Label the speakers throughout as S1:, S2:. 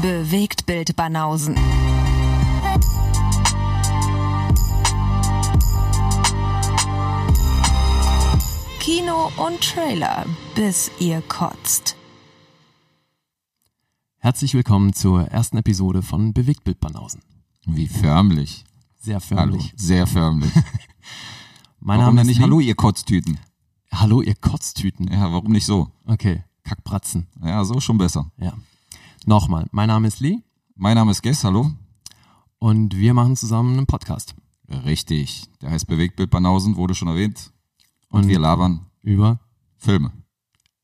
S1: Bewegt Bild Banausen. Kino und Trailer, bis ihr kotzt.
S2: Herzlich willkommen zur ersten Episode von Bewegtbild Banausen.
S3: Wie förmlich.
S2: Sehr
S3: Hallo.
S2: förmlich.
S3: Sehr förmlich.
S2: Mein
S3: Warum denn
S2: ist
S3: nicht
S2: Lee.
S3: Hallo, ihr Kotztüten?
S2: Hallo, ihr Kotztüten.
S3: Ja, warum nicht so?
S2: Okay, Kackbratzen.
S3: Ja, so schon besser.
S2: Ja. Nochmal, mein Name ist Lee
S3: Mein Name ist Guess, hallo.
S2: und wir machen zusammen einen Podcast.
S3: Richtig. Der heißt Bewegtbild Banausen, wurde schon erwähnt. Und wir labern
S2: Über,
S3: Filme.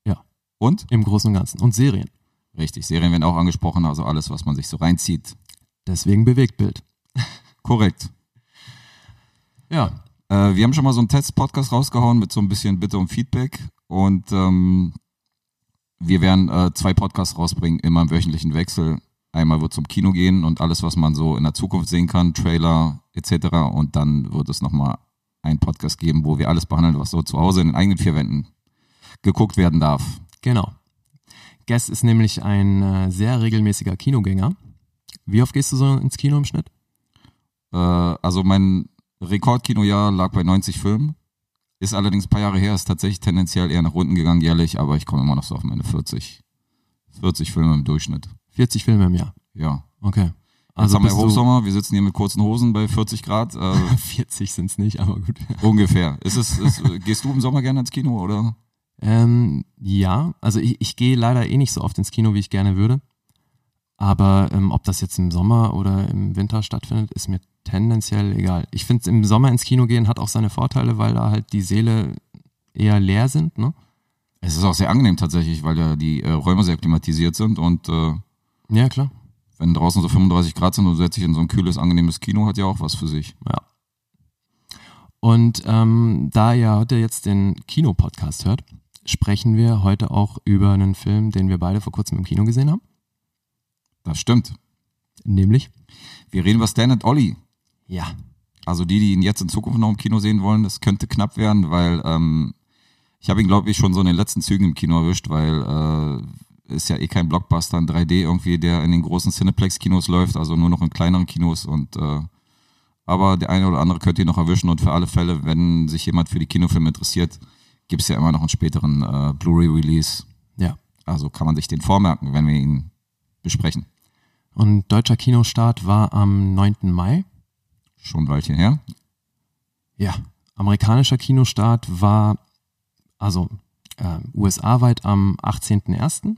S2: ja,
S3: Und?
S2: im Großen und Ganzen. Und Serien.
S3: Richtig, Serien werden auch angesprochen, also alles, was man sich so reinzieht.
S2: Deswegen Bewegtbild.
S3: Korrekt.
S2: Ja,
S3: Äh, wir haben schon mal so einen Test-Podcast rausgehauen mit so ein bisschen Bitte um Feedback. Und ähm, wir werden äh, zwei Podcasts rausbringen, immer im wöchentlichen Wechsel. Einmal wird zum Kino gehen und alles, was man so in der Zukunft sehen kann, Trailer etc. Und dann wird es nochmal einen Podcast geben, wo wir alles behandeln, was so zu Hause in den eigenen vier Wänden geguckt werden darf.
S2: genau. Guess ist nämlich ein äh, sehr regelmäßiger Kinogänger. Wie oft gehst du so ins Kino im Schnitt?
S3: Äh, also mein Rekordkinojahr lag bei 90 Filmen. Ist allerdings ein paar Jahre her, ist tatsächlich tendenziell eher nach unten gegangen jährlich, aber ich komme immer noch so auf meine 40. 40 Filme im Durchschnitt.
S2: 40 Filme im Jahr.
S3: Ja.
S2: Okay.
S3: Also
S2: Also
S3: Jetzt haben wir
S2: bist du
S3: Hochsommer, wir sitzen hier mit kurzen Hosen bei 40 Grad. Äh,
S2: 40 sind es nicht, aber gut.
S3: ungefähr. Ist es, ist, gehst du im Sommer gerne ins Kino oder?
S2: Ähm, ja, also ich, ich gehe leider eh nicht so oft ins Kino, wie ich gerne würde. Aber ähm, ob das jetzt im Sommer oder im Winter stattfindet, ist mir tendenziell egal. Ich finde, im Sommer ins Kino gehen hat auch seine Vorteile, weil da halt die Seele eher leer sind. Ne?
S3: Es ist auch sehr angenehm tatsächlich, weil ja die äh, Räume sehr klimatisiert sind und äh,
S2: Ja, klar.
S3: wenn draußen so 35 Grad sind und du setzt dich in so ein kühles, angenehmes Kino, hat ja auch was für sich.
S2: Ja. Und ähm, da ihr heute jetzt den Kino-Podcast hört, sprechen wir heute auch über einen Film, den wir beide vor kurzem im Kino gesehen haben.
S3: Das stimmt.
S2: Nämlich?
S3: Wir reden über Stan and Ollie.
S2: Ja.
S3: Also die, die ihn jetzt in Zukunft noch im Kino sehen wollen, das könnte knapp werden, weil ähm, ich habe ihn, glaube ich, schon so in den letzten Zügen im Kino erwischt, weil äh, ist ja eh kein Blockbuster in 3D irgendwie, der in den großen Cineplex-Kinos läuft, also nur noch in kleineren Kinos und äh, aber der eine oder andere könnte ihn noch erwischen und für alle Fälle, wenn sich jemand für die Kinofilme interessiert, gibt es ja immer noch einen späteren äh, Blu-ray-Release.
S2: Ja.
S3: Also kann man sich den vormerken, wenn wir ihn besprechen.
S2: Und deutscher Kinostart war am 9. Mai.
S3: Schon ein Weilchen her.
S2: Ja. Amerikanischer Kinostart war, also äh, USA-weit am 18.01.,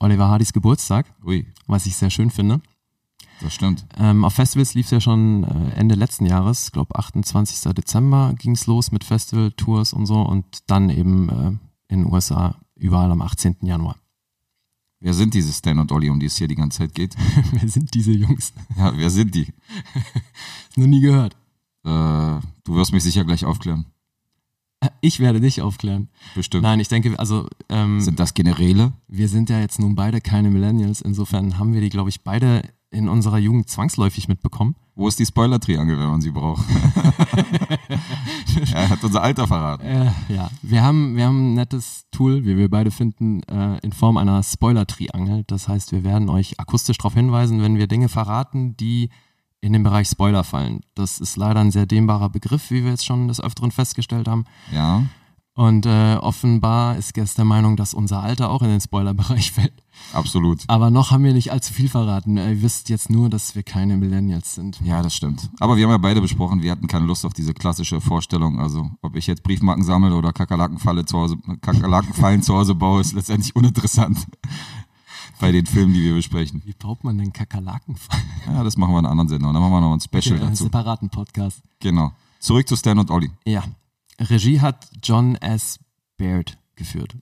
S2: Oliver Hardys Geburtstag,
S3: Ui,
S2: was ich sehr schön finde.
S3: das stimmt.
S2: Ähm, auf Festivals lief es ja schon äh, Ende letzten Jahres, glaube 28. Dezember ging es los mit Festival-Tours und so und dann eben äh, in den USA überall am 18. Januar.
S3: Wer sind diese Stan und Ollie, um die es hier die ganze Zeit geht?
S2: Wer sind diese Jungs?
S3: Ja, wer sind die?
S2: Noch nie gehört.
S3: Äh, du wirst mich sicher gleich aufklären.
S2: Äh, Ich werde dich aufklären.
S3: Bestimmt.
S2: Nein, ich denke, also ähm,
S3: Sind das Generäle?
S2: Wir sind ja jetzt nun beide keine Millennials, insofern haben wir die, glaube ich, beide in unserer Jugend zwangsläufig mitbekommen.
S3: Wo ist die Spoiler-Triangel, wenn man sie braucht? er hat unser Alter verraten.
S2: Äh, ja, wir haben, wir haben ein nettes Tool, wie wir beide finden, äh, in Form einer Spoiler-Triangel. Das heißt, wir werden euch akustisch darauf hinweisen, wenn wir Dinge verraten, die in den Bereich Spoiler fallen. Das ist leider ein sehr dehnbarer Begriff, wie wir jetzt schon des Öfteren festgestellt haben.
S3: Ja,
S2: Und äh, offenbar ist Guest der Meinung, dass unser Alter auch in den Spoiler-Bereich fällt.
S3: absolut.
S2: Aber noch haben wir nicht allzu viel verraten. Äh, Ihr wisst jetzt nur, dass wir keine Millennials sind.
S3: Ja, das stimmt. Aber wir haben ja beide besprochen, wir hatten keine Lust auf diese klassische Vorstellung. Also, ob ich jetzt Briefmarken sammle oder Kakerlakenfalle zu Hause, Kakerlakenfallen zu Hause baue, ist letztendlich uninteressant. Bei den Filmen, die wir besprechen.
S2: Wie baut man denn Kakerlaken?
S3: Ja, das machen wir in einer anderen Sendung. Dann machen wir noch ein Special
S2: Einen
S3: dazu.
S2: separaten Podcast.
S3: Genau. Zurück zu Stan und Ollie.
S2: Ja. Regie hat John S. Baird geführt.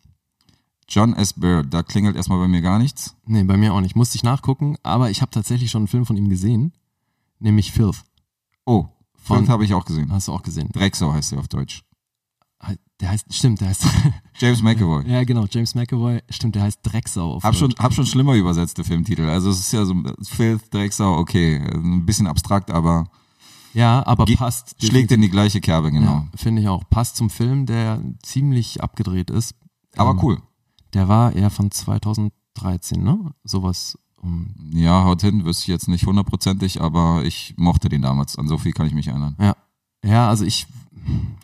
S3: John S. Baird, da klingelt erstmal bei mir gar nichts.
S2: Nee, bei mir auch nicht. Musste ich nachgucken, aber ich habe tatsächlich schon einen Film von ihm gesehen, nämlich Filth.
S3: Oh,
S2: Von-
S3: Fünf habe ich auch gesehen.
S2: Hast du auch gesehen.
S3: Drecksau heißt er auf Deutsch.
S2: Der heißt, stimmt, der heißt,
S3: James McAvoy.
S2: ja genau, James McAvoy, stimmt, der heißt Drecksau. Auf
S3: Hab schon,
S2: Deutsch.
S3: hab schon schlimmer übersetzte Filmtitel. Also es ist ja so ein Filth, Drecksau, okay, ein bisschen abstrakt, aber
S2: Ja, aber
S3: Ge-
S2: passt.
S3: schlägt in die gleiche Kerbe, genau.
S2: Ja, Finde ich auch. Passt zum Film, der ziemlich abgedreht ist.
S3: Aber
S2: Ähm,
S3: cool.
S2: Der war eher von 2013, ne? Sowas um
S3: Ja, haut hin, wüsste ich jetzt nicht hundertprozentig, aber ich mochte den damals. An so viel kann ich mich erinnern.
S2: Ja. Ja, also ich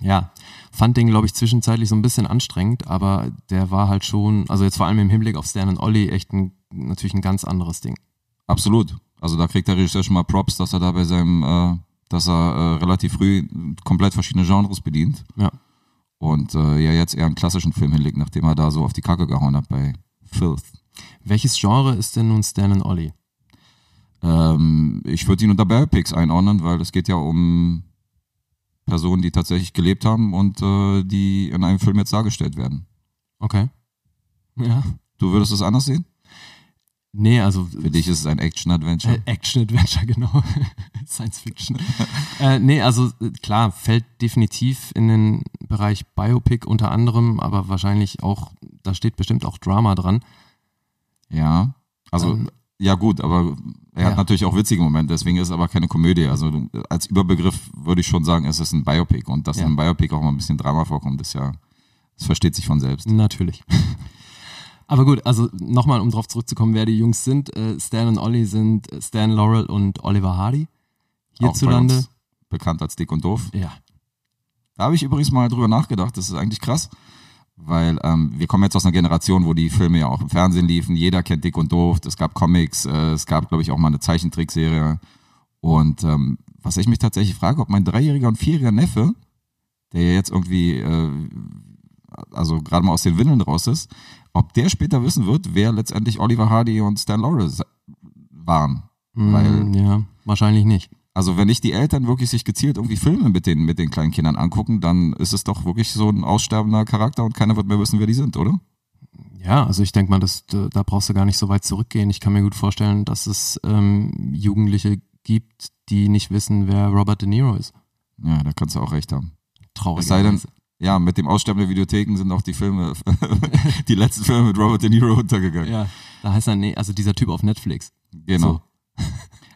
S2: ja, fand den, glaube ich, zwischenzeitlich so ein bisschen anstrengend, aber der war halt schon, also jetzt vor allem im Hinblick auf Stan und Olli, echt ein, natürlich ein ganz anderes Ding.
S3: Absolut. Also da kriegt der Regisseur schon mal Props, dass er da bei seinem, äh, dass er äh, relativ früh komplett verschiedene Genres bedient.
S2: Ja.
S3: Und äh, ja, jetzt eher einen klassischen Film hinlegt, nachdem er da so auf die Kacke gehauen hat bei Filth.
S2: Welches Genre ist denn nun Stan und Olli?
S3: Ähm, ich würde ihn unter Biopics einordnen, weil es geht ja um Personen, die tatsächlich gelebt haben und äh, die in einem Film jetzt dargestellt werden.
S2: Okay. Ja.
S3: Du würdest es anders sehen?
S2: Nee, also
S3: Für dich ist es ein Action-Adventure.
S2: Äh, Action-Adventure, genau. Science Fiction. äh, nee, also äh, klar, fällt definitiv in den Bereich Biopic unter anderem, aber wahrscheinlich auch, da steht bestimmt auch Drama dran.
S3: Ja. Also,
S2: Äh, Ähm.
S3: ja gut, aber er hat
S2: Ja.
S3: natürlich auch witzige Momente, deswegen ist es aber keine Komödie. Also du- als Überbegriff würde ich schon sagen, es ist ein Biopic. Und dass
S2: Ja.
S3: in einem Biopic auch mal ein bisschen Drama vorkommt, ist ja, das versteht sich von selbst.
S2: Natürlich. aber gut, also nochmal, um drauf zurückzukommen, wer die Jungs sind. Äh, Stan und Olli sind äh, Stan Laurel und Oliver Hardy.
S3: Auch bei
S2: Hierzulande.
S3: uns Bekannt als dick und doof.
S2: Ja.
S3: Da habe ich übrigens mal drüber nachgedacht, das ist eigentlich krass, weil ähm, wir kommen jetzt aus einer Generation, wo die Filme ja auch im Fernsehen liefen, jeder kennt Dick und Doof, es gab Comics, äh, es gab, glaube ich, auch mal eine Zeichentrickserie. Und ähm, was ich mich tatsächlich frage, ob mein dreijähriger und vierjähriger Neffe, der ja jetzt irgendwie, äh, also gerade mal aus den Windeln raus ist, ob der später wissen wird, wer letztendlich Oliver Hardy und Stan Laurel se- waren. Weil-
S2: Mm, ja, wahrscheinlich nicht.
S3: Also wenn nicht die Eltern wirklich sich gezielt irgendwie Filme mit den, mit den kleinen Kindern angucken, dann ist es doch wirklich so ein aussterbender Charakter und keiner wird mehr wissen, wer die sind, oder?
S2: Ja, also ich denke mal, das, da da brauchst du gar nicht so weit zurückgehen. Ich kann mir gut vorstellen, dass es ähm, Jugendliche gibt, die nicht wissen, wer Robert De Niro ist.
S3: Ja, da kannst du auch recht haben.
S2: Traurig.
S3: Es sei denn, ja, mit dem Aussterben der Videotheken sind auch die Filme, die letzten Filme mit Robert De Niro untergegangen.
S2: ja, da heißt er, nee, also dieser Typ auf Netflix.
S3: Genau.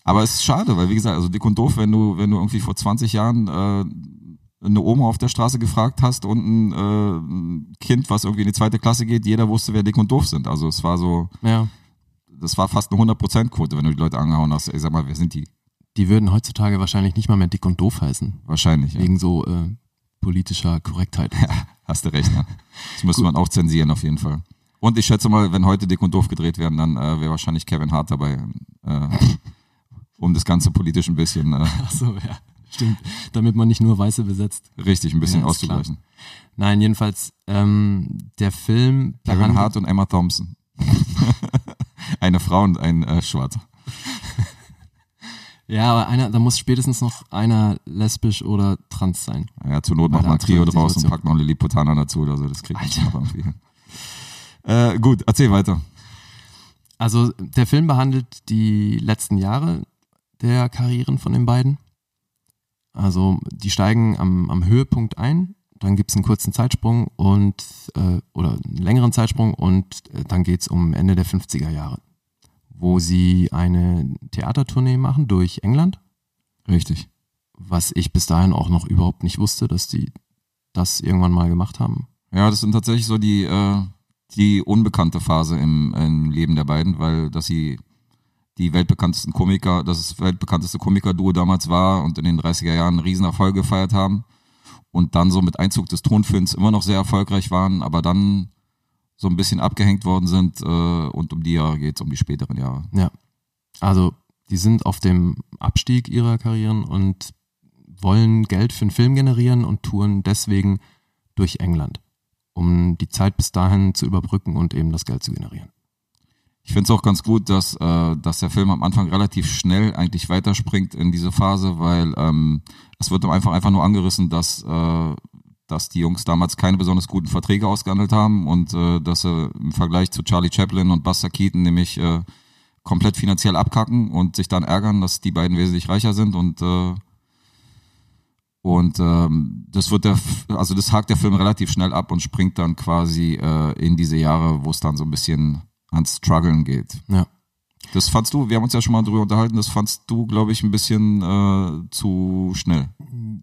S3: Aber es ist schade, weil wie gesagt, also dick und doof, wenn du, wenn du irgendwie vor 20 Jahren äh, eine Oma auf der Straße gefragt hast und ein, äh, ein Kind, was irgendwie in die zweite Klasse geht, jeder wusste, wer dick und doof sind. Also es war so,
S2: So, ja.
S3: das war fast eine 100%-Quote, wenn du die Leute angehauen hast. Ey, sag mal, wer sind die?
S2: Die würden heutzutage wahrscheinlich nicht mal mehr dick und doof heißen,
S3: Wahrscheinlich, ja.
S2: wegen so äh, politischer Korrektheit.
S3: Hast du recht, ja. Das müsste man auch zensieren, auf jeden Fall. Und ich schätze mal, wenn heute Dick und Doof gedreht werden, dann äh, wäre wahrscheinlich Kevin Hart dabei, äh, um das Ganze politisch ein bisschen, äh,
S2: Achso, ja, stimmt. Damit man nicht nur Weiße besetzt.
S3: richtig, ein bisschen
S2: Ja, ist klar.
S3: auszugleichen.
S2: Nein, jedenfalls, ähm, der Film
S3: Kevin
S2: behandelt-
S3: Hart und Emma Thompson. Eine Frau und ein äh, Schwarzer.
S2: Ja, aber einer, da muss spätestens noch einer lesbisch oder trans sein.
S3: Ja, zur Not
S2: Bei
S3: macht
S2: der
S3: man ein Trio
S2: aktuellen
S3: draus und
S2: Situation.
S3: packt noch einen Lilliputaner dazu oder so. Das kriegt man
S2: Alter.
S3: schon aber irgendwie hin. Äh, gut, erzähl weiter.
S2: Also der Film behandelt die letzten Jahre der Karrieren von den beiden. Also die steigen am, am Höhepunkt ein, dann gibt's einen kurzen Zeitsprung und äh, oder einen längeren Zeitsprung und äh, dann geht's um Ende der 50er Jahre, wo sie eine Theatertournee machen durch England,
S3: Richtig.
S2: was ich bis dahin auch noch überhaupt nicht wusste, dass die das irgendwann mal gemacht haben.
S3: Ja, das sind tatsächlich so die, äh, die unbekannte Phase im, im Leben der beiden, weil dass sie die weltbekanntesten Komiker, dass es weltbekannteste Komikerduo damals war und in den 30er Jahren einen riesen Erfolg gefeiert haben und dann so mit Einzug des Tonfilms immer noch sehr erfolgreich waren, aber dann so ein bisschen abgehängt worden sind äh, und um die Jahre geht's, um die späteren Jahre.
S2: Also, die sind auf dem Abstieg ihrer Karrieren und wollen Geld für einen Film generieren und touren deswegen durch England, um die Zeit bis dahin zu überbrücken und eben das Geld zu generieren.
S3: Ich finde es auch ganz gut, dass, äh, dass der Film am Anfang relativ schnell eigentlich weiterspringt in diese Phase, weil ähm, es wird einfach, einfach nur angerissen, dass, äh, dass die Jungs damals keine besonders guten Verträge ausgehandelt haben und äh, dass sie im Vergleich zu Charlie Chaplin und Buster Keaton nämlich äh, komplett finanziell abkacken und sich dann ärgern, dass die beiden wesentlich reicher sind und äh, und ähm, das wird der, F- also das hakt der Film relativ schnell ab und springt dann quasi äh, in diese Jahre, wo es dann so ein bisschen ans Struggeln geht.
S2: Ja.
S3: Das fandst du, wir haben uns ja schon mal drüber unterhalten, das fandst du, glaube ich, ein bisschen äh, zu schnell,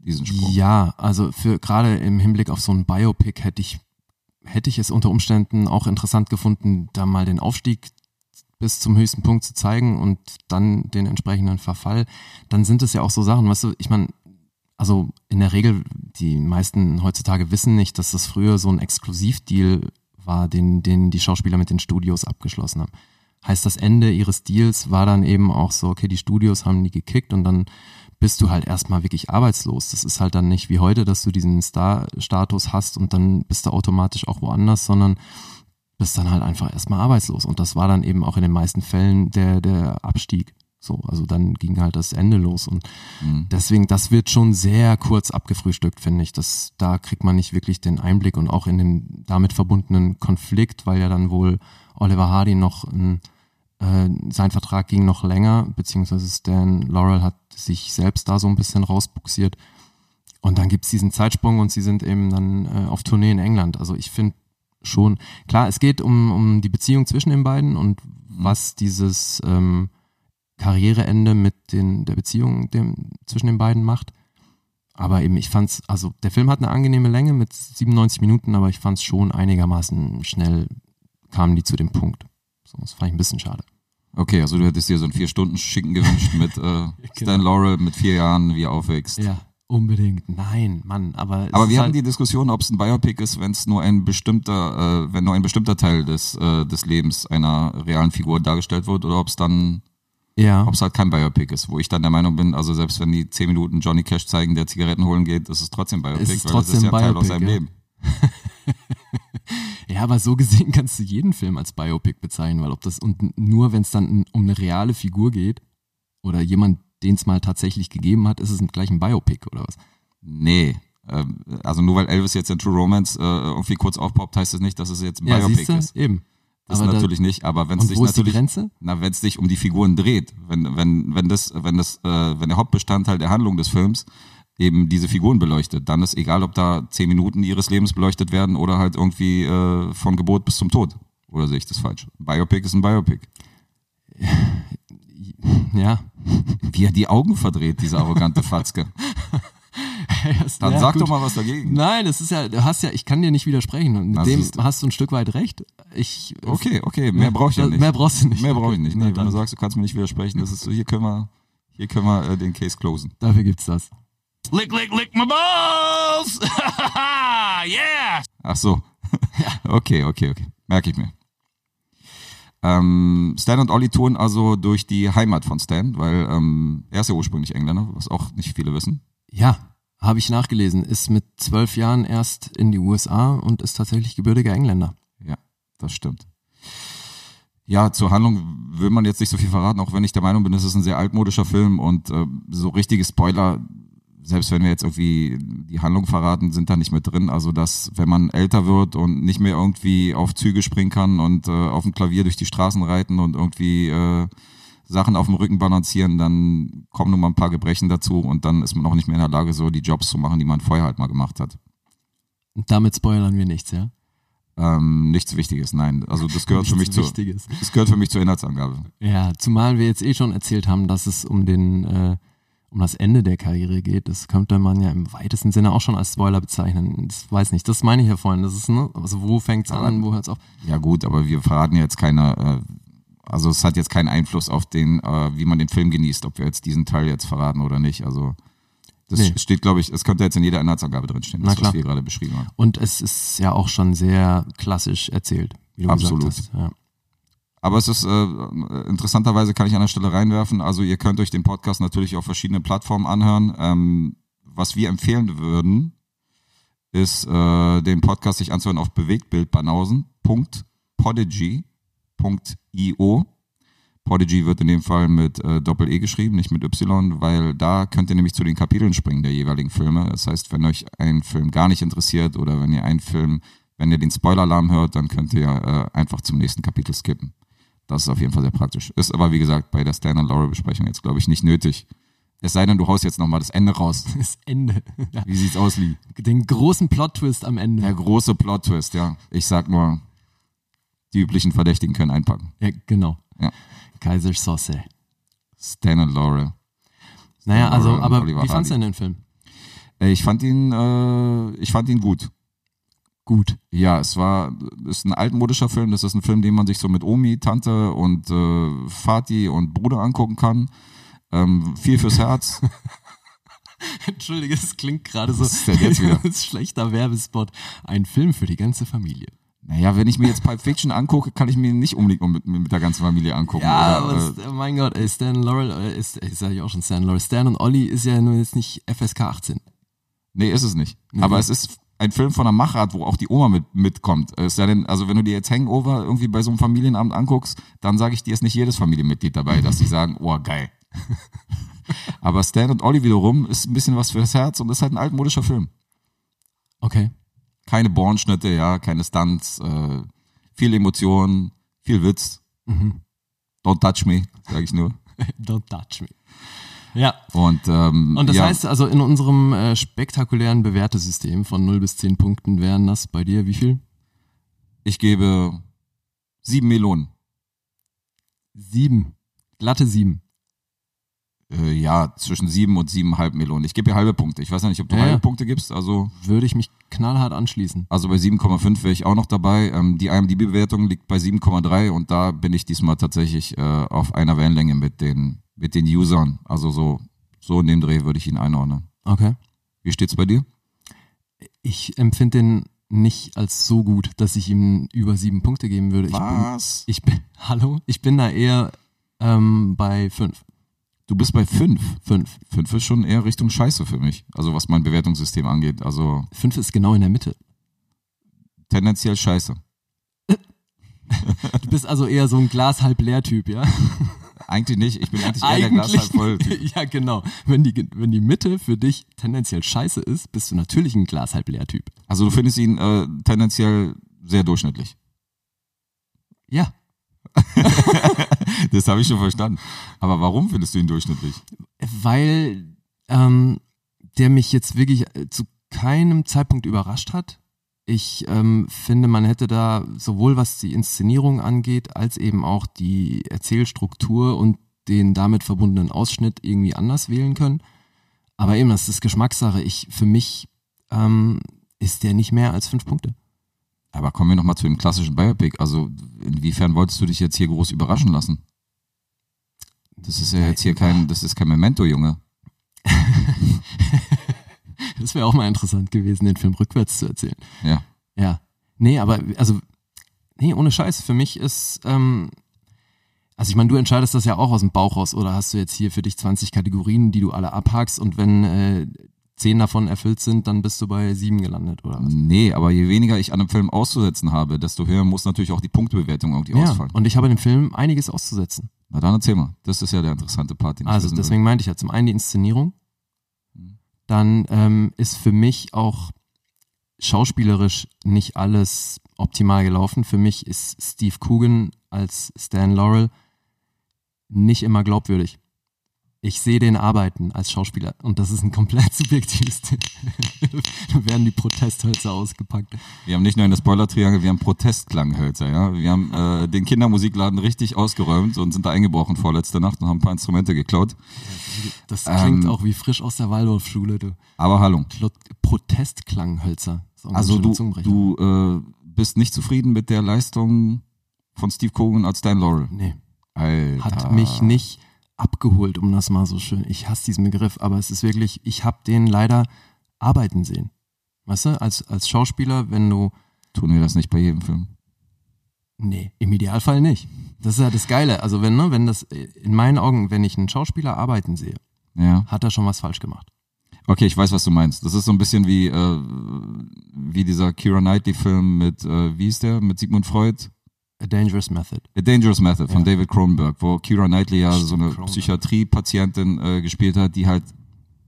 S3: diesen Sprung.
S2: Ja, also für gerade im Hinblick auf so ein Biopic hätte ich hätte ich es unter Umständen auch interessant gefunden, da mal den Aufstieg bis zum höchsten Punkt zu zeigen und dann den entsprechenden Verfall, dann sind es ja auch so Sachen, weißt du, ich meine, also in der Regel, die meisten heutzutage wissen nicht, dass das früher so ein Exklusivdeal war, den, den die Schauspieler mit den Studios abgeschlossen haben. Heißt, das Ende ihres Deals war dann eben auch so, okay, die Studios haben die gekickt und dann bist du halt erstmal wirklich arbeitslos. Das ist halt dann nicht wie heute, dass du diesen Star-Status hast und dann bist du automatisch auch woanders, sondern bist dann halt einfach erstmal arbeitslos. Und das war dann eben auch in den meisten Fällen der, der Abstieg. So, also dann ging halt das Ende los. Und
S3: Mhm.
S2: deswegen, das wird schon sehr kurz abgefrühstückt, finde ich. Das, da kriegt man nicht wirklich den Einblick und auch in dem damit verbundenen Konflikt, weil ja dann wohl Oliver Hardy noch ein, äh, sein Vertrag ging noch länger, beziehungsweise Stan Laurel hat sich selbst da so ein bisschen rausbuxiert. Und dann gibt's diesen Zeitsprung und sie sind eben dann äh, auf Tournee in England. Also ich finde schon, klar, es geht um, um die Beziehung zwischen den beiden und was dieses ähm, Karriereende mit den, der Beziehung dem, zwischen den beiden macht. Aber eben, ich fand's, also der Film hat eine angenehme Länge mit 97 Minuten, aber ich fand's schon einigermaßen schnell, kamen die zu dem Punkt. So, das fand ich ein bisschen schade.
S3: Okay, also du hättest dir so einen Vier-Stunden-Schicken gewünscht mit äh, Stan Laurel mit vier Jahren, wie er aufwächst.
S2: Genau. Ja, unbedingt. Nein, Mann, aber. es
S3: Aber
S2: ist
S3: wir hatten
S2: halt-
S3: die Diskussion, ob es ein Biopic ist, wenn es nur ein bestimmter, äh, wenn nur ein bestimmter Teil des, äh, des Lebens einer realen Figur dargestellt wird oder ob es dann,
S2: Ja.
S3: ob es halt kein Biopic ist, wo ich dann der Meinung bin, also selbst wenn die zehn Minuten Johnny Cash zeigen, der Zigaretten holen geht, ist es trotzdem Biopic,
S2: Es ist
S3: weil das ist ja
S2: trotzdem
S3: Teil
S2: Biopic,
S3: aus seinem
S2: ja.
S3: Leben.
S2: Ja, aber so gesehen kannst du jeden Film als Biopic bezeichnen, weil ob das und nur wenn es dann um eine reale Figur geht oder jemand, den es mal tatsächlich gegeben hat, ist es gleich ein Biopic oder was?
S3: Nee. Ähm, Also nur weil Elvis jetzt in True Romance äh, irgendwie kurz aufpoppt, heißt es nicht, dass es jetzt ein Biopic
S2: siehst du?
S3: ist.
S2: Eben.
S3: Das
S2: Aber da-
S3: natürlich nicht, aber wenn es
S2: Und
S3: sich
S2: wo ist die
S3: natürlich
S2: Grenze?
S3: Na, wenn es dich um die Figuren dreht, wenn, wenn, wenn das, wenn das, äh, wenn der Hauptbestandteil der Handlung des Films eben diese Figuren beleuchtet, dann ist egal, ob da zehn Minuten ihres Lebens beleuchtet werden oder halt irgendwie äh, von Geburt bis zum Tod. Oder sehe ich das falsch? Biopic ist ein Biopic.
S2: Ja.
S3: Wie er die Augen verdreht, dieser arrogante Fatzke. Dann
S2: ja,
S3: sag
S2: gut.
S3: doch mal was dagegen.
S2: Nein, das ist ja, du hast ja, ich kann dir nicht widersprechen. Und mit
S3: Na,
S2: dem
S3: siehst du.
S2: hast du ein Stück weit recht. Ich
S3: Okay, okay, mehr brauche ich ja
S2: Da-
S3: nicht.
S2: Mehr brauchst du nicht.
S3: Mehr brauche ich nicht.
S2: Na
S3: Nee, wenn du
S2: dann.
S3: sagst, du kannst mir nicht widersprechen, das ist so, hier können wir, hier können wir äh, den Case closen.
S2: Dafür gibt's das.
S4: Lick, lick, lick my balls! yeah!
S3: Ach so. Okay, okay, okay. Merke ich mir. Ähm, Stan und Olli touren also durch die Heimat von Stan, weil ähm, er ist ja ursprünglich Engländer, was auch nicht viele wissen.
S2: Ja, habe ich nachgelesen. Ist mit zwölf Jahren erst in die USA und ist tatsächlich gebürtiger Engländer.
S3: Ja, das stimmt. Ja, zur Handlung will man jetzt nicht so viel verraten, auch wenn ich der Meinung bin, es ist ein sehr altmodischer Film und äh, so richtige Spoiler, selbst wenn wir jetzt irgendwie die Handlung verraten, sind da nicht mit drin. Also, dass, wenn man älter wird und nicht mehr irgendwie auf Züge springen kann und äh, auf dem Klavier durch die Straßen reiten und irgendwie äh, Sachen auf dem Rücken balancieren, dann kommen nun mal ein paar Gebrechen dazu und dann ist man auch nicht mehr in der Lage, so die Jobs zu machen, die man vorher halt mal gemacht hat.
S2: Und damit spoilern wir nichts, ja?
S3: Ähm, nichts Wichtiges, nein. Also, das gehört für mich
S2: Nichts
S3: zu.
S2: Wichtiges.
S3: Das gehört für mich zur Inhaltsangabe.
S2: Ja, zumal wir jetzt eh schon erzählt haben, dass es um den, äh, um das Ende der Karriere geht. Das könnte man ja im weitesten Sinne auch schon als Spoiler bezeichnen. Das weiß nicht. Das meine ich ja vorhin. Das ist, ne? Also wo fängt's an, wo hört's auf?
S3: Ja gut, aber wir verraten jetzt keine, äh, also es hat jetzt keinen Einfluss auf den, äh, wie man den Film genießt, ob wir jetzt diesen Teil jetzt verraten oder nicht. Also das
S2: Nee.
S3: steht, glaube ich, es könnte jetzt in jeder Inhaltsangabe drinstehen,
S2: Na
S3: das, was
S2: klar.
S3: wir gerade beschrieben haben.
S2: Und es ist ja auch schon sehr klassisch erzählt, wie du
S3: Absolut.
S2: gesagt hast. Ja.
S3: Aber es ist, äh, interessanterweise kann ich an der Stelle reinwerfen, also ihr könnt euch den Podcast natürlich auf verschiedenen Plattformen anhören. Ähm, was wir empfehlen würden, ist, äh, den Podcast sich anzuhören auf bewegtbildbanausen.podigy.io. Podigy wird in dem Fall mit äh, Doppel-E geschrieben, nicht mit Y, weil da könnt ihr nämlich zu den Kapiteln springen der jeweiligen Filme. Das heißt, wenn euch ein Film gar nicht interessiert oder wenn ihr einen Film, wenn ihr den Spoiler-Alarm hört, dann könnt ihr äh, einfach zum nächsten Kapitel skippen. Das ist auf jeden Fall sehr praktisch. Ist aber, wie gesagt, bei der Stan und Laura-Besprechung jetzt, glaube ich, nicht nötig. Es sei denn, du haust jetzt nochmal das Ende raus.
S2: Das Ende. Ja.
S3: Wie sieht's aus, Lee?
S2: Den großen Plot-Twist am Ende.
S3: Der große Plot-Twist, ja. Ich sag nur, die üblichen Verdächtigen können einpacken.
S2: Ja, genau.
S3: Ja.
S2: Kaisersauce.
S3: Stan und Laura.
S2: Naja, also,
S3: Laurel und
S2: aber
S3: Oliver
S2: wie fandst du
S3: Hardy.
S2: denn den Film?
S3: Äh, Ich fand ihn, äh, ich fand ihn gut.
S2: gut.
S3: Ja, es war, ist ein altmodischer Film. Das ist ein Film, den man sich so mit Omi, Tante und äh, Vati und Bruder angucken kann. Ähm, viel fürs Herz.
S2: Entschuldige, es klingt gerade so.
S3: Was ist denn jetzt wieder?
S2: Das ist schlechter Werbespot. Ein Film für die ganze Familie.
S3: naja, wenn ich mir jetzt Pulp Fiction angucke, kann ich mir nicht unbedingt mit, mit der ganzen Familie angucken.
S2: Ja,
S3: oder,
S2: aber äh, mein Gott, ey, Stan Laurel, äh, ist, ey, sag ich auch schon Stan Laurel. Stan und Olli ist ja nun jetzt nicht FSK 18.
S3: Nee, ist es nicht.
S2: Nee.
S3: Aber es ist ein Film von der Machart, wo auch die Oma mit, mitkommt. Es sei denn, also wenn du dir jetzt Hangover irgendwie bei so einem Familienabend anguckst, dann sage ich dir, ist nicht jedes Familienmitglied dabei, dass sie sagen, oh geil. Aber Stan und Olli wiederum ist ein bisschen was fürs Herz und ist halt ein altmodischer Film.
S2: Okay.
S3: Keine Bornschnitte, ja, keine Stunts, äh, viel Emotionen, viel Witz.
S2: Mhm.
S3: Don't touch me, sage ich nur.
S2: Don't touch me. Ja.
S3: Und, ähm,
S2: Und das
S3: ja,
S2: heißt also, in unserem äh, spektakulären Bewertesystem von 0 bis 10 Punkten wären das bei dir wie viel?
S3: ich gebe sieben Melonen.
S2: Sieben. Glatte sieben.
S3: äh, ja, zwischen sieben und siebeneinhalb Melonen. Ich gebe ihr halbe Punkte. Ich weiß ja nicht, ob du
S2: Ja,
S3: halbe
S2: ja.
S3: Punkte gibst. Also,
S2: Würde ich mich knallhart anschließen.
S3: also bei 7,5 wäre ich auch noch dabei. Ähm, die IMDb-Bewertung liegt bei 7,3 und da bin ich diesmal tatsächlich äh, auf einer Wellenlänge mit den, mit den Usern. Also so, so in dem Dreh würde ich ihn einordnen.
S2: Okay.
S3: Wie steht's bei dir?
S2: Ich empfinde den nicht als so gut, dass ich ihm über sieben Punkte geben würde. Ich bin, ich bin, hallo? Ich bin da eher ähm, bei fünf.
S3: Du bist bei fünf.
S2: Fünf.
S3: Fünf ist schon eher Richtung Scheiße für mich. Also was mein Bewertungssystem angeht. Also
S2: Fünf ist genau in der Mitte.
S3: tendenziell Scheiße.
S2: Du bist also eher so ein Glas halb leer Typ, ja?
S3: Eigentlich nicht. Ich bin eigentlich eher der Glas halb voll. Typ.
S2: ja, genau. Wenn die, wenn die Mitte für dich tendenziell scheiße ist, bist du natürlich ein Glas halb leer Typ.
S3: Also du findest ihn äh, tendenziell sehr durchschnittlich.
S2: Ja,
S3: Das habe ich schon verstanden. Aber warum findest du ihn durchschnittlich?
S2: weil ähm, der mich jetzt wirklich äh, zu keinem Zeitpunkt überrascht hat. Ich ähm, finde, man hätte da sowohl was die Inszenierung angeht, als eben auch die Erzählstruktur und den damit verbundenen Ausschnitt irgendwie anders wählen können. Aber eben, das ist Geschmackssache. Ich, für mich ähm, ist der nicht mehr als fünf Punkte.
S3: Aber kommen wir nochmal zu dem klassischen Biopic. Also inwiefern wolltest du dich jetzt hier groß überraschen lassen? Das ist ja jetzt hier kein, das ist kein Memento, Junge.
S2: Das wäre auch mal interessant gewesen, den Film rückwärts zu erzählen.
S3: Ja.
S2: Ja. Nee, aber also, nee, ohne Scheiß. Für mich ist, ähm, also ich meine, du entscheidest das ja auch aus dem Bauch raus oder hast du jetzt hier für dich 20 Kategorien, die du alle abhakst und wenn äh, 10 davon erfüllt sind, dann bist du bei 7 gelandet oder was?
S3: Nee, aber je weniger ich an einem Film auszusetzen habe, desto höher muss natürlich auch die Punktebewertung irgendwie
S2: Ja,
S3: ausfallen.
S2: und ich habe dem Film einiges auszusetzen.
S3: Na dann erzähl mal. Das ist ja der interessante Part, den ich
S2: Also
S3: wissen will.
S2: deswegen meinte ich ja zum einen die Inszenierung,
S3: Mhm.
S2: dann ähm, ist für mich auch schauspielerisch nicht alles optimal gelaufen. Für mich ist Steve Coogan als Stan Laurel nicht immer glaubwürdig. Ich sehe den arbeiten als Schauspieler und das ist ein komplett subjektives Ding. da werden die Protesthölzer ausgepackt.
S3: Wir haben nicht nur eine Spoiler-Triangel, wir haben Protestklanghölzer, ja. Wir haben äh, den Kindermusikladen richtig ausgeräumt und sind da eingebrochen vorletzte Nacht und haben ein paar Instrumente geklaut.
S2: Das klingt
S3: Ähm.
S2: auch wie frisch aus der Waldorfschule, du.
S3: Aber Hallung.
S2: Klot- Protestklanghölzer. Ist auch ein
S3: Also
S2: schöner
S3: du,
S2: Zungenbrecher.
S3: du äh, bist nicht zufrieden mit der Leistung von Steve Cogan als Dan Laurel.
S2: Nee.
S3: Alter.
S2: hat mich nicht abgeholt, um das mal so schön. Ich hasse diesen Begriff, aber es ist wirklich, ich habe den leider arbeiten sehen. Weißt du, als, als Schauspieler, wenn du,
S3: Tun wir das nicht bei jedem Film.
S2: nee, im Idealfall nicht. Das ist ja das Geile. Also wenn, ne, wenn das, äh, in meinen Augen, wenn ich einen Schauspieler arbeiten sehe,
S3: Ja.
S2: hat er schon was falsch gemacht.
S3: Okay, ich weiß, was du meinst. Das ist so ein bisschen wie, äh, wie dieser Kira Knightley-Film mit, äh, wie ist der, mit Sigmund Freud?
S2: A Dangerous Method.
S3: A Dangerous Method von
S2: Ja.
S3: David Cronenberg, wo Kira Knightley ja
S2: Stimmt,
S3: so eine
S2: Cronenberg.
S3: Psychiatrie-Patientin äh, gespielt hat, die halt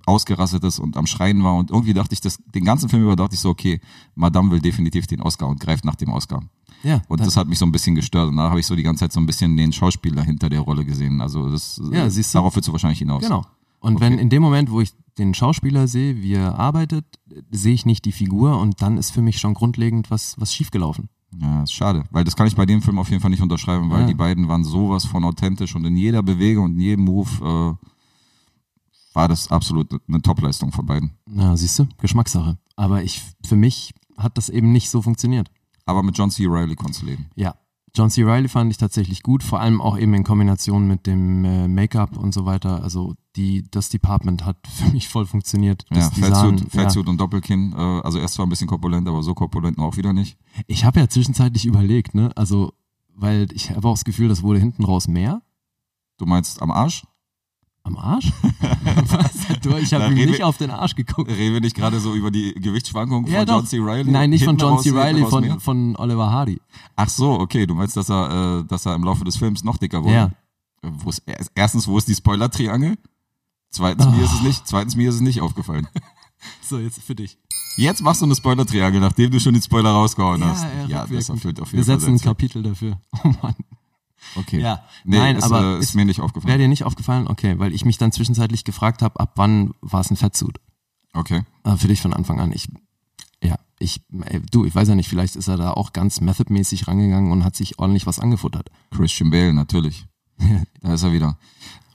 S3: ausgerastet ist und am Schreien war. Und irgendwie dachte ich, das, den ganzen Film über dachte ich so, okay, Madame will definitiv den Oscar und greift nach dem Oscar.
S2: Ja,
S3: Und
S2: da-
S3: das hat mich so ein bisschen gestört. Und da habe ich so die ganze Zeit so ein bisschen den Schauspieler hinter der Rolle gesehen. Also das,
S2: Ja,
S3: äh,
S2: siehst du.
S3: darauf willst du wahrscheinlich hinaus.
S2: Genau. Und wenn in dem Moment, wo ich den Schauspieler sehe, wie er arbeitet, äh, sehe ich nicht die Figur und dann ist für mich schon grundlegend was, was schiefgelaufen.
S3: Ja, ist schade. Weil das kann ich bei dem Film auf jeden Fall nicht unterschreiben, weil
S2: Ja.
S3: die beiden waren sowas von authentisch und in jeder Bewegung und in jedem Move äh, war das absolut eine Topleistung von beiden.
S2: Na, siehst du, Geschmackssache. Aber ich, für mich hat das eben nicht so funktioniert.
S3: Aber mit John C. Reilly konntest du leben.
S2: Ja. John C. Reilly fand ich tatsächlich gut, vor allem auch eben in Kombination mit dem äh, Make-up und so weiter. Also die, das Department hat für mich voll funktioniert.
S3: Ja,
S2: Das Design,
S3: Feldsuit,
S2: ja.
S3: Feldsuit und Doppelkinn. Äh, also er ist zwar ein bisschen korpulent, aber so korpulent auch wieder nicht.
S2: Ich habe ja zwischenzeitlich überlegt, ne? Also, weil ich habe auch das Gefühl, das wurde hinten raus mehr.
S3: Du meinst am Arsch?
S2: Am Arsch? Was? Du, ich
S3: Da
S2: habe ihm
S3: reden
S2: nicht
S3: wir-
S2: auf den Arsch geguckt.
S3: Reden wir nicht gerade so über die Gewichtsschwankungen von
S2: Ja, doch.
S3: John C. Reilly?
S2: Nein, nicht von
S3: Hinten
S2: John C.
S3: raus,
S2: Reilly,
S3: hinten raus
S2: von,
S3: mehr?
S2: von Oliver Hardy.
S3: Ach so, okay. Du meinst, dass er, äh, dass er im Laufe des Films noch dicker wurde?
S2: Ja.
S3: Äh, Wo ist, er- erstens, wo ist die Spoiler-Triangel? Zweitens, mir
S2: Ah.
S3: ist es nicht, zweitens, mir ist es nicht aufgefallen.
S2: So, jetzt für dich.
S3: Jetzt machst du eine Spoiler-Triangel, nachdem du schon den Spoiler rausgehauen
S2: Ja,
S3: hast.
S2: ja,
S3: ja das
S2: rückwirkend.
S3: erfüllt auf
S2: Wir
S3: jeden Fall.
S2: setzen ein
S3: seinen
S2: Kapitel dafür. Oh Mann.
S3: Zweck. Okay.
S2: Ja.
S3: Nee,
S2: Nein,
S3: ist,
S2: aber
S3: äh, ist
S2: ist-
S3: mir nicht
S2: Wäre
S3: aufgefallen.
S2: dir nicht aufgefallen? Okay, weil ich mich dann zwischenzeitlich gefragt habe, ab wann war es ein Fettsuit?
S3: Okay.
S2: Äh, für dich von Anfang an. Ich, ja, ich, ey, du, ich weiß ja nicht, vielleicht ist er da auch ganz methodmäßig rangegangen und hat sich ordentlich was angefuttert.
S3: Christian Bale, natürlich. da ist er wieder.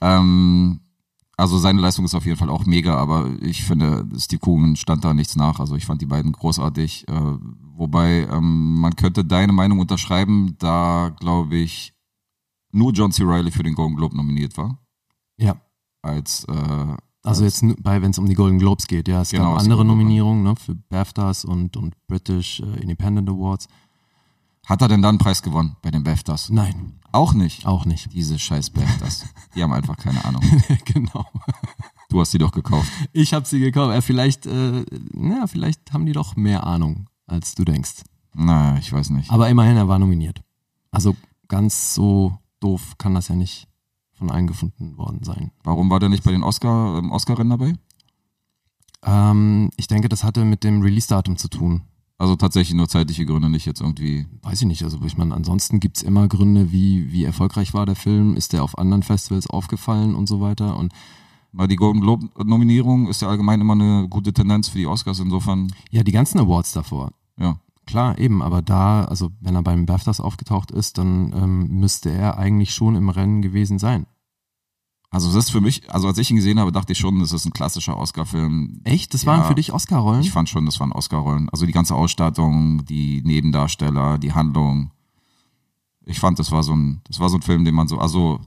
S3: Ähm, also seine Leistung ist auf jeden Fall auch mega, aber ich finde, Steve Coogan stand da nichts nach. Also ich fand die beiden großartig. Äh, wobei, ähm, man könnte deine Meinung unterschreiben, da glaube ich nur John C. Reilly für den Golden Globe nominiert war.
S2: Ja.
S3: Als äh,
S2: Also jetzt nu- bei, wenn es um die Golden Globes geht, ja, es
S3: Genau,
S2: gab
S3: es
S2: andere
S3: gab-
S2: Nominierungen ne, für BAFTAs und, und British äh, Independent Awards.
S3: hat er denn da einen Preis gewonnen bei den BAFTAs?
S2: Nein,
S3: Auch nicht.
S2: auch nicht.
S3: Diese scheiß BAFTAs. die haben einfach keine Ahnung.
S2: genau.
S3: Du hast die doch gekauft.
S2: Ich habe sie gekauft. Ja, vielleicht, äh, na, vielleicht haben die doch mehr Ahnung, als du denkst.
S3: Na, ich weiß nicht.
S2: Aber immerhin, er war nominiert. Also ganz so doof kann das ja nicht von allen gefunden worden sein.
S3: Warum war der nicht bei den Oscar, ähm, Oscar-Rennen dabei?
S2: Ähm, ich denke, das hatte mit dem Release-Datum zu tun.
S3: Also tatsächlich nur zeitliche Gründe, nicht jetzt irgendwie.
S2: Weiß ich nicht. Also ich meine, ansonsten gibt's immer Gründe, wie, wie erfolgreich war der Film, ist der auf anderen Festivals aufgefallen und so weiter. Und
S3: Weil die Golden Globe-Nominierung ist ja allgemein immer eine gute Tendenz für die Oscars. Insofern,
S2: ja, die ganzen Awards davor.
S3: ja.
S2: Klar, eben, aber da, also wenn er beim BAFTAs aufgetaucht ist, dann ähm, müsste er eigentlich schon im Rennen gewesen sein.
S3: Also das ist für mich, also als ich ihn gesehen habe, dachte ich schon, das ist ein klassischer Oscar-Film.
S2: Echt? Das waren
S3: Ja.
S2: für dich Oscar-Rollen?
S3: Ich fand schon, das waren Oscar-Rollen. Also die ganze Ausstattung, die Nebendarsteller, die Handlung. Ich fand, das war so ein, das war so ein Film, den man so, also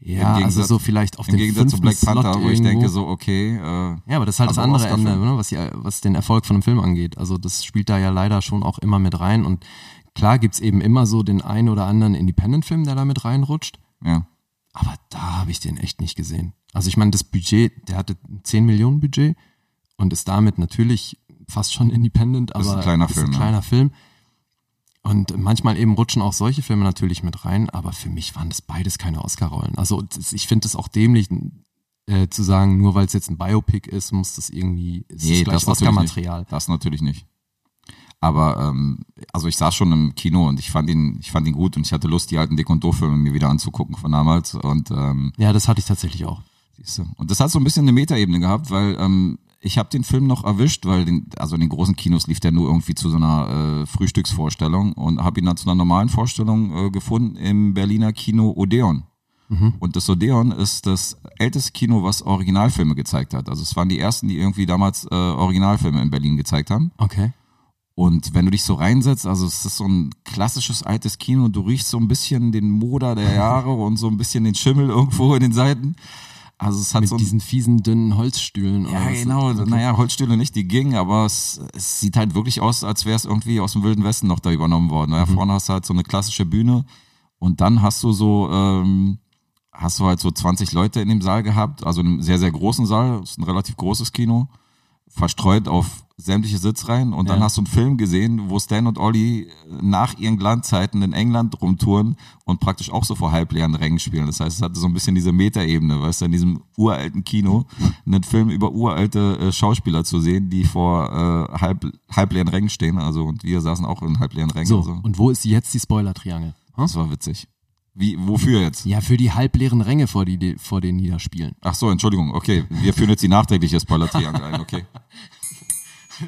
S2: Ja,
S3: Im
S2: also
S3: Gegensatz-
S2: so vielleicht auf
S3: im
S2: den
S3: Gegensatz zu
S2: fünften
S3: Black Panther,
S2: Slot
S3: wo ich
S2: irgendwo.
S3: denke so, okay, äh,
S2: Ja, aber das ist halt das
S3: Aber
S2: andere
S3: Oscar-Film.
S2: Ende, ne, was, die, was den Erfolg von einem Film angeht. Also das spielt da ja leider schon auch immer mit rein. Und klar gibt's eben immer so den einen oder anderen Independent-Film, der da mit reinrutscht.
S3: ja.
S2: Aber da habe ich den echt nicht gesehen. Also ich meine, das Budget, der hatte ein 10 Millionen Budget und ist damit natürlich fast schon independent, aber
S3: Ist ein kleiner
S2: ist
S3: Film,
S2: ein
S3: ja.
S2: kleiner Film. Und manchmal eben rutschen auch solche Filme natürlich mit rein, aber für mich waren das beides keine Oscar-Rollen. Also das- ich finde es auch dämlich äh, zu sagen, nur weil es jetzt ein Biopic ist, muss das irgendwie ist das gleich
S3: natürlich
S2: Oscar-Material.
S3: nicht. Das natürlich nicht. Aber ähm, also ich saß schon im Kino und ich fand ihn, ich fand ihn gut und ich hatte Lust, die alten Dick und Doof-Filme mir wieder anzugucken von damals. Und ähm,
S2: Ja, das hatte ich tatsächlich auch.
S3: Siehst du. Und das hat so ein bisschen eine Metaebene gehabt, weil ähm, ich habe den Film noch erwischt, weil den, also in den großen Kinos lief der nur irgendwie zu so einer äh, Frühstücksvorstellung und habe ihn dann zu einer normalen Vorstellung äh, gefunden im Berliner Kino Odeon. Und das Odeon ist das älteste Kino, was Originalfilme gezeigt hat. Also es waren die ersten, die irgendwie damals äh, Originalfilme in Berlin gezeigt haben.
S2: Okay.
S3: Und wenn du dich so reinsetzt, also es ist so ein klassisches altes Kino, du riechst so ein bisschen den Moder der Jahre und so ein bisschen den Schimmel irgendwo in den Seiten. Also es hat
S2: Mit
S3: so ein,
S2: diesen fiesen, dünnen Holzstühlen.
S3: ja,
S2: was?
S3: genau.
S2: Okay.
S3: Naja, Holzstühle nicht, die gingen, aber es, es sieht halt wirklich aus, als wäre es irgendwie aus dem Wilden Westen noch da übernommen worden. Naja, vorne hast du halt so eine klassische Bühne und dann hast du so, ähm, hast du halt so 20 Leute in dem Saal gehabt, also in einem sehr, sehr großen Saal, ist ein relativ großes Kino, verstreut auf sämtliche Sitzreihen und dann
S2: Ja.
S3: hast du einen Film gesehen, wo Stan und Olli nach ihren Glanzzeiten in England rumtouren und praktisch auch so vor halbleeren Rängen spielen. Das heißt, es hatte so ein bisschen diese Metaebene, weißt du, in diesem uralten Kino einen Film über uralte äh, Schauspieler zu sehen, die vor äh, halb, halbleeren Rängen stehen, also und wir saßen auch in halbleeren Rängen.
S2: So,
S3: und so.
S2: und wo ist jetzt die Spoiler-Triangel?
S3: Das war witzig. Wie, wofür jetzt?
S2: Ja, für die halbleeren Ränge, vor, die, die, vor denen die da spielen.
S3: Ach so, Entschuldigung, okay. Wir führen jetzt die nachträgliche Spoiler-Triangel ein, okay.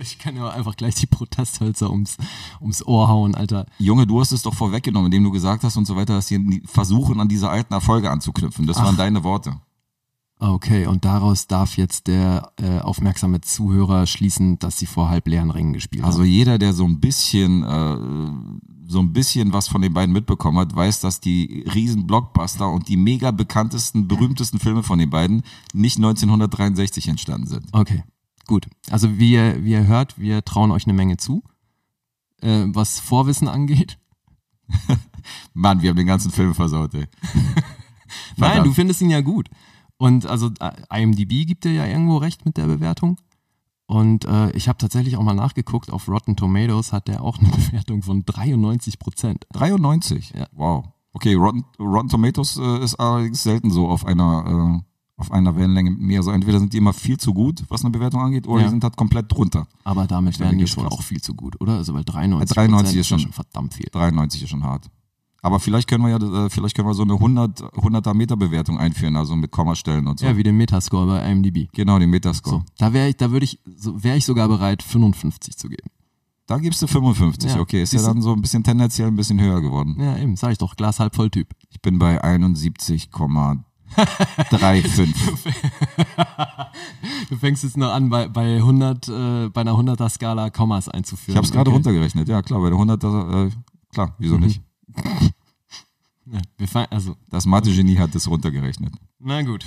S2: Ich kann ja einfach gleich die Protesthölzer ums, ums Ohr hauen, Alter.
S3: Junge, du hast es doch vorweggenommen, indem du gesagt hast und so weiter, dass sie versuchen, an diese alten Erfolge anzuknüpfen. Das waren deine Worte.
S2: Okay, und daraus darf jetzt der äh, aufmerksame Zuhörer schließen, dass sie vor halb leeren Ringen gespielt
S3: Also
S2: haben.
S3: jeder, der so ein bisschen, äh, so ein bisschen was von den beiden mitbekommen hat, weiß, dass die riesen Blockbuster und die mega bekanntesten, berühmtesten Filme von den beiden nicht 1963 entstanden sind.
S2: Okay, gut. Also wie ihr, wie ihr hört, wir trauen euch eine Menge zu, äh, was Vorwissen angeht.
S3: Mann, wir haben den ganzen Film versaut, ey.
S2: Nein,
S3: Verdammt.
S2: du findest ihn ja gut. Und also äh, IMDb gibt dir ja irgendwo recht mit der Bewertung. Und äh, ich habe tatsächlich auch mal nachgeguckt, auf Rotten Tomatoes hat der auch eine Bewertung von 93 Prozent.
S3: 93.
S2: Ja.
S3: Wow. Okay, Rotten, Rotten Tomatoes äh, ist allerdings selten so auf einer, äh, auf einer Wellenlänge mit mir. Also entweder sind die immer viel zu gut, was eine Bewertung angeht, oder
S2: Ja.
S3: die sind halt komplett drunter.
S2: Aber damit
S3: Ich denke,
S2: wären die
S3: das
S2: schon
S3: passt.
S2: auch viel zu gut, oder? Also weil 93,
S3: 93
S2: Prozent
S3: ist schon-
S2: ja schon verdammt viel.
S3: 93 ist schon hart. Aber vielleicht können wir ja, äh, vielleicht können wir so eine 100, 100er Meter Bewertung einführen, also mit Kommastellen und so.
S2: Ja, wie den Metascore bei IMDb.
S3: genau, den Metascore.
S2: So, da wäre ich, da würde ich, so, wäre ich sogar bereit, 55 zu geben.
S3: Da gibst du 55,
S2: Ja.
S3: okay. Ist
S2: Siehst
S3: ja
S2: du?
S3: dann so ein bisschen tendenziell ein bisschen höher geworden.
S2: Ja, eben, sag ich doch, Glas halb voll Typ.
S3: Ich bin bei 71,35.
S2: Du fängst jetzt noch an, bei, bei 100, äh, bei einer 100er Skala Kommas einzuführen.
S3: Ich habe es gerade
S2: Okay.
S3: runtergerechnet, ja klar, bei der 100er, äh, klar, wieso nicht?
S2: Ja, wir fang, also,
S3: Das Mathe-Genie hat das runtergerechnet.
S2: na gut.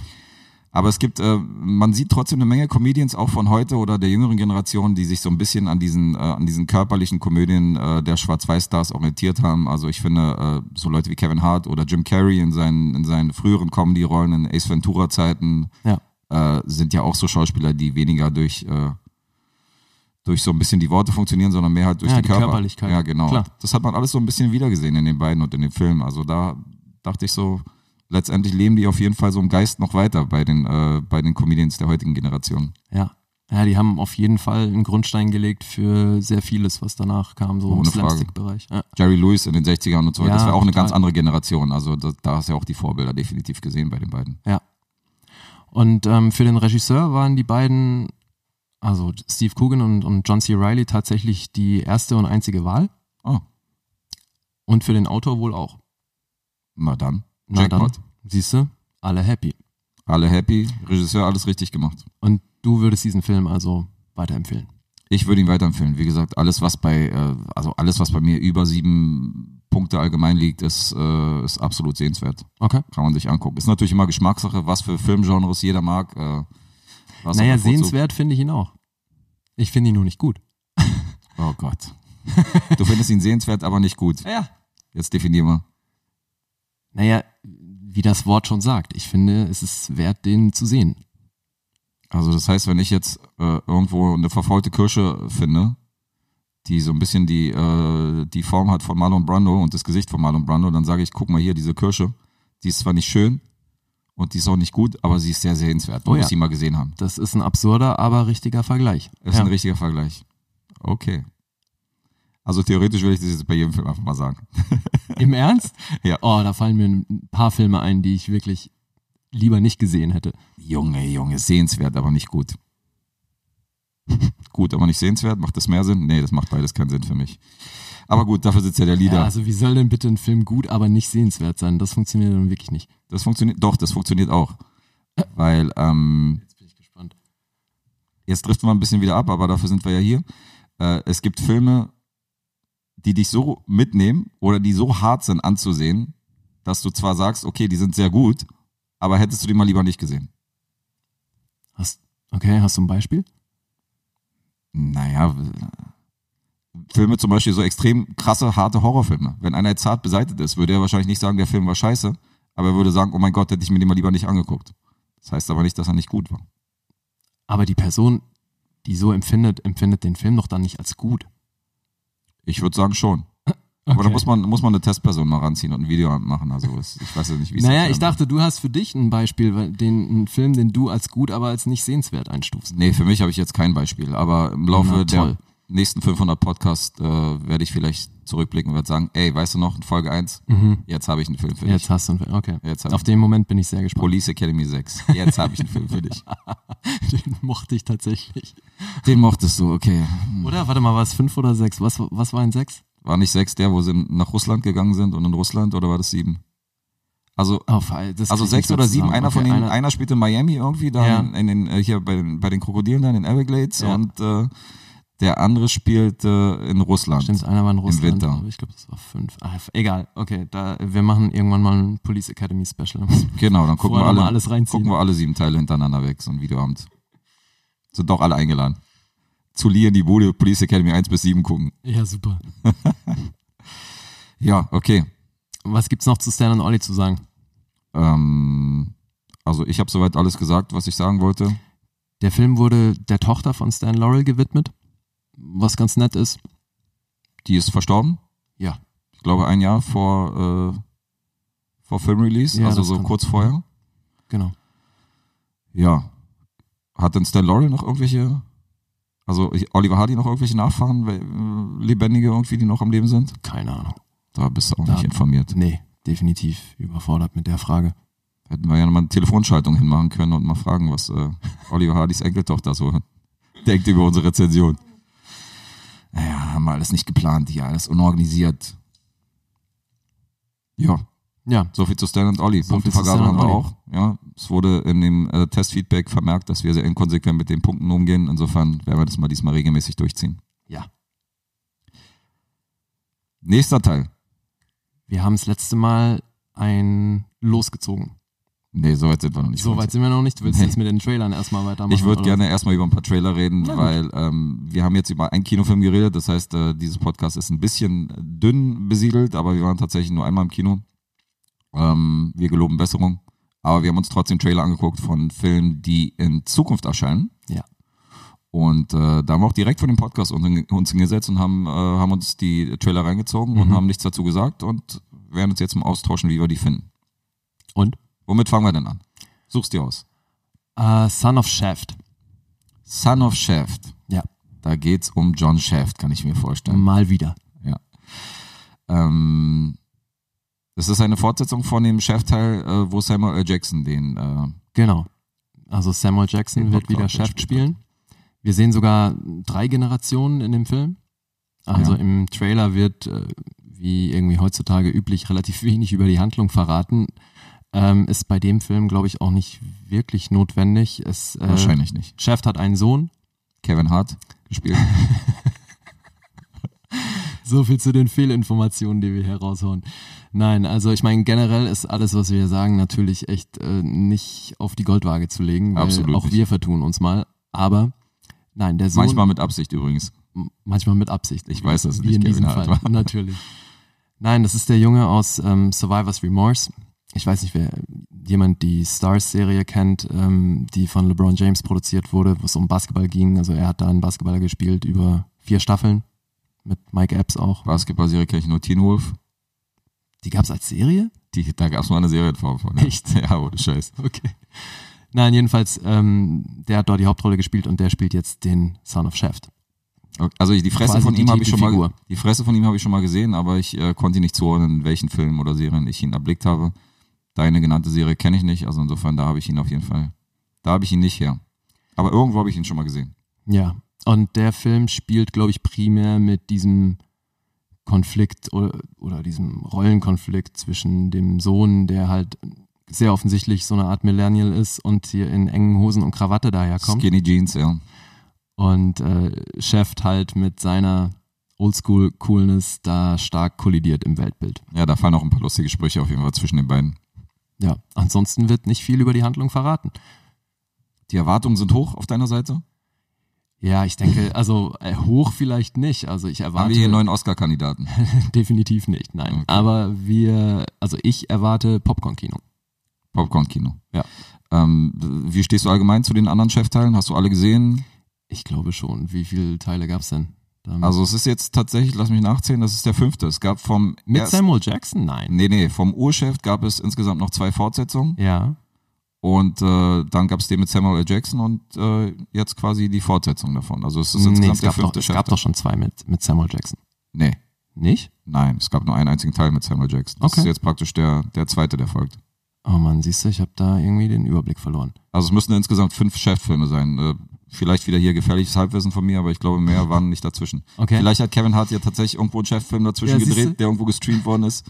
S3: Aber es gibt, äh, man sieht trotzdem eine Menge Comedians auch von heute oder der jüngeren Generation, die sich so ein bisschen an diesen, äh, an diesen körperlichen Komödien äh, der Schwarz-Weiß-Stars orientiert haben. Also ich finde, äh, so Leute wie Kevin Hart oder Jim Carrey in seinen, in seinen früheren Comedy-Rollen in Ace Ventura-Zeiten
S2: Ja.
S3: äh, sind ja auch so Schauspieler, die weniger durch, äh, durch so ein bisschen die Worte funktionieren, sondern mehr halt durch
S2: Ja,
S3: den
S2: die
S3: Körper.
S2: Körperlichkeit.
S3: Ja, genau.
S2: Klar.
S3: Das hat man alles so ein bisschen wiedergesehen in den beiden und in den Filmen. Also da dachte ich so, letztendlich leben die auf jeden Fall so im Geist noch weiter bei den, äh, bei den Comedians der heutigen Generation.
S2: Ja. Ja, die haben auf jeden Fall einen Grundstein gelegt für sehr vieles, was danach kam, so im
S3: Ohne Frage.
S2: Slapstick-Bereich. Ja.
S3: Jerry Lewis in den 60ern und so weiter,
S2: Ja,
S3: das war auch eine
S2: total.
S3: ganz andere Generation. Also da, da hast du ja auch die Vorbilder definitiv gesehen bei den beiden.
S2: Ja. Und ähm, für den Regisseur waren die beiden, also Steve Coogan und, und John C. Reilly, tatsächlich die erste und einzige Wahl.
S3: Oh,
S2: Und für den Autor wohl auch.
S3: na dann.
S2: Na
S3: Jackpot.
S2: dann, siehst du, alle happy.
S3: Alle happy, Regisseur, alles richtig gemacht.
S2: Und du würdest diesen Film also weiterempfehlen.
S3: Ich würde ihn weiterempfehlen. Wie gesagt, alles, was bei, äh, also alles, was bei mir über sieben Punkte allgemein liegt, ist, äh, ist absolut sehenswert.
S2: Okay.
S3: Kann man sich angucken. Ist natürlich immer Geschmackssache, was für Filmgenres jeder mag. Äh, was er
S2: naja,
S3: bevorzugt.
S2: sehenswert finde ich ihn auch. Ich finde ihn nur nicht gut.
S3: Oh Gott. Du findest ihn sehenswert, aber nicht gut.
S2: Ja.
S3: Jetzt definier mal.
S2: Naja, wie das Wort schon sagt, ich finde, es ist wert, den zu sehen.
S3: Also das heißt, wenn ich jetzt äh, irgendwo eine verfaulte Kirsche finde, die so ein bisschen die, äh, die Form hat von Marlon Brando und das Gesicht von Marlon Brando, dann sage ich, guck mal hier, diese Kirsche, die ist zwar nicht schön und die ist auch nicht gut, aber sie ist sehr sehenswert. Du
S2: Oh
S3: musst
S2: ja.
S3: sie mal gesehen haben.
S2: Das ist ein absurder, aber richtiger Vergleich.
S3: Das ist ein richtiger Vergleich. Okay. Also theoretisch würde ich das jetzt bei jedem Film einfach mal sagen.
S2: Im Ernst?
S3: Ja.
S2: Oh, da fallen mir ein paar Filme ein, die ich wirklich lieber nicht gesehen hätte.
S3: Junge, Junge, sehenswert, aber nicht gut. gut, aber nicht sehenswert, macht das mehr Sinn? Nee, das macht beides keinen Sinn für mich. Aber gut, dafür sitzt ja der Leader.
S2: Ja, also wie soll denn bitte ein Film gut, aber nicht sehenswert sein? Das funktioniert dann wirklich nicht.
S3: Das funktioniert, doch, das funktioniert auch. Weil, ähm,
S2: Jetzt bin ich gespannt.
S3: jetzt driften wir ein bisschen wieder ab, aber dafür sind wir ja hier. Äh, es gibt Filme, die dich so mitnehmen oder die so hart sind anzusehen, dass du zwar sagst, okay, die sind sehr gut, aber hättest du die mal lieber nicht gesehen.
S2: Hast, okay, hast du ein Beispiel?
S3: Naja, w- Filme zum Beispiel, so extrem krasse, harte Horrorfilme. Wenn einer jetzt hart beseitigt ist, würde er wahrscheinlich nicht sagen, der Film war scheiße, aber er würde sagen, oh mein Gott, hätte ich mir den mal lieber nicht angeguckt. Das heißt aber nicht, dass er nicht gut war.
S2: Aber die Person, die so empfindet, empfindet den Film doch dann nicht als gut.
S3: Ich würde sagen schon. Aber da muss man, muss man eine Testperson mal ranziehen und ein Video machen. Also es- ich weiß ja nicht, wie es
S2: Naja,
S3: ist.
S2: ich dachte, du hast für dich ein Beispiel, weil den einen Film, den du als gut, aber als nicht sehenswert einstufst.
S3: Nee, für mich habe ich jetzt kein Beispiel. Aber im Laufe
S2: Na, toll.
S3: der nächsten 500 Podcasts äh, werde ich vielleicht zurückblicken und werde sagen, ey, weißt du noch, in Folge 1, jetzt habe ich einen Film für dich.
S2: Mhm. Jetzt hast du einen Film. Okay.
S3: Jetzt hab
S2: Auf
S3: ich-
S2: den Moment bin ich sehr gespannt.
S3: Police Academy 6, jetzt habe ich einen Film für dich.
S2: Den mochte ich tatsächlich.
S3: Den mochtest du, okay.
S2: Oder? Warte mal, war es fünf oder sechs? Was, was war ein sechs?
S3: War nicht 6 der, wo sie nach Russland gegangen sind und in Russland, oder war das 7? Also,
S2: Oh, Fall, das
S3: also
S2: krieg ich
S3: sechs
S2: nicht
S3: oder
S2: mehr
S3: sieben,
S2: zusammen.
S3: einer von
S2: Okay,
S3: denen, einer,
S2: einer-
S3: spielt in Miami irgendwie, dann in den, äh, hier bei den, bei den Krokodilen, dann in Everglades
S2: Ja.
S3: und äh, der andere spielt äh, in Russland.
S2: Stimmt, einer war in Russland.
S3: Winter.
S2: aber Ich glaube, das war fünf. Ah, f- egal, okay. Da, wir machen irgendwann mal ein Police Academy Special.
S3: Genau, dann gucken
S2: Vorher
S3: wir, alle,
S2: noch mal alles reinziehen.
S3: gucken wir alle sieben Teile hintereinander weg, so ein Videoabend. Sind doch alle eingeladen. Zu Lee in die Bude, Police Academy 1 bis 7 gucken.
S2: ja, super.
S3: Ja, okay.
S2: Was gibt's noch zu Stan und Ollie zu sagen?
S3: Ähm, also ich habe soweit alles gesagt, was ich sagen wollte.
S2: Der Film wurde der Tochter von Stan Laurel gewidmet, was ganz nett ist.
S3: Die ist verstorben.
S2: Ja.
S3: Ich glaube ein Jahr vor, äh, vor Filmrelease,
S2: Ja,
S3: also
S2: das
S3: so
S2: kann-
S3: kurz vorher.
S2: Genau.
S3: Ja. Hat denn Stan Laurel noch irgendwelche, also ich- Oliver Hardy noch irgendwelche Nachfahren, we- äh, Lebendige irgendwie, die noch am Leben sind?
S2: Keine Ahnung.
S3: Da bist du auch
S2: Da-
S3: nicht informiert.
S2: Nee, definitiv überfordert mit der Frage.
S3: Hätten wir ja nochmal eine Telefonschaltung hinmachen können und mal fragen, was äh, Oliver Hardys Enkeltochter so denkt über unsere Rezension. Naja, haben wir alles nicht geplant, hier alles unorganisiert. Ja,
S2: Ja,
S3: so viel zu Stan und Olli.
S2: So viel zu
S3: Punktevergabe
S2: Stan
S3: haben
S2: und
S3: wir
S2: Olli.
S3: auch. Ja, es wurde in dem äh, Testfeedback vermerkt, dass wir sehr inkonsequent mit den Punkten umgehen. Insofern werden wir das mal diesmal regelmäßig durchziehen.
S2: Ja.
S3: Nächster Teil.
S2: wir haben das letzte Mal ein losgezogen.
S3: Nee, so weit sind wir noch nicht.
S2: so weit sind wir noch nicht. Du willst
S3: Nee.
S2: jetzt mit den Trailern erstmal weitermachen.
S3: Ich würde
S2: oder?
S3: gerne erstmal über ein paar Trailer reden, weil ähm, wir haben jetzt über einen Kinofilm geredet. Das heißt, äh, dieses Podcast ist ein bisschen dünn besiedelt, aber wir waren tatsächlich nur einmal im Kino. Ähm, wir geloben Besserung. Aber wir haben uns trotzdem Trailer angeguckt von Filmen, die in Zukunft erscheinen.
S2: Ja.
S3: Und äh, da haben wir auch direkt vor dem Podcast uns, uns hingesetzt und haben, äh, haben uns die Trailer reingezogen
S2: Mhm.
S3: und haben nichts dazu gesagt und werden uns jetzt mal austauschen, wie wir die finden.
S2: Und?
S3: Womit fangen wir denn an? Such's dir aus.
S2: Äh, Son of Shaft.
S3: Son of Shaft.
S2: Ja,
S3: Da geht's um John Shaft, kann ich mir vorstellen.
S2: mal wieder.
S3: Ähm, das ist eine Fortsetzung von dem Shaft-Teil, äh, wo Samuel L. Jackson den. Äh,
S2: Genau. Also Samuel Jackson
S3: Den
S2: wird wieder
S3: Hauptcharakter
S2: Chef
S3: spielt.
S2: spielen. Wir sehen sogar drei Generationen in dem Film. Also
S3: Ja.
S2: im Trailer wird, äh, wie irgendwie heutzutage üblich, relativ wenig über die Handlung verraten. Ähm, ist bei dem Film, glaube ich, auch nicht wirklich notwendig. Es, äh,
S3: wahrscheinlich nicht.
S2: Chef hat einen Sohn.
S3: Kevin Hart gespielt.
S2: So viel zu den Fehlinformationen, die wir hier raushauen. Nein, also ich meine, generell ist alles, was wir hier sagen, natürlich echt äh, nicht auf die Goldwaage zu legen, weil
S3: Absolut
S2: auch
S3: nicht.
S2: wir vertun uns mal. Aber nein, der Sohn
S3: Manchmal mit Absicht übrigens.
S2: manchmal mit Absicht.
S3: Ich weiß, dass es
S2: Wie
S3: nicht
S2: in
S3: Kevin
S2: diesem
S3: Hart
S2: Fall,
S3: war.
S2: natürlich. Nein, das ist der Junge aus ähm, Survivor's Remorse. Ich weiß nicht, wer jemand die Stars-Serie kennt, ähm, die von LeBron James produziert wurde, wo es um Basketball ging. Also er hat da einen Basketballer gespielt über vier Staffeln mit Mike Epps auch.
S3: Basketball-Serie kenne ich nur Teen Wolf.
S2: Die gab es als Serie?
S3: Die, da gab's nur eine Serie in Form von. Ja.
S2: Echt?
S3: Ja, ohne Scheiß.
S2: Okay. Nein, jedenfalls, ähm, der hat dort die Hauptrolle gespielt und der spielt jetzt den Son of Shaft.
S3: Okay, Also ich, die Fresse
S2: Quasi
S3: von ihm
S2: die
S3: habe ich schon mal
S2: Titelfigur.
S3: die Fresse von ihm habe ich schon mal gesehen, aber ich äh, konnte ihn nicht zuordnen, in welchen Filmen oder Serien ich ihn erblickt habe. Deine genannte Serie kenne ich nicht, also insofern da habe ich ihn auf jeden Fall. Da habe ich ihn nicht her. Aber irgendwo habe ich ihn schon mal gesehen.
S2: Ja, und der Film spielt, glaube ich, primär mit diesem Konflikt oder, oder diesem Rollenkonflikt zwischen dem Sohn, der halt sehr offensichtlich so eine Art Millennial ist und hier in engen Hosen und Krawatte daherkommt.
S3: Skinny Jeans, ja.
S2: Und äh, Chef halt mit seiner Oldschool-Coolness da stark kollidiert im Weltbild.
S3: Ja, da fallen auch ein paar lustige Sprüche auf jeden Fall zwischen den beiden.
S2: Ja, ansonsten wird nicht viel über die Handlung verraten.
S3: Die Erwartungen sind hoch auf deiner Seite.
S2: Ja, ich denke, also äh, hoch vielleicht nicht. Also ich
S3: Haben
S2: erwarte
S3: wir hier einen neuen Oscar-Kandidaten?
S2: definitiv nicht, nein.
S3: Okay.
S2: Aber wir, also ich erwarte Popcorn-Kino.
S3: Popcorn-Kino.
S2: Ja.
S3: Ähm, wie stehst du allgemein zu den anderen Chefteilen? Hast du alle gesehen?
S2: Ich glaube schon. Wie viele Teile gab's denn? Dann-
S3: Also es ist jetzt tatsächlich, lass mich nachzählen, das ist der fünfte. Es gab vom
S2: mit
S3: ersten-
S2: Samuel Jackson? Nein.
S3: Nee, nee, vom Urchef gab es insgesamt noch zwei Fortsetzungen
S2: Ja.
S3: und äh, dann gab es den mit Samuel L. Jackson und äh, jetzt quasi die Fortsetzung davon. Also es ist insgesamt
S2: Nee, es,
S3: der
S2: gab doch,
S3: fünfte
S2: es gab
S3: Chefteil.
S2: doch schon zwei mit, mit Samuel Jackson.
S3: Nee,
S2: Nicht?
S3: nein, es gab nur einen einzigen Teil mit Samuel Jackson. Das
S2: Okay.
S3: ist jetzt praktisch der, der zweite, der folgt.
S2: Oh Mann, siehst du, ich habe da irgendwie den Überblick verloren.
S3: Also es müssen insgesamt fünf Cheffilme sein. Äh, vielleicht wieder hier gefährliches Halbwissen von mir, aber ich glaube, mehr waren nicht dachtzwischen.
S2: Okay.
S3: Vielleicht hat Kevin Hart ja tatsächlich irgendwo einen Cheffilm dazwischen
S2: Ja, siehste.
S3: gedreht, der irgendwo gestreamt worden ist.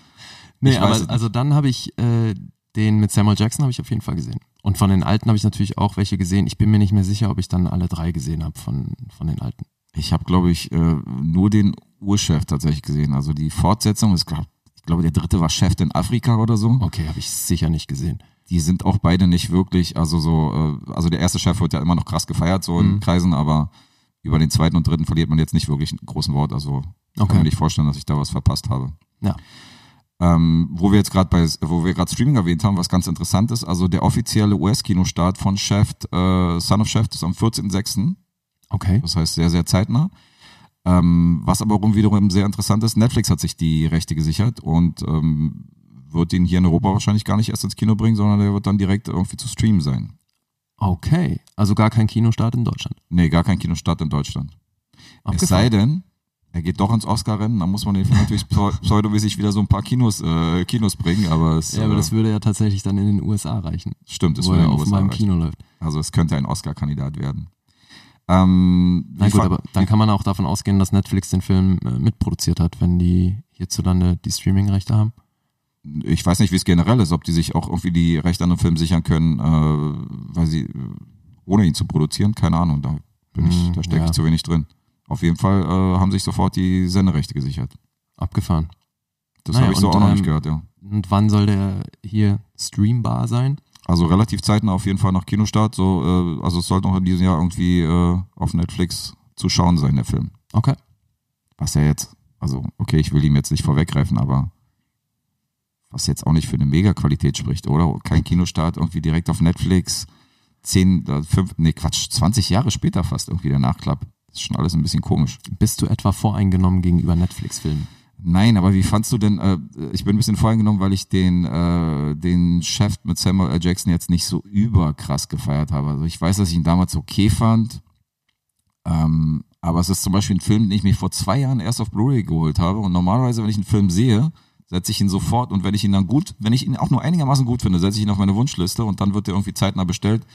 S2: Nee,
S3: Ich weiß es
S2: aber
S3: nicht.
S2: also dann habe ich äh, den mit Samuel Jackson habe ich auf jeden Fall gesehen. Und von den alten habe ich natürlich auch welche gesehen. Ich bin mir nicht mehr sicher, ob ich dann alle drei gesehen habe von, von den alten.
S3: Ich habe, glaube ich, äh, nur den Urchef tatsächlich gesehen. Also die Fortsetzung, es gab, ich glaube, der dritte war Chef in Afrika oder so.
S2: Okay, habe ich sicher nicht gesehen.
S3: Die sind auch beide nicht wirklich, also so, äh, also der erste Chef wird ja immer noch krass gefeiert, so
S2: Mhm.
S3: in Kreisen, aber über den zweiten und dritten verliert man jetzt nicht wirklich einen großen Wort. Also kann
S2: Okay.
S3: mir nicht vorstellen, dass ich da was verpasst habe.
S2: Ja.
S3: Ähm, wo wir jetzt gerade bei, wo wir gerade Streaming erwähnt haben, was ganz interessant ist, also der offizielle US-Kinostart von Chef, äh, Son of Chef ist am 14.06.
S2: Okay.
S3: Das heißt sehr, sehr zeitnah. Ähm, was aber auch wiederum sehr interessant ist, Netflix hat sich die Rechte gesichert und ähm, wird den hier in Europa wahrscheinlich gar nicht erst ins Kino bringen, sondern der wird dann direkt irgendwie zu streamen sein.
S2: Okay. Also gar kein Kinostart in Deutschland.
S3: Nee, gar kein Kinostart in Deutschland. Es
S2: Abgefahren.
S3: sei denn, er geht doch ins Oscar-Rennen, dann muss man den Film natürlich pseu- pseudomäßig wieder so ein paar Kinos, äh, Kinos bringen, aber es
S2: Ja, aber
S3: äh,
S2: das würde ja tatsächlich dann in den USA reichen,
S3: stimmt, es
S2: wo
S3: würde
S2: er
S3: in den
S2: auf
S3: USA
S2: meinem
S3: reichen.
S2: Kino läuft.
S3: Also es könnte ein Oscar-Kandidat werden. Ähm,
S2: Na
S3: wie
S2: gut,
S3: fa-
S2: aber dann kann man auch davon ausgehen, dass Netflix den Film äh, mitproduziert hat, wenn die hierzulande die Streaming-Rechte haben.
S3: ich weiß nicht, wie es generell ist, ob die sich auch irgendwie die Rechte an den Film sichern können, äh, weil sie äh, ohne ihn zu produzieren, keine Ahnung, da bin ich,
S2: Hm,
S3: da stecke
S2: ja.
S3: ich zu wenig drin. Auf jeden Fall äh, haben sich sofort die Senderechte gesichert.
S2: Abgefahren.
S3: Das
S2: Naja,
S3: habe ich so
S2: und,
S3: auch noch
S2: ähm,
S3: nicht gehört, ja.
S2: Und wann soll der hier streambar sein?
S3: Also relativ zeitnah auf jeden Fall nach Kinostart, so, äh, also es sollte noch in diesem Jahr irgendwie äh, auf Netflix zu schauen sein, der Film.
S2: Okay.
S3: Was ja jetzt, also okay, ich will ihm jetzt nicht vorweggreifen, aber was jetzt auch nicht für eine Mega-Qualität spricht, oder? Kein Kinostart, irgendwie direkt auf Netflix, 10, äh, 5, nee Quatsch, 20 Jahre später fast irgendwie der Nachklapp. Das ist schon alles ein bisschen komisch.
S2: Bist du etwa voreingenommen gegenüber Netflix-Filmen?
S3: Nein, aber wie fandst du denn, äh, ich bin ein bisschen voreingenommen, weil ich den, äh, den Chef mit Samuel L. Jackson jetzt nicht so überkrass gefeiert habe. Also ich weiß, dass ich ihn damals okay fand, ähm, aber es ist zum Beispiel ein Film, den ich mir vor zwei Jahren erst auf Blu-ray geholt habe und normalerweise, wenn ich einen Film sehe, setze ich ihn sofort und wenn ich ihn dann gut, wenn ich ihn auch nur einigermaßen gut finde, setze ich ihn auf meine Wunschliste und dann wird der irgendwie zeitnah bestellt.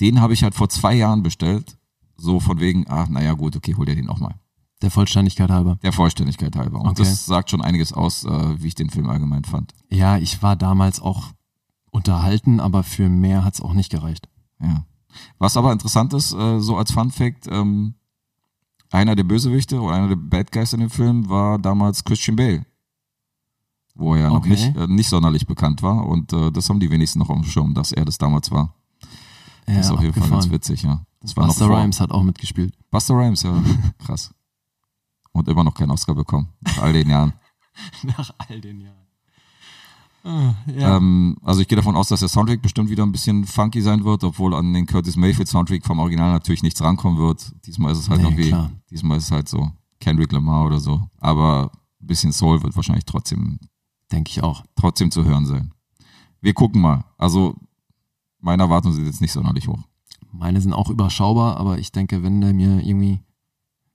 S3: Den habe ich halt vor zwei Jahren bestellt, so von wegen, ach naja gut, okay, hol dir den auch mal.
S2: Der Vollständigkeit halber.
S3: Der Vollständigkeit halber. Und
S2: Okay.
S3: das sagt schon einiges aus, äh, wie ich den Film allgemein fand.
S2: Ja, ich war damals auch unterhalten, aber für mehr hat's auch nicht gereicht.
S3: Ja. Was aber interessant ist, äh, so als Fun Fact, ähm, einer der Bösewichte oder einer der Bad Guys in dem Film war damals Christian Bale. Wo er noch
S2: Okay.
S3: nicht, äh, nicht sonderlich bekannt war. Und äh, das haben die wenigsten noch auf dem Schirm, dass er das damals war.
S2: Ja,
S3: das ist auf jeden Fall ganz
S2: abgefahren.
S3: witzig, ja. Das war
S2: Buster
S3: noch vor-
S2: Rhymes hat auch mitgespielt.
S3: Buster Rhymes, ja. Krass. Und immer noch keinen Oscar bekommen. Nach all den Jahren.
S2: Nach all den Jahren. Ah, ja.
S3: Ähm, also ich gehe davon aus, dass der Soundtrack bestimmt wieder ein bisschen funky sein wird, obwohl an den Curtis Mayfield Soundtrack vom Original natürlich nichts rankommen wird. Diesmal ist es halt
S2: Nee,
S3: noch wie,
S2: klar.
S3: diesmal ist es halt so Kendrick Lamar oder so. Aber ein bisschen Soul wird wahrscheinlich trotzdem,
S2: Denke ich auch.
S3: trotzdem zu hören sein. Wir gucken mal. Also meine Erwartungen sind jetzt nicht sonderlich hoch.
S2: Meine sind auch überschaubar, aber ich denke, wenn der mir irgendwie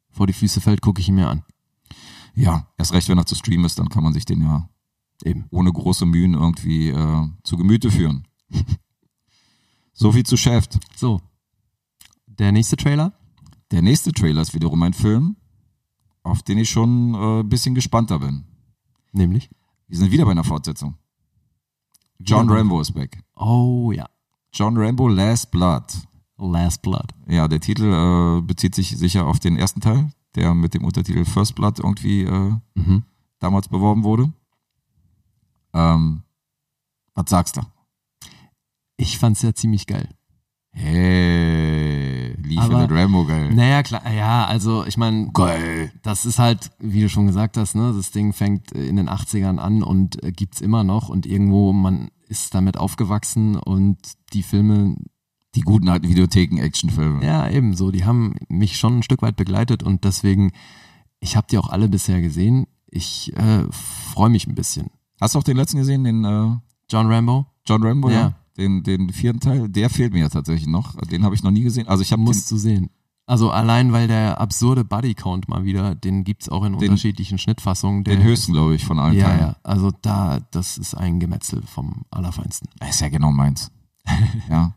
S2: vor die Füße fällt, gucke ich ihn mir an.
S3: Ja, erst recht, wenn er zu streamen ist, dann kann man sich den ja
S2: Eben.
S3: ohne große Mühen irgendwie äh, zu Gemüte führen. so viel zu Shaft.
S2: So. Der nächste Trailer?
S3: Der nächste Trailer ist wiederum ein Film, auf den ich schon äh, ein bisschen gespannter bin.
S2: Nämlich?
S3: Wir sind wieder bei einer Fortsetzung. John
S2: Wieder-
S3: Rambo ist back.
S2: Oh ja.
S3: John Rambo Last Blood.
S2: Last Blood.
S3: Ja, der Titel äh, bezieht sich sicher auf den ersten Teil, der mit dem Untertitel First Blood irgendwie äh,
S2: Mhm.
S3: damals beworben wurde. Ähm, was sagst du?
S2: Ich fand's ja ziemlich geil.
S3: Hey, lief in
S2: Aber-
S3: den Rambo geil.
S2: Naja, klar, ja, also ich meine, das ist halt, wie du schon gesagt hast, ne, das Ding fängt äh, in den 80ern an und äh, gibt's immer noch und irgendwo, man ist damit aufgewachsen und die Filme,
S3: Die guten alten Videotheken-Actionfilme.
S2: ja, ebenso, die haben mich schon ein Stück weit begleitet und deswegen, ich habe die auch alle bisher gesehen. Ich äh, freue mich ein bisschen.
S3: Hast du auch den letzten gesehen, den äh,
S2: John Rambo,
S3: John Rambo, ja.
S2: Ja.
S3: Den, den vierten Teil, der fehlt mir ja tatsächlich noch. Den habe ich noch nie gesehen. Also ich habe den,
S2: musst du sehen. Also allein, weil der absurde Buddy Count mal wieder, den gibt's auch in
S3: Den-
S2: unterschiedlichen Schnittfassungen. Der
S3: den höchsten, glaube ich, von allen
S2: Ja,
S3: Teilen.
S2: ja, also da, das ist ein Gemetzel vom Allerfeinsten.
S3: Ist ja genau meins. ja.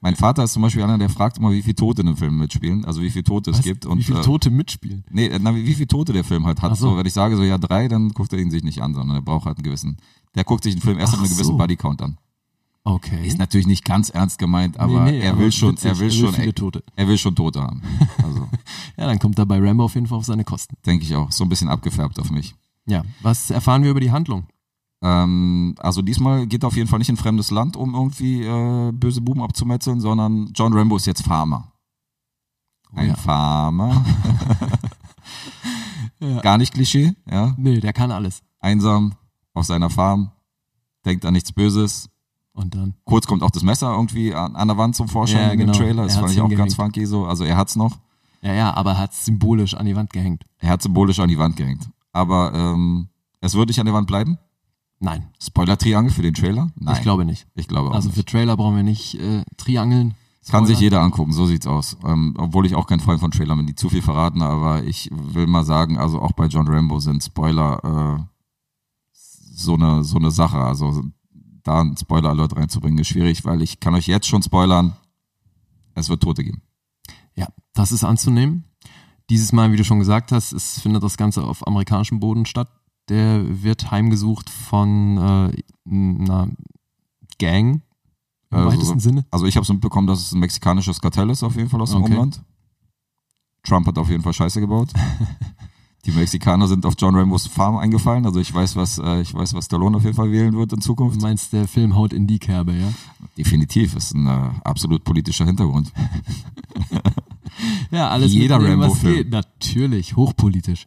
S3: Mein Vater ist zum Beispiel einer, der fragt immer, wie viele Tote in einem Film mitspielen, also wie viele Tote es gibt. Und,
S2: wie viele
S3: äh,
S2: Tote mitspielen?
S3: Nee, äh, na, wie, wie viele Tote der Film halt hat.
S2: Ach so.
S3: So. wenn ich sage so, ja, drei, dann guckt er ihn sich nicht an, sondern er braucht halt einen gewissen. Der guckt sich den Film erst
S2: Ach
S3: mit einem gewissen
S2: so.
S3: Bodycount an.
S2: Okay.
S3: Ist natürlich nicht ganz ernst gemeint, aber
S2: Nee, nee,
S3: er
S2: aber
S3: will schon,
S2: witzig,
S3: er will schon,
S2: viele
S3: er,
S2: Tote.
S3: will schon Tote haben. Also,
S2: Ja, dann kommt er bei Rambo auf jeden Fall auf seine Kosten.
S3: denke ich auch. So ein bisschen abgefärbt auf mich.
S2: Ja, was erfahren wir über die Handlung?
S3: Ähm, also diesmal geht er auf jeden Fall nicht in fremdes Land, um irgendwie äh, böse Buben abzumetzeln, sondern John Rambo ist jetzt Farmer. Ein
S2: Oh ja.
S3: Farmer.
S2: Ja.
S3: Gar nicht Klischee, ja.
S2: Nee, der kann alles.
S3: Einsam auf seiner Farm, denkt an nichts Böses.
S2: Und dann.
S3: Kurz kommt auch das Messer irgendwie an, an der Wand zum Vorschein
S2: Ja,
S3: in
S2: genau.
S3: dem Trailer. Das
S2: Er
S3: fand
S2: hat's
S3: ich auch ganz
S2: hingehängt.
S3: funky so. Also er hat's noch.
S2: Ja, ja, aber er hat symbolisch an die Wand gehängt.
S3: Er hat symbolisch an die Wand gehängt. Aber ähm, es wird nicht an der Wand bleiben.
S2: Nein,
S3: Spoiler-Triangel für den Trailer? Nein.
S2: ich glaube nicht.
S3: ich glaube auch
S2: Also
S3: nicht.
S2: für Trailer brauchen wir nicht äh, triangeln.
S3: Kann sich
S2: Spoiler.
S3: jeder angucken, so sieht's aus. Ähm, obwohl ich auch kein Freund von Trailern bin, die zu viel verraten, aber ich will mal sagen, also auch bei John Rambo sind Spoiler äh, so eine so eine Sache. Also da einen Spoiler-Alert reinzubringen, ist schwierig, weil ich kann euch jetzt schon spoilern, es wird Tote geben.
S2: Ja, das ist anzunehmen. Dieses Mal, wie du schon gesagt hast, es findet das Ganze auf amerikanischem Boden statt. Der wird heimgesucht von äh, einer Gang Äh, im
S3: Also-
S2: weitesten Sinne.
S3: Also ich habe es mitbekommen, dass es ein mexikanisches Kartell ist, auf jeden Fall aus dem
S2: Okay.
S3: Umland. Trump hat auf jeden Fall Scheiße gebaut. Die Mexikaner sind auf John Rambos Farm eingefallen, also ich weiß, was äh, ich weiß, was Stallone auf jeden Fall wählen wird in Zukunft.
S2: Du meinst, der Film haut in die Kerbe, ja?
S3: Definitiv, ist ein äh, absolut politischer Hintergrund.
S2: Ja, alles
S3: Jeder
S2: mitnehmen, was
S3: Rambo-Film.
S2: geht. Natürlich, hochpolitisch.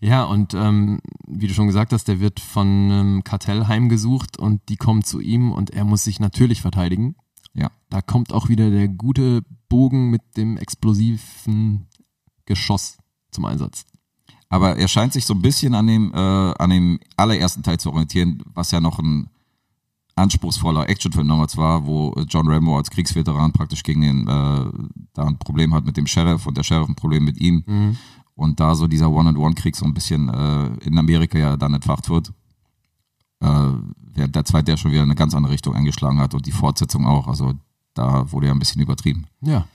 S2: Ja, und ähm, wie du schon gesagt hast, der wird von einem Kartell heimgesucht und die kommen zu ihm und er muss sich natürlich verteidigen.
S3: Ja.
S2: Da kommt auch wieder der gute Bogen mit dem explosiven Geschoss zum Einsatz.
S3: Aber er scheint sich so ein bisschen an dem, äh, an dem allerersten Teil zu orientieren, was ja noch ein anspruchsvoller Actionfilm damals war, wo äh, John Rambo als Kriegsveteran praktisch gegen den, äh, da ein Problem hat mit dem Sheriff und der Sheriff ein Problem mit ihm. Und da so dieser One-on-One-Krieg so ein bisschen äh, in Amerika ja dann entfacht wird. Äh, während der zweite ja schon wieder eine ganz andere Richtung eingeschlagen hat und die Fortsetzung auch. Also da wurde ja ein bisschen übertrieben.
S2: Ja,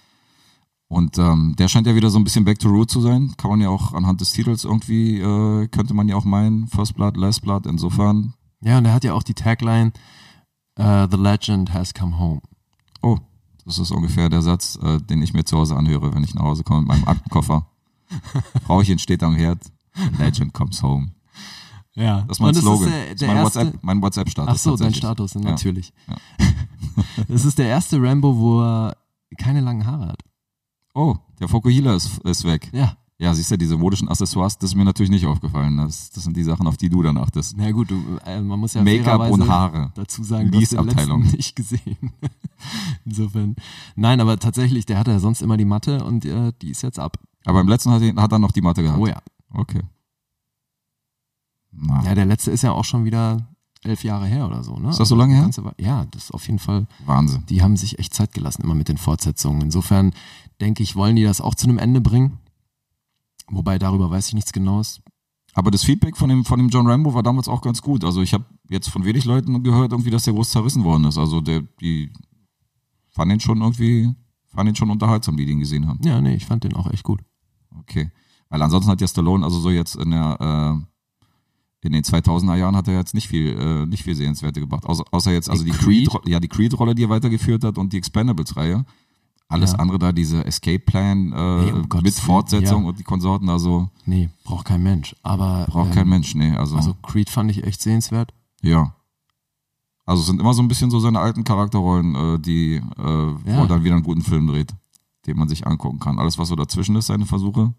S3: Und ähm, der scheint ja wieder so ein bisschen Back to Root zu sein. Kann man ja auch anhand des Titels irgendwie, äh, könnte man ja auch meinen, First Blood, Last Blood, insofern.
S2: ja, und er hat ja auch die Tagline äh, The Legend has come home.
S3: Oh, das ist ungefähr der Satz, äh, den ich mir zu Hause anhöre, wenn ich nach Hause komme mit meinem Aktenkoffer. Frauchen steht am Herd, Legend comes home.
S2: Ja,
S3: Das ist mein
S2: und es
S3: Slogan.
S2: Ist der, der
S3: das ist mein
S2: erste,
S3: WhatsApp, mein WhatsApp-Status.
S2: Ach so, dein
S3: tatsächlich.
S2: Status,
S3: Ja.
S2: natürlich.
S3: Ja.
S2: das ist der erste Rambo, wo er keine langen Haare hat.
S3: Oh, der Fokuhila ist, ist weg.
S2: Ja,
S3: Ja, siehst du, diese modischen Accessoires, das ist mir natürlich nicht aufgefallen. Das, das sind die Sachen, auf die du dann achtest.
S2: na gut, du, äh, man muss ja
S3: Make-up und
S2: fairerweise
S3: Haare.
S2: dazu sagen, du hast den letzten
S3: Lease-Abteilung.
S2: nicht gesehen. Insofern. Nein, aber tatsächlich, der hatte ja sonst immer die Matte und äh, die ist jetzt ab.
S3: Aber im letzten hat, er- hat er noch die Matte gehabt.
S2: Oh ja.
S3: Okay. Na,
S2: Ja, der letzte ist ja auch schon wieder elf Jahre her oder so, ne?
S3: Ist das so lange
S2: Die
S3: her?
S2: ganze Wa- Ja, das ist auf jeden Fall.
S3: Wahnsinn.
S2: Die haben sich echt Zeit gelassen, immer mit den Fortsetzungen. Insofern denke ich, wollen die das auch zu einem Ende bringen. Wobei darüber weiß ich nichts Genaues.
S3: Aber das Feedback von dem, von dem John Rambo war damals auch ganz gut. Also ich habe jetzt von wenig Leuten gehört, irgendwie, dass der groß zerrissen worden ist. Also der, die fanden ihn schon irgendwie, fanden ihn schon unterhaltsam, die den gesehen haben.
S2: Ja, nee, ich fand den auch echt gut.
S3: Okay. Weil ansonsten hat ja Stallone, also so jetzt in der, äh, in den 2000er Jahren hat er jetzt nicht viel, äh, nicht viel Sehenswerte gebracht. Außer, außer jetzt, also
S2: Die
S3: die
S2: Creed?
S3: Creed, ja, die Creed-Rolle, die er weitergeführt hat und die Expendables-Reihe. Alles
S2: Ja.
S3: andere da, diese Escape-Plan,
S2: Nee,
S3: äh,
S2: um Gottes
S3: mit
S2: Willen,
S3: Fortsetzung
S2: ja.
S3: und die Konsorten, also
S2: Nee, braucht kein Mensch. Aber
S3: Braucht
S2: ähm,
S3: kein Mensch, nee. Also,
S2: Also Creed fand ich echt sehenswert.
S3: ja. Also es sind immer so ein bisschen so seine alten Charakterrollen, äh, die, äh, wo
S2: Ja.
S3: er dann wieder einen guten Film dreht, den man sich angucken kann. Alles, was so dazwischen ist, seine Versuche,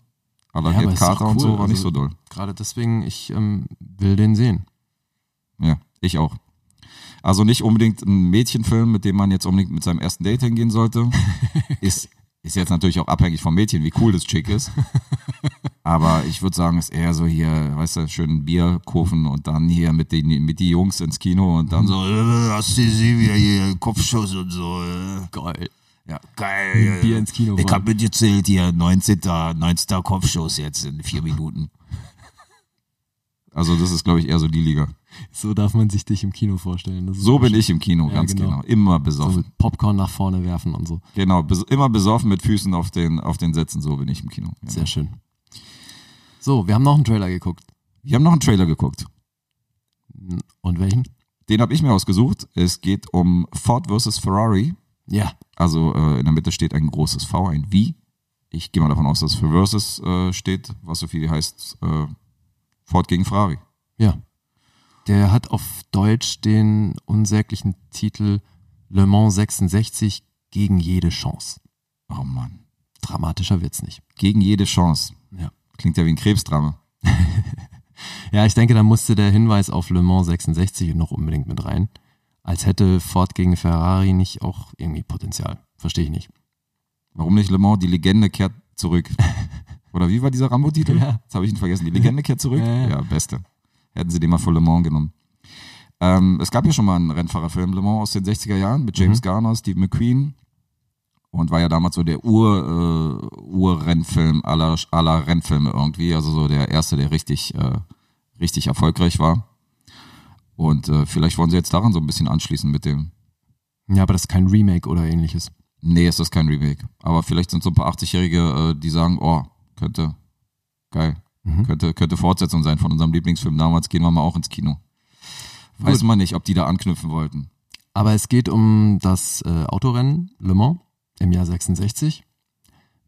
S3: à
S2: Ja,
S3: la
S2: aber
S3: Head
S2: ist doch
S3: Carter und
S2: cool,
S3: so, war nicht
S2: also-
S3: so doll.
S2: Gerade deswegen, ich ähm, will den sehen.
S3: Ja, ich auch. Also nicht unbedingt ein Mädchenfilm, mit dem man jetzt unbedingt mit seinem ersten Date hingehen sollte. ist, ist jetzt natürlich auch abhängig vom Mädchen, wie cool das Chick ist. Aber ich würde sagen, ist eher so hier, weißt du, schön Bierkurven und dann hier mit den mit die Jungs ins Kino und dann so
S4: So, äh, hast du sie wieder hier, Kopfschuss und so. äh.
S2: Geil.
S4: Ja, geil. äh.
S2: Bier ins Kino
S4: Ich
S2: fahren.
S4: hab mitgezählt hier, 19. 19. Kopfschuss jetzt in vier Minuten.
S2: Mhm.
S3: Also das ist, glaube ich, eher so die Liga.
S2: So darf man sich dich im Kino vorstellen. Das ist
S3: So bin
S2: wahrscheinlich-
S3: ich im Kino,
S2: Ja,
S3: ganz
S2: genau.
S3: genau. Immer
S2: So
S3: besoffen.
S2: mit Popcorn nach vorne werfen und so.
S3: Genau, bes immer besoffen mit Füßen auf den, auf den Sätzen, so bin ich im Kino. Ja.
S2: Sehr schön. So, wir haben noch einen Trailer geguckt.
S3: Wir haben noch einen Trailer geguckt.
S2: Und welchen?
S3: Den habe ich mir ausgesucht. Es geht um Ford versus Ferrari.
S2: Ja,
S3: Also äh, in der Mitte steht ein großes V, ein V. Ich gehe mal davon aus, dass für Versus äh, steht, was so viel heißt äh, Ford gegen Ferrari.
S2: ja. Der hat auf Deutsch den unsäglichen Titel Le Mans 66 gegen jede Chance.
S3: Oh Mann.
S2: Dramatischer wird's nicht.
S3: Gegen jede Chance.
S2: Ja.
S3: Klingt ja wie ein Krebsdrama.
S2: Ja, ich denke, da musste der Hinweis auf Le Mans 66 noch unbedingt mit rein. Als hätte Ford gegen Ferrari nicht auch irgendwie Potenzial. Verstehe ich nicht.
S3: Warum nicht Le Mans? Die Legende kehrt zurück. Oder wie war dieser Rambo-Titel?
S2: Ja.
S3: Jetzt habe ich ihn vergessen. Die Legende kehrt zurück?
S2: Ja, ja.
S3: beste. Hätten sie den mal für Le Mans genommen. Ähm, es gab ja schon mal einen Rennfahrerfilm, Le Mans aus den 60er Jahren, mit
S2: Mhm.
S3: James Garner, Steve McQueen. Und war ja damals so der Ur, äh, Ur-Rennfilm aller, aller Rennfilme irgendwie. Also so der erste, der richtig, äh, richtig erfolgreich war. Und äh, vielleicht wollen sie jetzt daran so ein bisschen anschließen mit dem,
S2: Ja, aber das ist kein Remake oder ähnliches.
S3: Nee, es ist kein Remake. Aber vielleicht sind so ein paar 80-Jährige, äh, die sagen, oh, könnte, geil,
S2: Mhm.
S3: könnte, könnte Fortsetzung sein von unserem Lieblingsfilm. Damals gehen wir mal auch ins Kino. Weiß
S2: Gut.
S3: man nicht, ob die da anknüpfen wollten.
S2: Aber es geht um das äh, Autorennen Le Mans im Jahr 66.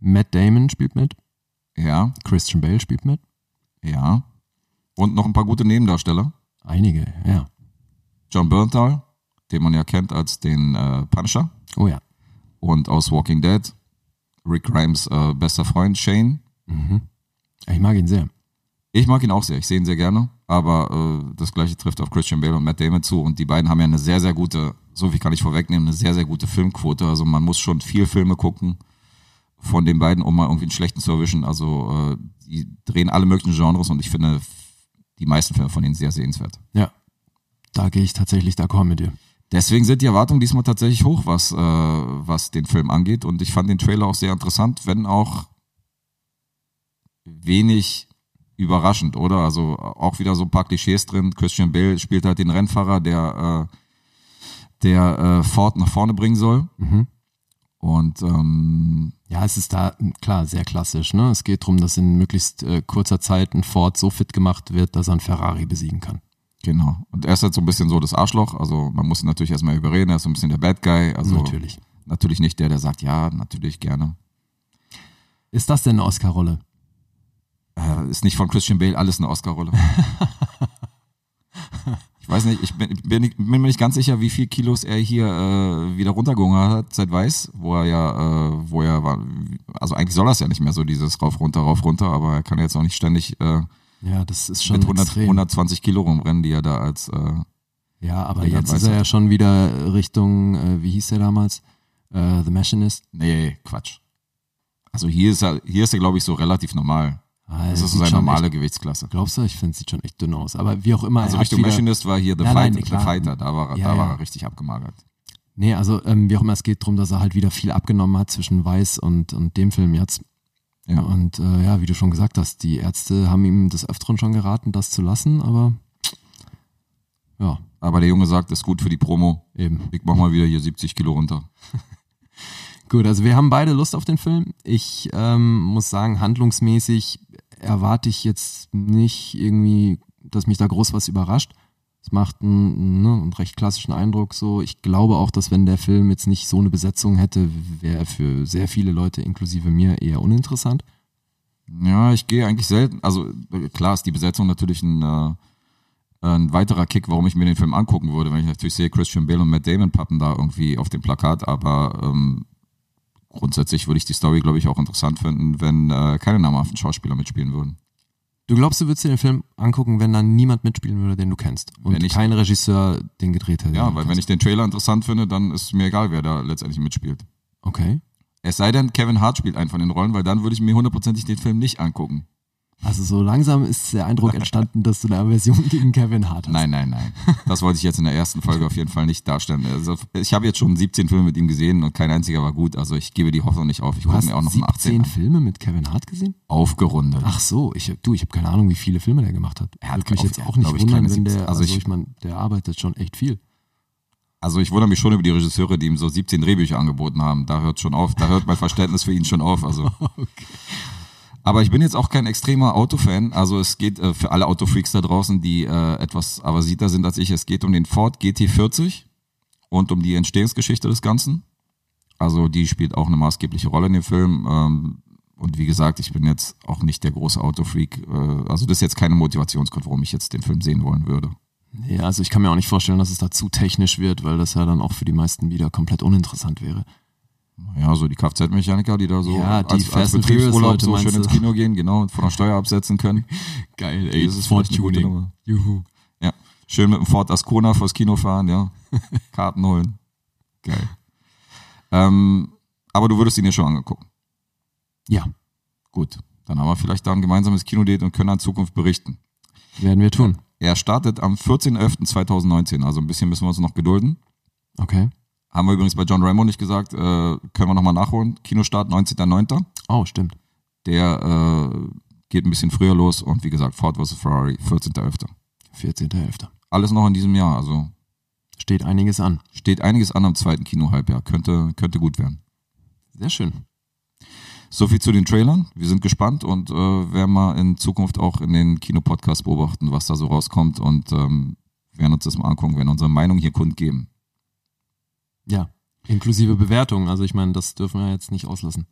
S2: Matt Damon spielt mit,
S3: Ja,
S2: Christian Bale spielt mit.
S3: ja. Und noch ein paar gute Nebendarsteller.
S2: Einige, ja.
S3: John Bernthal, den man ja kennt als den äh, Punisher
S2: Oh ja.
S3: und aus Walking Dead. Rick Grimes äh, bester Freund Shane.
S2: Ich mag ihn sehr.
S3: Ich mag ihn auch sehr, ich sehe ihn sehr gerne, aber äh, das gleiche trifft auf Christian Bale und Matt Damon zu und die beiden haben ja eine sehr, sehr gute, so viel kann ich vorwegnehmen, eine sehr, sehr gute Filmquote. Also man muss schon viel Filme gucken von den beiden, um mal irgendwie einen schlechten zu erwischen. Also äh, die drehen alle möglichen Genres und ich finde f- die meisten Filme von ihnen sehr sehenswert.
S2: Ja. Da gehe ich tatsächlich d'accord mit dir.
S3: Deswegen sind die Erwartungen diesmal tatsächlich hoch, was, äh, was den Film angeht. Und ich fand den Trailer auch sehr interessant, wenn auch wenig überraschend, oder? Also auch wieder so ein paar Klischees drin. Christian Bale spielt halt den Rennfahrer, der, äh, der äh, Ford nach vorne bringen soll. Und ähm,
S2: Ja, es ist da m, klar sehr klassisch. Ne? Es geht darum, dass in möglichst äh, kurzer Zeit ein Ford so fit gemacht wird, dass er einen Ferrari besiegen kann.
S3: genau. Und er ist halt so ein bisschen so das Arschloch. Also man muss ihn natürlich erstmal überreden. Er ist so ein bisschen der Bad Guy. Also
S2: Natürlich.
S3: natürlich nicht der, der sagt, ja, natürlich gerne.
S2: Ist das denn eine Oscar-Rolle?
S3: Äh, ist nicht von Christian Bale alles eine Oscar-Rolle. ich weiß nicht, ich bin, bin, ich- bin mir nicht ganz sicher, wie viel Kilos er hier äh, wieder runtergegangen hat seit Weiß, wo er ja, äh, wo er war, also eigentlich soll das ja nicht mehr so dieses rauf, runter, rauf, runter, aber er kann jetzt auch nicht ständig äh,
S2: Ja, das ist schon
S3: mit 100,
S2: extrem.
S3: 120 Kilo rumrennen, die er da als, äh,
S2: Ja, aber
S3: Mit der
S2: jetzt ist er
S3: Weisheit.
S2: ja schon wieder Richtung, äh, wie hieß der damals? Äh, The Machinist.
S3: nee, Quatsch. Also hier ist er, hier ist er glaube ich so relativ normal.
S2: Ah,
S3: Das
S2: er
S3: ist
S2: sieht
S3: seine
S2: schon
S3: normale
S2: echt,
S3: Gewichtsklasse.
S2: Glaubst du? Ich finde, sieht schon echt dünn aus. Aber wie auch immer.
S3: Also
S2: er hat
S3: Richtung
S2: wieder,
S3: Machinist war hier The,
S2: Nein, nein,
S3: Fighter,
S2: klar.
S3: The Fighter, da war, er-
S2: Ja,
S3: da war
S2: ja.
S3: er richtig abgemagert.
S2: Nee, also ähm, wie auch immer, es geht drum, dass er halt wieder viel abgenommen hat zwischen Weiß und, und dem Film jetzt.
S3: Ja.
S2: Und äh, ja, wie du schon gesagt hast, die Ärzte haben ihm des Öfteren schon geraten, das zu lassen, aber ja,
S3: Aber der Junge sagt, ist gut für die Promo.
S2: eben.
S3: Ich mach mal wieder hier 70 Kilo runter.
S2: Gut, also wir haben beide Lust auf den Film. Ich ähm, muss sagen, handlungsmäßig erwarte ich jetzt nicht irgendwie, dass mich da groß was überrascht. Es macht einen, ne, einen recht klassischen Eindruck so. Ich glaube auch, dass wenn der Film jetzt nicht so eine Besetzung hätte, wäre er für sehr viele Leute, inklusive mir, eher uninteressant.
S3: Ja, ich gehe eigentlich selten. Also äh, klar ist die Besetzung natürlich ein, äh, ein weiterer Kick, warum ich mir den Film angucken würde, wenn ich natürlich sehe, Christian Bale und Matt Damon pappen da irgendwie auf dem Plakat. Aber ähm, grundsätzlich würde ich die Story, glaube ich, auch interessant finden, wenn äh, keine namhaften Schauspieler mitspielen würden.
S2: Du glaubst, du würdest dir den Film angucken, wenn da niemand mitspielen würde, den du kennst und
S3: Wenn ich-
S2: kein Regisseur den gedreht hätte.
S3: Ja, weil wenn ich den Trailer interessant finde, dann ist mir egal, wer da letztendlich mitspielt.
S2: Okay.
S3: Es sei denn, Kevin Hart spielt einen von den Rollen, weil dann würde ich mir hundertprozentig den Film nicht angucken.
S2: Also so langsam ist der Eindruck entstanden, dass du eine Aversion gegen Kevin Hart hast.
S3: Nein, nein, nein. Das wollte ich jetzt in der ersten Folge auf jeden Fall nicht darstellen. Also ich habe jetzt schon 17 Filme mit ihm gesehen und kein einziger war gut. Also ich gebe die Hoffnung nicht auf. Ich
S2: Du
S3: gucke
S2: hast
S3: mir auch noch einen 18
S2: 17
S3: an.
S2: Filme mit Kevin Hart gesehen?
S3: aufgerundet.
S2: Ach so, ich, du, ich habe keine Ahnung, wie viele Filme der gemacht hat. Er
S3: hat,
S2: hat mich
S3: glaub
S2: jetzt
S3: ich,
S2: auch nicht
S3: glaub ich,
S2: wundern,
S3: keine
S2: wenn
S3: 17.
S2: der,
S3: Also
S2: also
S3: ich-
S2: ich meine, der arbeitet schon echt viel.
S3: Also ich wundere mich schon über die Regisseure, die ihm so 17 Drehbücher angeboten haben. Da hört schon auf, da hört mein Verständnis für ihn schon auf. Also. Aber ich bin jetzt auch kein extremer Autofan. Also es geht äh, für alle Autofreaks da draußen, die äh, etwas avasiter sind als ich. Es geht um den Ford GT40 und um die Entstehungsgeschichte des Ganzen. Also die spielt auch eine maßgebliche Rolle in dem Film. Ähm, und wie gesagt, ich bin jetzt auch nicht der große Autofreak. Äh, also das ist jetzt keine Motivationsgrund, warum ich jetzt den Film sehen wollen würde.
S2: Nee, also ich kann mir auch nicht vorstellen, dass es da zu technisch wird, weil das ja dann auch für die meisten wieder komplett uninteressant wäre.
S3: Ja, so die Kfz-Mechaniker, die da so
S2: Ja, die
S3: als, als
S2: Fast and Furious
S3: Betriebsurlaub
S2: Leute,
S3: so schön
S2: meinst
S3: ins
S2: du?
S3: Kino gehen, genau, und von der Steuer absetzen können.
S2: Geil,
S3: ey,
S2: Das ist
S3: vielleicht eine gute
S2: Ford-Tuning.
S3: Nummer.
S2: Juhu.
S3: Ja, schön mit dem Ford Ascona vors Kino fahren, ja. Karten holen. Geil. Ähm, aber du würdest ihn ja schon angeguckt.
S2: Ja,
S3: Gut, dann haben wir vielleicht da ein gemeinsames Kinodate und können an Zukunft berichten.
S2: werden wir tun.
S3: Er startet am 14.11.2019, also ein bisschen müssen wir uns noch gedulden.
S2: Okay.
S3: Haben wir übrigens bei John Rambo nicht gesagt, äh, können wir nochmal nachholen. Kinostart 19.09.
S2: Oh, stimmt.
S3: der äh, geht ein bisschen früher los und wie gesagt, Ford vs. Ferrari, 14.11.
S2: 14.11.
S3: Alles noch in diesem Jahr, also
S2: Steht einiges an.
S3: steht einiges an am zweiten Kinohalbjahr, könnte, könnte gut werden.
S2: Sehr schön.
S3: Soviel zu den Trailern, wir sind gespannt und äh, werden mal in Zukunft auch in den Kinopodcasts beobachten, was da so rauskommt und ähm, werden uns das mal angucken, werden unsere Meinung hier kundgeben.
S2: Ja. Inklusive Bewertungen. Also ich meine, das dürfen wir jetzt nicht auslassen.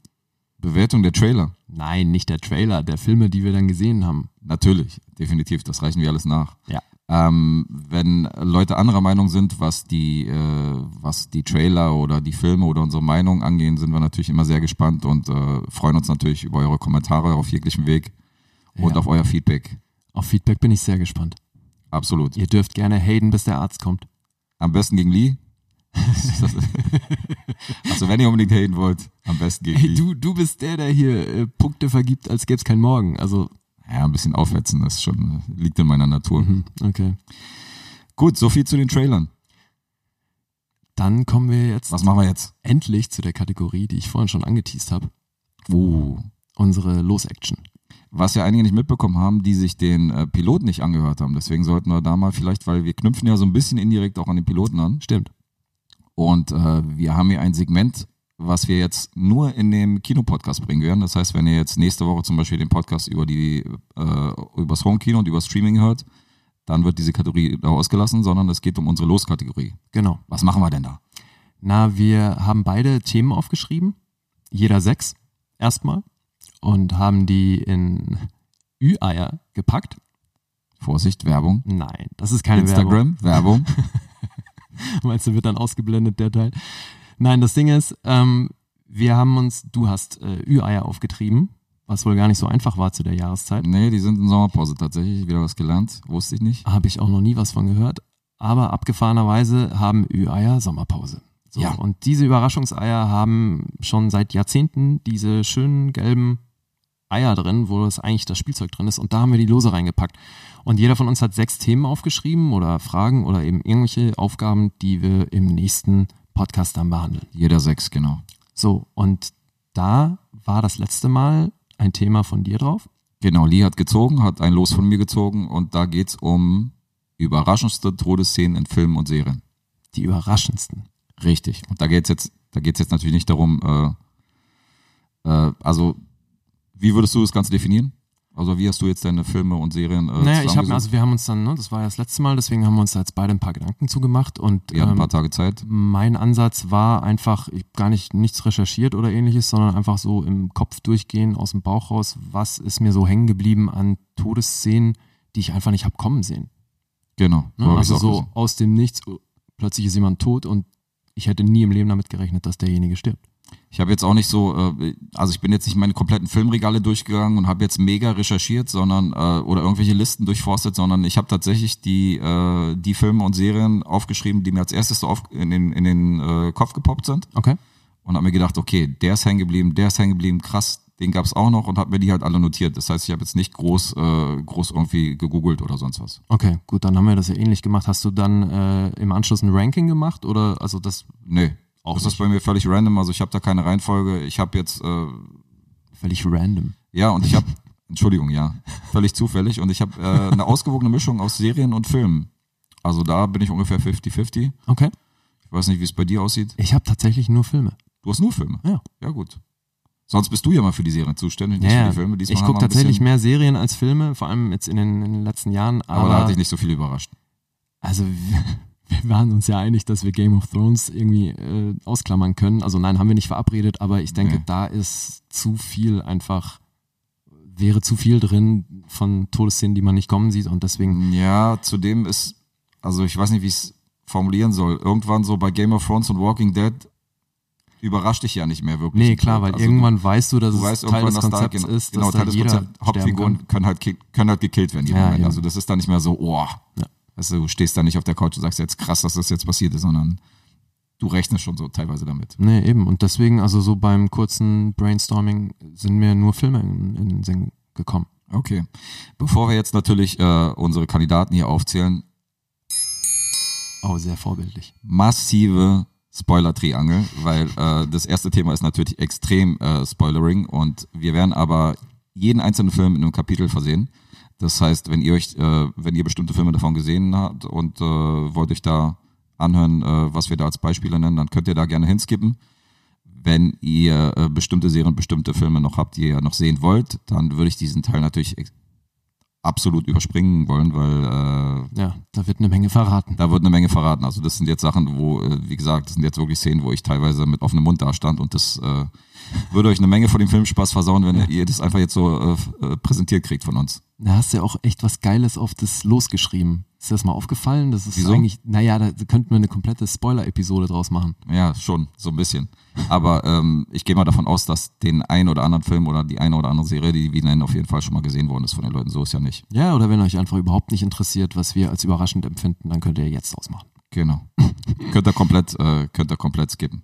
S3: Bewertung der Trailer,
S2: Nein, nicht der Trailer, der Filme, die wir dann gesehen haben.
S3: natürlich, definitiv, das reichen wir alles nach.
S2: Ja.
S3: ähm, wenn Leute anderer Meinung sind, was die, äh, was die Trailer oder die Filme oder unsere Meinung angehen, sind wir natürlich immer sehr gespannt und äh, freuen uns natürlich über eure Kommentare auf jeglichem Weg und
S2: Ja.
S3: auf euer Feedback.
S2: Auf Feedback bin ich sehr gespannt.
S3: Absolut.
S2: Ihr dürft gerne haten, bis der Arzt kommt.
S3: Am besten gegen Lee. also wenn ihr unbedingt haten wollt, am besten gegen
S2: Hey,
S3: Lee.
S2: du, du bist der, der hier äh, Punkte vergibt, als gäbe es keinen Morgen. Also,
S3: Ja, ein bisschen aufhetzen, das ist schon liegt in meiner Natur.
S2: mhm, okay.
S3: Gut, so viel zu den Trailern.
S2: Dann kommen wir jetzt
S3: Was machen wir jetzt?
S2: endlich zu der Kategorie, die ich vorhin schon angeteased habe.
S3: Uh.
S2: Unsere Los-Action.
S3: Was ja einige nicht mitbekommen haben, die sich den äh, Piloten nicht angehört haben. Deswegen sollten wir da mal vielleicht, weil wir knüpfen ja so ein bisschen indirekt auch an den Piloten an.
S2: Stimmt.
S3: Und äh, wir haben hier ein Segment, was wir jetzt nur in dem Kinopodcast bringen werden. Das heißt, wenn ihr jetzt nächste Woche zum Beispiel den Podcast über die äh, übers Homekino und über Streaming hört, dann wird diese Kategorie da ausgelassen, sondern es geht um unsere Loskategorie.
S2: Genau.
S3: Was machen wir denn da?
S2: Na, wir haben beide Themen aufgeschrieben. Jeder sechs. Erstmal. Und haben die in Ü-Eier gepackt.
S3: Vorsicht, Werbung.
S2: Nein, das ist keine Werbung.
S3: Instagram, Werbung.
S2: Meinst du, wird dann ausgeblendet, der Teil? Nein, das Ding ist, ähm, wir haben uns, du hast äh, Ü-Eier aufgetrieben, was wohl gar nicht so einfach war zu der Jahreszeit.
S3: nee, die sind in Sommerpause tatsächlich. Wieder was gelernt. Wusste ich nicht.
S2: Habe ich auch noch nie was von gehört. Aber abgefahrenerweise haben Ü-Eier Sommerpause. So,
S3: Ja.
S2: Und diese Überraschungseier haben schon seit Jahrzehnten diese schönen gelben Eier drin, wo das eigentlich das Spielzeug drin ist. Und da haben wir die Lose reingepackt. Und jeder von uns hat sechs Themen aufgeschrieben oder Fragen oder eben irgendwelche Aufgaben, die wir im nächsten Podcast dann behandeln.
S3: Jeder sechs, genau.
S2: So, und da war das letzte Mal ein Thema von dir drauf.
S3: Genau, Lee hat gezogen, hat ein Los von mir gezogen und da geht's um überraschendste Todesszenen in Filmen und Serien.
S2: Die überraschendsten.
S3: Richtig. Und da geht's jetzt, da geht's jetzt natürlich nicht darum, äh, äh, also wie würdest du das Ganze definieren? Also wie hast du jetzt deine Filme und Serien äh,
S2: naja, ich habe
S3: zusammengesucht?
S2: also wir haben uns dann, ne, das war ja das letzte Mal, deswegen haben wir uns da jetzt beide ein paar Gedanken zugemacht und
S3: Ihr habt ein
S2: ähm,
S3: paar Tage Zeit.
S2: mein Ansatz war einfach, ich hab gar nicht nichts recherchiert oder ähnliches, sondern einfach so im Kopf durchgehen, aus dem Bauch raus, was ist mir so hängen geblieben an Todesszenen, die ich einfach nicht hab kommen sehen.
S3: Genau.
S2: Ne?
S3: hab ich
S2: also
S3: auch
S2: so
S3: gesehen.
S2: aus dem Nichts, oh, plötzlich ist jemand tot und ich hätte nie im Leben damit gerechnet, dass derjenige stirbt.
S3: Ich habe jetzt auch nicht so, äh, also ich bin jetzt nicht meine kompletten Filmregale durchgegangen und habe jetzt mega recherchiert, sondern äh, oder irgendwelche Listen durchforstet, sondern ich habe tatsächlich die äh, die Filme und Serien aufgeschrieben, die mir als erstes so auf, in den in den äh, Kopf gepoppt sind
S2: Okay.
S3: und habe mir gedacht, okay, der ist hängen geblieben, der ist hängen geblieben, krass, Den gab's auch noch und habe mir die halt alle notiert. Das heißt, ich habe jetzt nicht groß, äh, groß irgendwie gegoogelt oder sonst was.
S2: Okay, gut, dann haben wir das ja ähnlich gemacht. Hast du dann äh, im Anschluss ein Ranking gemacht oder also das
S3: Nee. Auch das ist bei mir völlig random. Also ich habe da keine Reihenfolge. Ich habe jetzt, äh,
S2: völlig random?
S3: ja, und ich habe, Entschuldigung, ja, völlig zufällig. Und ich habe äh, eine ausgewogene Mischung aus Serien und Filmen. Also da bin ich ungefähr 50-50.
S2: Okay.
S3: Ich weiß nicht, wie es bei dir aussieht.
S2: Ich habe tatsächlich nur Filme.
S3: Du hast nur Filme.
S2: Ja.
S3: Ja, gut. Sonst bist du ja mal für die Serien zuständig, nicht für die Filme. Diesmal
S2: ich
S3: haben wir
S2: gucke
S3: ein
S2: tatsächlich
S3: bisschen-
S2: mehr Serien als Filme, vor allem jetzt in den, in den letzten Jahren. Aber,
S3: Aber da hatte ich nicht so viel überrascht.
S2: also wir waren uns ja einig, dass wir Game of Thrones irgendwie äh, ausklammern können. Also nein, haben wir nicht verabredet, aber ich denke,
S3: Nee.
S2: da ist zu viel einfach, wäre zu viel drin von Todesszenen, die man nicht kommen sieht und deswegen,
S3: Ja, zudem ist, also ich weiß nicht, wie ich es formulieren soll. Irgendwann so bei Game of Thrones und Walking Dead überrascht dich ja nicht mehr wirklich.
S2: nee, klar, weil
S3: Also
S2: irgendwann weißt du, dass
S3: du, du
S2: es
S3: weißt
S2: Teil
S3: irgendwann,
S2: des
S3: dass da
S2: Konzepts
S3: genau,
S2: ist, dass
S3: genau, Teil
S2: da
S3: des
S2: jeder
S3: Konzepts,
S2: sterben
S3: Hauptfiguren
S2: kann.
S3: können halt, ki- können halt gekillt werden. jeden
S2: Ja,
S3: Moment.
S2: eben.
S3: Also das ist dann nicht mehr so, oh.
S2: Ja.
S3: Also du stehst da nicht auf der Couch und sagst jetzt krass, dass das jetzt passiert ist, sondern du rechnest schon so teilweise damit.
S2: Nee, eben. Und deswegen, also so beim kurzen Brainstorming sind mir nur Filme in, in den Sinn gekommen.
S3: Okay. Bevor wir jetzt natürlich äh, unsere Kandidaten hier aufzählen,
S2: Oh, sehr vorbildlich.
S3: massive Spoiler-Triangel, weil äh, das erste Thema ist natürlich extrem äh, spoilering und wir werden aber jeden einzelnen Film in einem Kapitel versehen. Das heißt, wenn ihr euch, äh, wenn ihr bestimmte Filme davon gesehen habt und äh, wollt euch da anhören, äh, was wir da als Beispiele nennen, dann könnt ihr da gerne hinskippen. Wenn ihr äh, bestimmte Serien, bestimmte Filme noch habt, die ihr noch sehen wollt, dann würde ich diesen Teil natürlich ex- absolut überspringen wollen, weil äh,
S2: Ja, da wird eine Menge verraten.
S3: da wird eine Menge verraten. Also das sind jetzt Sachen, wo, äh, wie gesagt, das sind jetzt wirklich Szenen, wo ich teilweise mit offenem Mund da stand und das äh, würde euch eine Menge von dem Filmspaß versauen, wenn ihr das einfach jetzt so äh, f- äh, präsentiert kriegt von uns.
S2: Da hast du ja auch echt was Geiles auf das losgeschrieben. Ist dir das mal aufgefallen? Das ist
S3: Wieso?
S2: eigentlich, naja, da könnten wir eine komplette Spoiler-Episode draus machen.
S3: Ja, schon, so ein bisschen. Aber ähm, ich gehe mal davon aus, dass den einen oder anderen Film oder die eine oder andere Serie, die wir nennen, auf jeden Fall schon mal gesehen worden ist von den Leuten. So ist ja nicht.
S2: Ja, oder wenn euch einfach überhaupt nicht interessiert, was wir als überraschend empfinden, dann könnt ihr jetzt ausmachen.
S3: Genau. könnt ihr komplett, äh, könnt ihr komplett skippen.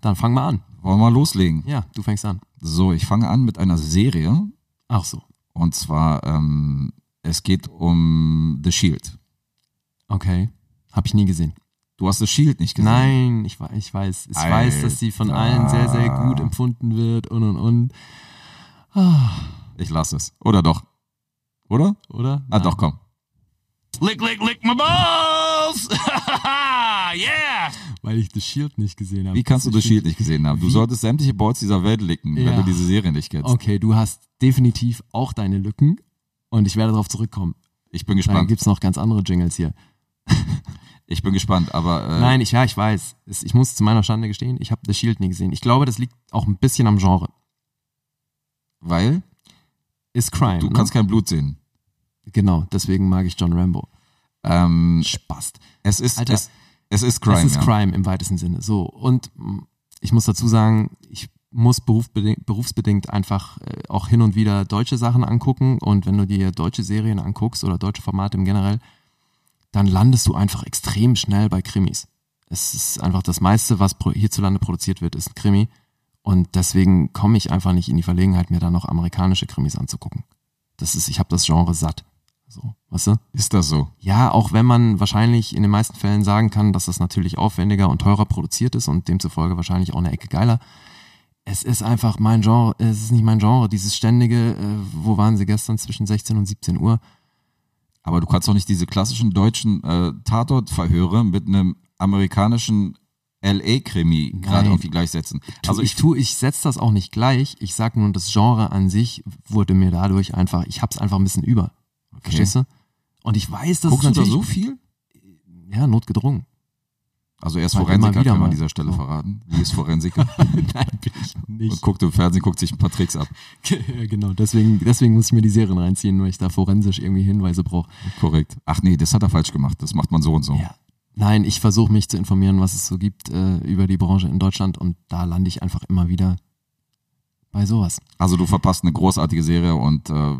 S2: Dann fangen wir an.
S3: Wollen wir mal loslegen?
S2: Ja, du fängst an.
S3: So, ich fange an mit einer Serie.
S2: Ach so.
S3: Und zwar, ähm, es geht um The Shield.
S2: Okay. Hab ich nie gesehen.
S3: Du hast das Shield nicht gesehen.
S2: Nein, ich, wei- ich weiß. Ich weiß, dass sie von allen sehr, sehr gut empfunden wird und und und.
S3: Ich lasse es. Oder doch? Oder?
S2: Oder?
S3: Ah, doch, komm.
S4: Lick, lick, lick my balls! yeah!
S2: Weil ich The Shield nicht gesehen habe.
S3: Wie kannst du
S2: Das
S3: The
S2: ist
S3: Shield nicht gesehen haben? Du
S2: Wie?
S3: solltest sämtliche Boards dieser Welt licken,
S2: Ja.
S3: wenn du diese Serie nicht kennst.
S2: Okay, du hast definitiv auch deine Lücken und ich werde darauf zurückkommen.
S3: Ich bin
S2: Dann
S3: gespannt.
S2: gibt's noch ganz andere Jingles hier.
S3: Ich bin gespannt, aber äh,
S2: Nein, ich, ja, ich weiß. Es, ich muss zu meiner Schande gestehen, ich habe The Shield nie gesehen. Ich glaube, das liegt auch ein bisschen am Genre.
S3: weil
S2: Ist Crime.
S3: du
S2: ne?
S3: kannst kein Blut sehen.
S2: genau, deswegen mag ich John Rambo.
S3: Ähm,
S2: Spaß.
S3: es ist
S2: Alter.
S3: es, es ist Crime.
S2: es ist
S3: ja.
S2: Crime im weitesten Sinne. So, und mh, ich muss dazu sagen, ich muss berufbedingt, berufsbedingt einfach äh, auch hin und wieder deutsche Sachen angucken. Und wenn du dir deutsche Serien anguckst oder deutsche Formate im Generell, dann landest du einfach extrem schnell bei Krimis. Es ist einfach das meiste, was pro- hierzulande produziert wird, ist ein Krimi. Und deswegen komme ich einfach nicht in die Verlegenheit, mir dann noch amerikanische Krimis anzugucken. Das ist, ich habe das Genre satt. So, weißt du?
S3: Ist das so?
S2: Ja, auch wenn man wahrscheinlich in den meisten Fällen sagen kann, dass das natürlich aufwendiger und teurer produziert ist und demzufolge wahrscheinlich auch eine Ecke geiler. Es ist einfach mein Genre, es ist nicht mein Genre. Dieses ständige, äh, wo waren sie gestern zwischen 16 und 17 Uhr?
S3: Aber du kannst doch nicht diese klassischen deutschen äh, Tatort-Verhöre mit einem amerikanischen LA-Krimi
S2: Nein.
S3: gerade irgendwie gleichsetzen.
S2: Tu, also ich tue, ich setze das auch nicht gleich. Ich sag nur, das Genre an sich wurde mir dadurch einfach, ich hab's einfach ein bisschen über. Verstehst du? Und ich weiß, dass
S3: guckst du
S2: es
S3: da
S2: natürlich,
S3: so viel?
S2: ja, notgedrungen.
S3: Also er ist
S2: Mal
S3: Forensiker,
S2: immer wieder
S3: können wir
S2: mal. Oh.
S3: an dieser Stelle
S2: So.
S3: verraten. Wie ist Forensiker?
S2: Nein, bin ich
S3: und
S2: nicht.
S3: guckt im Fernsehen, guckt sich ein paar Tricks ab.
S2: genau, deswegen, deswegen muss ich mir die Serien reinziehen, weil ich da forensisch irgendwie Hinweise brauche.
S3: Korrekt. Ach nee, das hat er falsch gemacht. Das macht man so und so.
S2: Ja. Nein, ich versuche mich zu informieren, was es so gibt äh, über die Branche in Deutschland und da lande ich einfach immer wieder bei sowas.
S3: Also du verpasst eine großartige Serie und äh,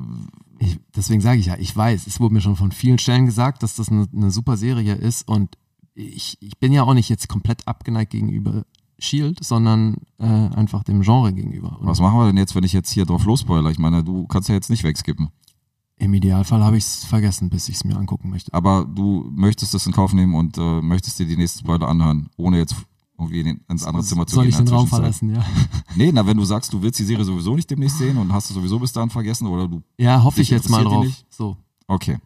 S2: Ich, deswegen sage ich ja, ich weiß, es wurde mir schon von vielen Stellen gesagt, dass das eine, eine super Serie ist und ich, ich bin ja auch nicht jetzt komplett abgeneigt gegenüber Shield, sondern äh, einfach dem Genre gegenüber. Und
S3: Was machen wir denn jetzt, wenn ich jetzt hier drauf losspoiler? Ich meine, du kannst ja jetzt nicht wegskippen.
S2: Im Idealfall habe ich es vergessen, bis ich es mir angucken möchte.
S3: Aber du möchtest es in Kauf nehmen und äh, möchtest dir die nächsten Spoiler anhören, ohne jetzt irgendwie in den, ins andere Zimmer zu
S2: Soll
S3: gehen.
S2: ich
S3: in
S2: den
S3: der
S2: Raum
S3: Zwischenzeit.
S2: verlassen, ja.
S3: Nee, na, wenn du sagst, du willst die Serie sowieso nicht demnächst sehen und hast es sowieso bis dahin vergessen oder du.
S2: Ja, hoffe
S3: Dich
S2: ich jetzt mal
S3: interessiert die
S2: drauf.
S3: nicht?
S2: So.
S3: Okay.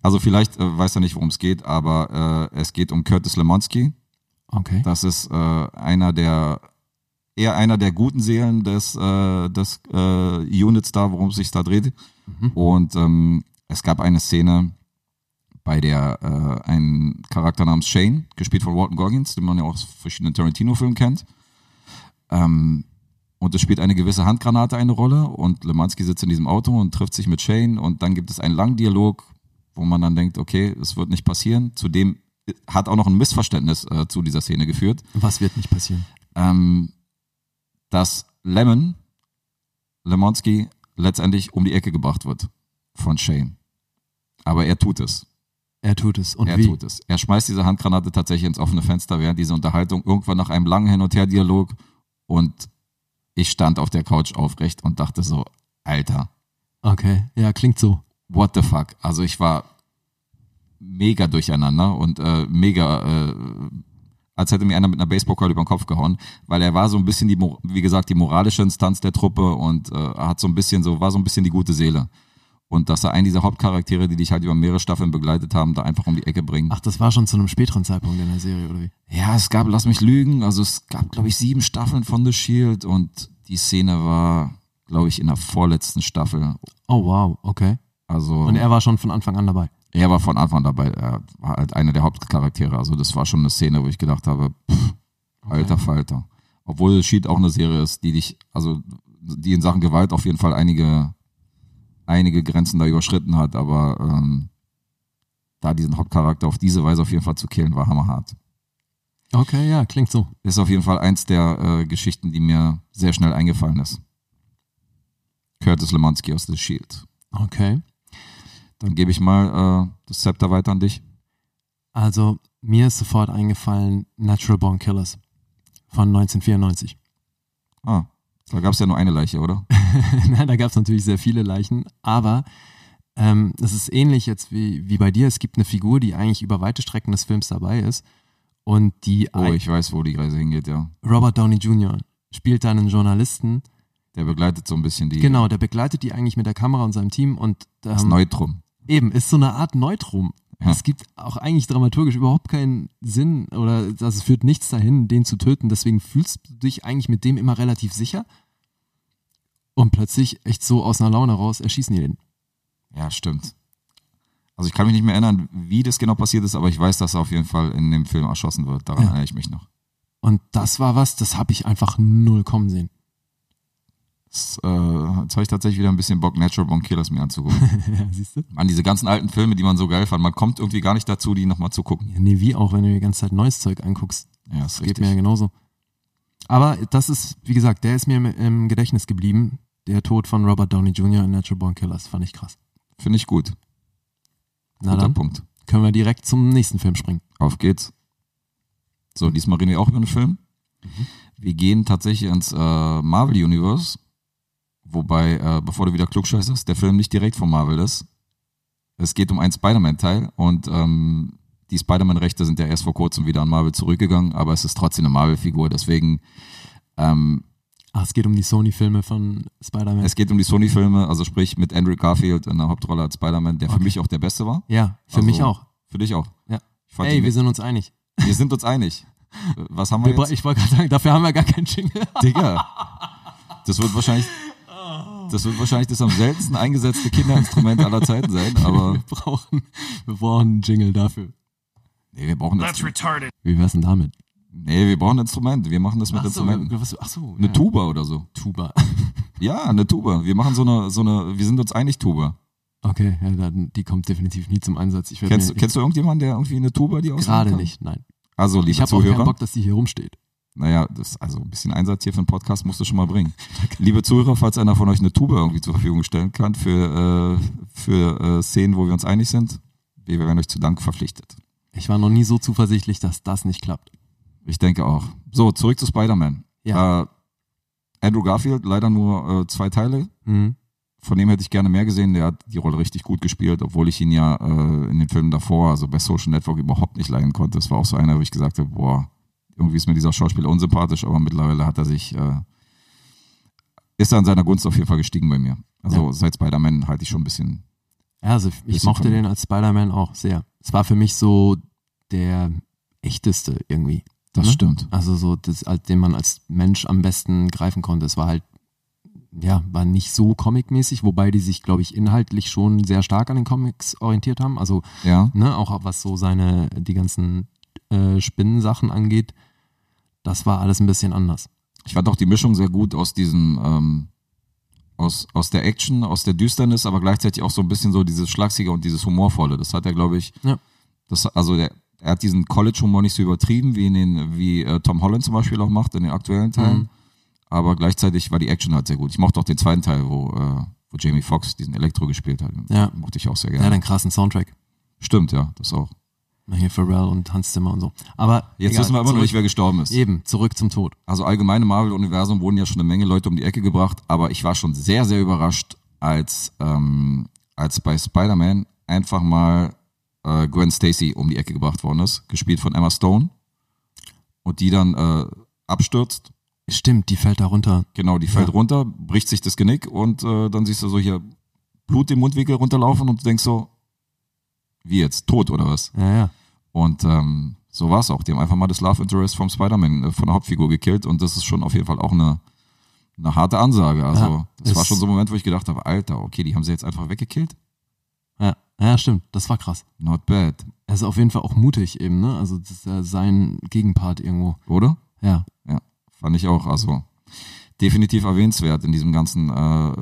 S3: Also vielleicht äh, weiß er nicht, worum es geht, aber äh, es geht um Curtis Lemonski.
S2: Okay.
S3: Das ist äh, einer der eher einer der guten Seelen des, äh, des äh, Units da, worum es sich da dreht. Und ähm, es gab eine Szene, bei der äh, ein Charakter namens Shane, gespielt von Walton Goggins, den man ja auch aus verschiedenen Tarantino-Filmen kennt. Ähm, und es spielt eine gewisse Handgranate eine Rolle und Lemanski sitzt in diesem Auto und trifft sich mit Shane und dann gibt es einen langen Dialog, wo man dann denkt, okay, es wird nicht passieren. Zudem hat auch noch ein Missverständnis äh, zu dieser Szene geführt
S2: Was wird nicht passieren?
S3: ähm, dass Lemon, Lemonski, letztendlich um die Ecke gebracht wird von Shane. Aber er tut es.
S2: Er tut es. Und
S3: er
S2: wie?
S3: tut es. Er schmeißt diese Handgranate tatsächlich ins offene Fenster während dieser Unterhaltung, irgendwann nach einem langen Hin- und Her-Dialog. Und ich stand auf der Couch aufrecht und dachte so, Alter,
S2: Okay. Ja, klingt so.
S3: what the fuck? Also ich war mega durcheinander und äh, mega, äh, als hätte mir einer mit einer Baseballkeule über den Kopf gehauen, weil er war so ein bisschen die, Mo- wie gesagt, die moralische Instanz der Truppe und äh, hat so ein bisschen so, war so ein bisschen die gute Seele. Und dass er einen dieser Hauptcharaktere, die dich halt über mehrere Staffeln begleitet haben, da einfach um die Ecke bringen.
S2: Ach, das war schon zu einem späteren Zeitpunkt in der Serie, oder wie?
S3: Ja, es gab, lass mich lügen, also es gab, glaube ich, sieben Staffeln von The Shield und die Szene war, glaube ich, in der vorletzten Staffel.
S2: Oh, wow. Okay.
S3: Also
S2: Und er war schon von Anfang an dabei.
S3: Er war von Anfang an dabei, er war halt einer der Hauptcharaktere. Also das war schon eine Szene, wo ich gedacht habe, pff, alter Falter. Obwohl Sheet auch eine Serie ist, die dich, also die in Sachen Gewalt auf jeden Fall einige, einige Grenzen da überschritten hat, aber ähm, da diesen Hauptcharakter auf diese Weise auf jeden Fall zu killen, war hammerhart.
S2: Okay, ja, klingt so.
S3: Ist auf jeden Fall eins der äh, Geschichten, die mir sehr schnell eingefallen ist. Curtis Lemanski aus The Shield.
S2: Okay.
S3: Dann gebe ich mal äh, das Zepter weiter an dich.
S2: Also, mir ist sofort eingefallen Natural Born Killers von 1994.
S3: Ah, da gab es ja nur eine Leiche, oder?
S2: Nein, da gab es natürlich sehr viele Leichen, aber ähm, es ist ähnlich jetzt wie, wie bei dir. Es gibt eine Figur, die eigentlich über weite Strecken des Films dabei ist und die
S3: Oh, ich weiß, wo die Reise hingeht, ja.
S2: Robert Downey Jr. spielt da einen Journalisten.
S3: Der begleitet so ein bisschen die
S2: Genau, der begleitet die eigentlich mit der Kamera und seinem Team und
S3: das
S2: ähm,
S3: Neutrum.
S2: eben ist so eine Art Neutrum.
S3: Ja.
S2: Es gibt auch eigentlich dramaturgisch überhaupt keinen Sinn oder das führt nichts dahin, den zu töten. Deswegen fühlst du dich eigentlich mit dem immer relativ sicher und plötzlich echt so aus einer Laune raus erschießen die den.
S3: Ja, stimmt. Also ich kann mich nicht mehr erinnern, wie das genau passiert ist, aber ich weiß, dass er auf jeden Fall in dem Film erschossen wird. Daran
S2: Ja.
S3: erinnere ich mich noch.
S2: Und das war was, das habe ich einfach null kommen sehen.
S3: Das, äh, jetzt habe ich tatsächlich wieder ein bisschen Bock, Natural Born Killers mir anzugucken.
S2: ja, siehst du?
S3: Mann, diese ganzen alten Filme, die man so geil fand, man kommt irgendwie gar nicht dazu, die nochmal zu gucken.
S2: Ja, nee, wie auch, wenn du dir die ganze Zeit neues Zeug anguckst.
S3: Ja, ist
S2: Das geht mir ja genauso. Aber das ist, wie gesagt, der ist mir im, im Gedächtnis geblieben. Der Tod von Robert Downey Jr. in Natural Born Killers fand ich krass.
S3: Finde ich gut.
S2: Na
S3: Guter
S2: dann
S3: Punkt.
S2: können wir direkt zum nächsten Film springen.
S3: Auf geht's. So, diesmal reden wir auch über einen Film.
S2: Mhm.
S3: Wir gehen tatsächlich ins äh, Marvel Universe, wobei, äh, bevor du wieder klugscheißerst, der Film nicht direkt von Marvel ist. Es geht um einen Spider-Man-Teil und ähm, die Spider-Man-Rechte sind ja erst vor kurzem wieder an Marvel zurückgegangen, aber es ist trotzdem eine Marvel-Figur, deswegen ähm,
S2: Ah, es geht um die Sony-Filme von Spider-Man.
S3: es geht um die Sony-Filme, also sprich mit Andrew Garfield in der Hauptrolle als Spider-Man, der für mich auch der Beste war.
S2: Ja, für
S3: Also,
S2: mich auch.
S3: Für dich auch.
S2: Ja.
S3: Ich fand
S2: Ey,
S3: ihn-
S2: wir sind uns einig.
S3: wir sind uns einig. Äh, Was haben wir,
S2: Wir, bra-
S3: jetzt?
S2: ich wollte gerade sagen, dafür haben wir gar keinen Jingle.
S3: Digga. Das wird wahrscheinlich. Das wird wahrscheinlich das am seltensten eingesetzte Kinderinstrument aller Zeiten sein, aber
S2: Wir brauchen, wir brauchen einen Jingle dafür.
S3: nee, wir brauchen ein
S5: That's
S3: Instrument.
S5: retarded.
S2: Wie wär's denn damit?
S3: Nee, wir brauchen ein Instrument. Wir machen das mit
S2: Achso,
S3: Instrumenten.
S2: was, achso
S3: Eine
S2: ja.
S3: Tuba oder so.
S2: Tuba.
S3: Ja, eine Tuba. Wir machen so eine, so eine, wir sind uns einig Tuba.
S2: Okay, ja, dann, die kommt definitiv nie zum Einsatz. Ich werd
S3: Kennst,
S2: mir,
S3: du- kennst du irgendjemanden, der irgendwie eine Tuba die
S2: ich,
S3: ausmachen
S2: gerade
S3: kann?
S2: nicht, nein.
S3: Also, liebe
S2: Ich habe auch keinen
S3: Zuhörer,
S2: Bock, dass die hier rumsteht.
S3: naja, das, also ein bisschen Einsatz hier für einen Podcast musst du schon mal bringen. Liebe Zuhörer, falls einer von euch eine Tuba irgendwie zur Verfügung stellen kann für, äh, für äh, Szenen, wo wir uns einig sind, wir werden euch zu Dank verpflichtet.
S2: Ich war noch nie so zuversichtlich, dass das nicht klappt.
S3: Ich denke auch. So, zurück zu Spider-Man.
S2: Ja.
S3: Äh, Andrew Garfield, leider nur äh, zwei Teile.
S2: Mhm.
S3: Von dem hätte ich gerne mehr gesehen. Der hat die Rolle richtig gut gespielt, obwohl ich ihn ja äh, in den Filmen davor, also bei Social Network, überhaupt nicht leiden konnte. Das war auch so einer, wo ich gesagt habe, boah, irgendwie ist mir dieser Schauspieler unsympathisch, aber mittlerweile hat er sich, äh, ist er in seiner Gunst auf jeden Fall gestiegen bei mir. Also seit Spider-Man halte ich schon ein bisschen
S2: Ja, also ich
S3: Bisschen
S2: mochte
S3: von-
S2: den als Spider-Man auch sehr. Es war für mich so der echteste irgendwie.
S3: Das
S2: ne?
S3: stimmt.
S2: Also so, das, als- den man als Mensch am besten greifen konnte. Es war halt, ja, war nicht so comic-mäßig, wobei die sich, glaube ich, inhaltlich schon sehr stark an den Comics orientiert haben. Also,
S3: Ja.
S2: ne, auch was so seine, die ganzen äh, Spinnensachen angeht, das war alles ein bisschen anders.
S3: Ich fand auch die Mischung sehr gut aus diesem, ähm, aus, aus der Action, aus der Düsternis, aber gleichzeitig auch so ein bisschen so dieses Schlagsiger und dieses Humorvolle. Das hat er, glaube ich,
S2: Ja.
S3: das, also der, er hat diesen College-Humor nicht so übertrieben, wie in den, wie äh, Tom Holland zum Beispiel auch macht, in den aktuellen Teilen.
S2: Mhm.
S3: Aber gleichzeitig war die Action halt sehr gut. Ich mochte auch den zweiten Teil, wo, äh, wo Jamie Foxx diesen Elektro gespielt hat.
S2: Ja.
S3: Mochte ich auch sehr
S2: Ja,
S3: gerne.
S2: den krassen Soundtrack.
S3: Stimmt, ja, das auch.
S2: Na, Hier Pharrell und Hans Zimmer und so. Aber
S3: Jetzt
S2: egal,
S3: wissen wir immer noch
S2: zurück-
S3: nicht, wer gestorben ist.
S2: Eben, zurück zum Tod.
S3: also allgemein im Marvel-Universum wurden ja schon eine Menge Leute um die Ecke gebracht, aber ich war schon sehr, sehr überrascht, als, ähm, als bei Spider-Man einfach mal äh, Gwen Stacy um die Ecke gebracht worden ist, gespielt von Emma Stone und die dann äh, abstürzt.
S2: Stimmt, die fällt da runter.
S3: Genau, die fällt
S2: Ja.
S3: runter, bricht sich das Genick und äh, dann siehst du so hier Blut im Mundwinkel runterlaufen und du denkst so, wie jetzt, tot oder was?
S2: Ja, ja.
S3: Und ähm, so war es auch. Die haben einfach mal das Love Interest vom Spider-Man, äh, von der Hauptfigur gekillt. Und das ist schon auf jeden Fall auch eine, eine harte Ansage. Also,
S2: Ja,
S3: das
S2: ist-
S3: war schon so ein Moment, wo ich gedacht habe, Alter, okay, die haben sie jetzt einfach weggekillt.
S2: Ja, ja stimmt. Das war krass.
S3: Not bad,
S2: Er ist auf jeden Fall auch mutig eben, ne? Also das ist ja sein Gegenpart irgendwo.
S3: oder?
S2: Ja.
S3: Fand ich auch. Also, definitiv erwähnenswert in diesem ganzen äh,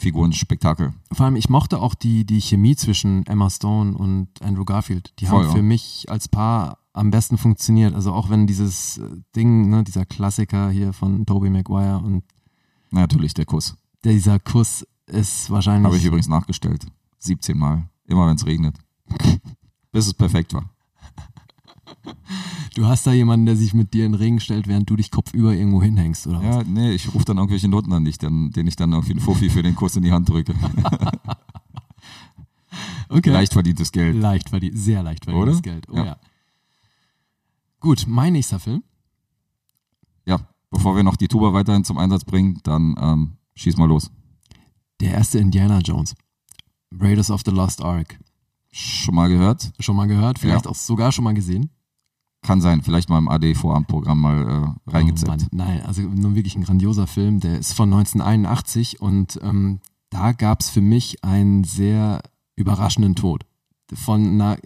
S3: Marvel-Figuren-Spektakel.
S2: Vor allem, ich mochte auch die, die Chemie zwischen Emma Stone und Andrew Garfield. Die
S3: Voll,
S2: haben
S3: ja.
S2: für mich als Paar am besten funktioniert. Also auch wenn dieses äh, Ding, ne, dieser Klassiker hier von Tobey Maguire und
S3: Na, natürlich, der Kuss.
S2: dieser Kuss ist wahrscheinlich.
S3: Habe ich übrigens nachgestellt. 17 Mal. Immer wenn es regnet. Bis es perfekt war.
S2: du hast da jemanden, der sich mit dir in den Regen stellt, während du dich kopfüber irgendwo hinhängst, oder was?
S3: Ja, nee, ich rufe dann irgendwelche Noten an dich, dann, denen ich dann irgendwie einen Fuffi für den Kuss in die Hand drücke.
S2: Okay.
S3: Leicht verdientes Geld.
S2: Leicht verdient, sehr leicht verdientes
S3: Oder?
S2: Geld. Oh
S3: Ja.
S2: ja. Gut, mein nächster Film.
S3: Ja, bevor wir noch die Tuba weiterhin zum Einsatz bringen, dann ähm, schieß mal los.
S2: Der erste Indiana Jones. Raiders of the Lost Ark.
S3: Schon mal gehört?
S2: Schon mal gehört, vielleicht auch sogar schon mal gesehen.
S3: Kann sein, vielleicht mal im AD-Vorabendprogramm mal äh,
S2: Oh
S3: reingezippt.
S2: Mann, nein, also nun wirklich ein grandioser Film. Der ist von 1981 und ähm, da gab es für mich einen sehr überraschenden Tod. Von einer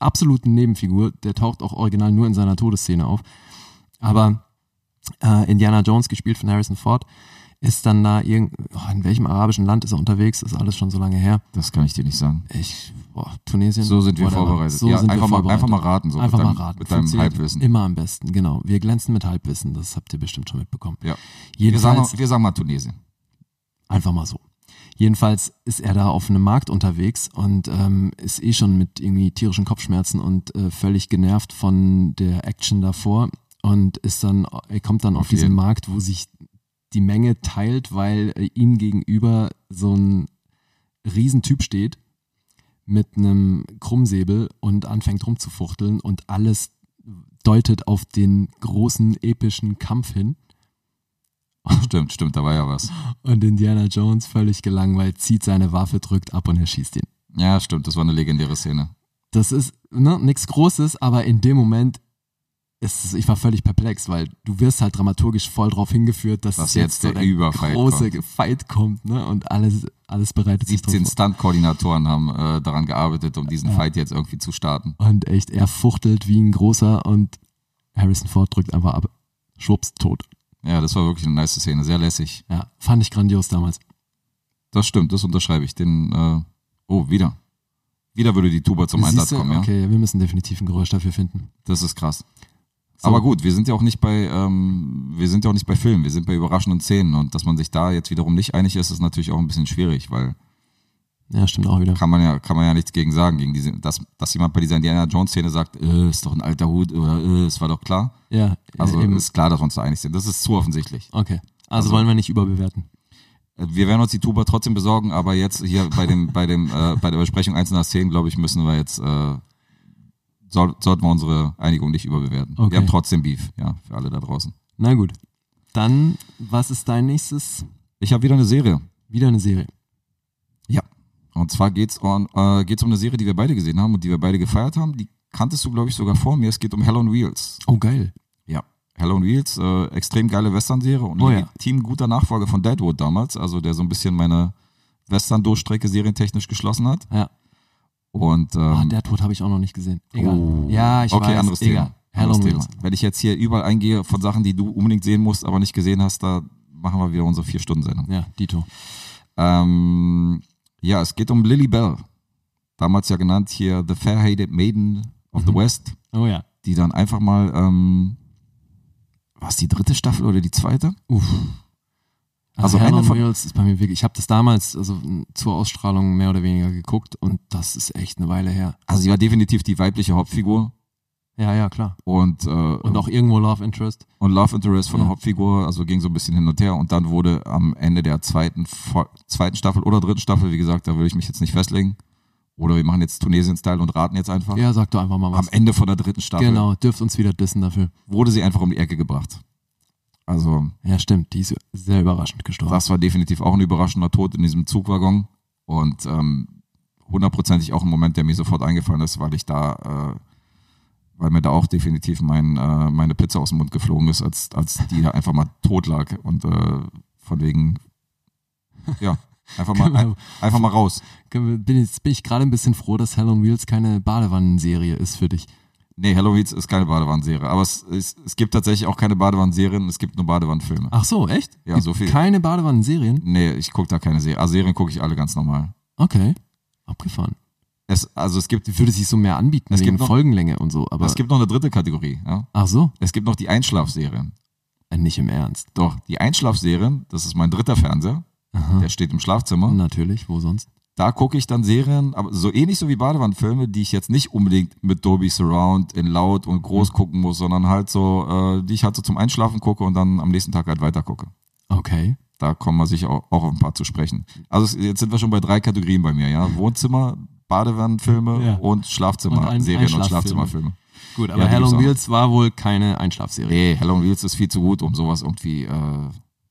S2: absoluten Nebenfigur, der taucht auch original nur in seiner Todesszene auf. Aber äh, Indiana Jones, gespielt von Harrison Ford, ist dann da irgend, oh, in welchem arabischen Land ist er unterwegs? Ist alles schon so lange her.
S3: das kann ich dir nicht sagen.
S2: Ich, boah, Tunesien.
S3: So sind wir
S2: Whatever.
S3: vorbereitet.
S2: So
S3: ja,
S2: sind
S3: einfach,
S2: wir
S3: Mal,
S2: vorbereitet.
S3: einfach mal raten, so
S2: Einfach
S3: mit deinem,
S2: mal raten.
S3: Mit deinem
S2: Funktioniert
S3: Halbwissen.
S2: Immer am besten, genau. Wir glänzen mit Halbwissen, das habt ihr bestimmt schon mitbekommen.
S3: Ja. Wir sagen,
S2: Jedenfalls,
S3: mal, wir sagen mal Tunesien.
S2: einfach mal so. Jedenfalls ist er da auf einem Markt unterwegs und ähm, ist eh schon mit irgendwie tierischen Kopfschmerzen und äh, völlig genervt von der Action davor und ist dann, er kommt dann auf
S3: Okay.
S2: diesen Markt, wo sich die Menge teilt, weil äh, ihm gegenüber so ein Riesentyp steht mit einem Krummsäbel und anfängt rumzufuchteln und alles deutet auf den großen epischen Kampf hin.
S3: Stimmt, stimmt, da war ja was.
S2: Und Indiana Jones, völlig gelangweilt, zieht seine Waffe, drückt ab und erschießt ihn.
S3: Ja, stimmt, das war eine legendäre Szene.
S2: Das ist ne, nichts Großes, aber in dem Moment ist es, ich war völlig perplex, weil du wirst halt dramaturgisch voll drauf hingeführt, dass
S3: Dass
S2: es
S3: jetzt der Überfight
S2: große Fight kommt ne, und alles, alles bereitet sich
S3: 17
S2: drauf
S3: Stunt-Koordinatoren haben äh, daran gearbeitet, um diesen
S2: Ja.
S3: Fight jetzt irgendwie zu starten.
S2: vor. Und echt, er fuchtelt wie ein großer und Harrison Ford drückt einfach ab. Schwupps, tot.
S3: Ja, das war wirklich eine nice Szene, sehr lässig.
S2: Ja, fand ich grandios damals.
S3: Das stimmt, das unterschreibe ich. Den, äh, oh, wieder. Wieder würde die Tuba zum Einsatz
S2: Siehste?
S3: kommen, ja.
S2: Okay, wir müssen definitiv ein Geräusch dafür finden.
S3: Das ist krass.
S2: So.
S3: Aber gut, wir sind ja auch nicht bei, ähm, wir sind ja auch nicht bei Filmen, wir sind bei überraschenden Szenen und dass man sich da jetzt wiederum nicht einig ist, ist natürlich auch ein bisschen schwierig, weil
S2: Ja, stimmt auch wieder.
S3: Kann man ja, kann man ja nichts gegen sagen, gegen diese, dass, dass jemand bei dieser Indiana Jones Szene sagt, äh, ist doch ein alter Hut oder äh, es war doch klar.
S2: Ja,
S3: Also
S2: eben.
S3: ist klar, dass wir uns da einig sind. Das ist zu offensichtlich.
S2: Okay. Also,
S3: Mhm.
S2: wollen wir nicht überbewerten.
S3: Wir werden uns die Tuba trotzdem besorgen, aber jetzt hier bei dem, bei dem, äh, bei der Besprechung einzelner Szenen, glaube ich, müssen wir jetzt, äh, soll, sollten wir unsere Einigung nicht überbewerten.
S2: Okay.
S3: Wir haben trotzdem Beef, ja, für alle da draußen.
S2: Na gut. Dann, was ist dein nächstes?
S3: Ich habe wieder eine Serie.
S2: Wieder eine Serie.
S3: Ja. Und zwar geht's um, äh, geht's um eine Serie, die wir beide gesehen haben und die wir beide gefeiert haben. Die kanntest du, glaube ich, sogar vor mir. Es geht um Hell on Wheels.
S2: Oh, geil.
S3: Ja. Hell on Wheels, äh, extrem geile Western-Serie und
S2: Oh ja.
S3: legitim guter Nachfolger von Deadwood damals, also der so ein bisschen meine Western-Durchstrecke serientechnisch geschlossen hat.
S2: Ja.
S3: Und ähm, Oh.
S2: Ah, Deadwood habe ich auch noch nicht gesehen. Egal. ja, ich
S3: okay,
S2: weiß.
S3: anderes
S2: Egal.
S3: Thema.
S2: Hell
S3: anderes
S2: on
S3: Thema.
S2: Wheels.
S3: Wenn ich jetzt hier überall eingehe von Sachen, die du unbedingt sehen musst, aber nicht gesehen hast, da machen wir wieder unsere Vier-Stunden-Sendung.
S2: Ja, Dito.
S3: Ähm, ja, es geht um Lily Bell. Damals ja genannt hier The Fair-Hated Maiden of the West,
S2: Oh ja.
S3: die dann einfach mal, ähm, was, die dritte Staffel oder die zweite?
S2: Uff. Also,
S3: Also
S2: Hell
S3: eine
S2: on
S3: von-
S2: Wheels ist bei mir wirklich. Ich habe das damals also m, zur Ausstrahlung mehr oder weniger geguckt und das ist echt eine Weile her.
S3: Also sie war definitiv die weibliche Hauptfigur
S2: Ja, ja, klar.
S3: und, äh,
S2: Und auch irgendwo Love Interest.
S3: und Love Interest von
S2: Ja.
S3: der Hauptfigur, also ging so ein bisschen hin und her und dann wurde am Ende der zweiten, Fo- zweiten Staffel oder dritten Staffel, wie gesagt, da will ich mich jetzt nicht festlegen, oder wir machen jetzt Tunesien-Style und raten jetzt einfach,
S2: Ja, sag doch einfach mal
S3: am
S2: was.
S3: Ende von der dritten Staffel
S2: Genau, dürft uns wieder dissen dafür.
S3: wurde sie einfach um die Ecke gebracht. Also
S2: Ja, stimmt. Die ist sehr überraschend gestorben.
S3: das war definitiv auch ein überraschender Tod in diesem Zugwaggon und ähm, hundertprozentig auch ein Moment, der mir sofort eingefallen ist, weil ich da, äh, weil mir da auch definitiv mein, äh, meine Pizza aus dem Mund geflogen ist, als, als die da einfach mal tot lag und äh, von wegen, ja, einfach mal, ein,
S2: Genau.
S3: einfach mal raus.
S2: Bin jetzt bin ich gerade ein bisschen froh, dass Hell on Wheels keine Badewannenserie ist für dich.
S3: Nee, Halloween ist keine Badewannenserie, aber es, es, es gibt tatsächlich auch keine Badewannenserien, es gibt nur Badewannenfilme.
S2: Ach so, echt?
S3: Ja,
S2: Gibt
S3: so viel.
S2: Keine Badewannenserien?
S3: Nee, ich gucke da keine Serie. Ah, Serien gucke ich alle ganz normal.
S2: Okay. Abgefahren.
S3: Es, also es gibt,
S2: Die würde sich so mehr anbieten
S3: Es
S2: wegen
S3: gibt noch-
S2: Folgenlänge und so, aber
S3: es gibt noch eine dritte Kategorie. Ja?
S2: Ach so,
S3: Es gibt noch die Einschlafserien.
S2: Äh, nicht im Ernst.
S3: Doch, die Einschlafserien, das ist mein dritter Fernseher,
S2: Aha.
S3: der steht im Schlafzimmer.
S2: Natürlich, wo sonst?
S3: Da gucke ich dann Serien, aber so ähnlich so wie Badewannenfilme, die ich jetzt nicht unbedingt mit Dolby Surround in laut und groß gucken muss, sondern halt so, äh, die ich halt so zum Einschlafen gucke und dann am nächsten Tag halt weiter gucke.
S2: Okay.
S3: Da kommen wir sicher auch, auch auf ein paar zu sprechen. Also es- jetzt sind wir schon bei drei Kategorien bei mir, ja. Wohnzimmer, Badewannenfilme
S2: Ja.
S3: und
S2: Und ein-
S3: Schlafzimmer-Serien und,
S2: Einschlaffilme.
S3: Schlafzimmerfilme.
S2: Gut,
S3: Ja,
S2: aber
S3: die
S2: Hell
S3: gibt's
S2: on
S3: auch
S2: Wheels war wohl keine Einschlafserie.
S3: Nee, Hell on Wheels ist viel zu gut, um sowas irgendwie äh,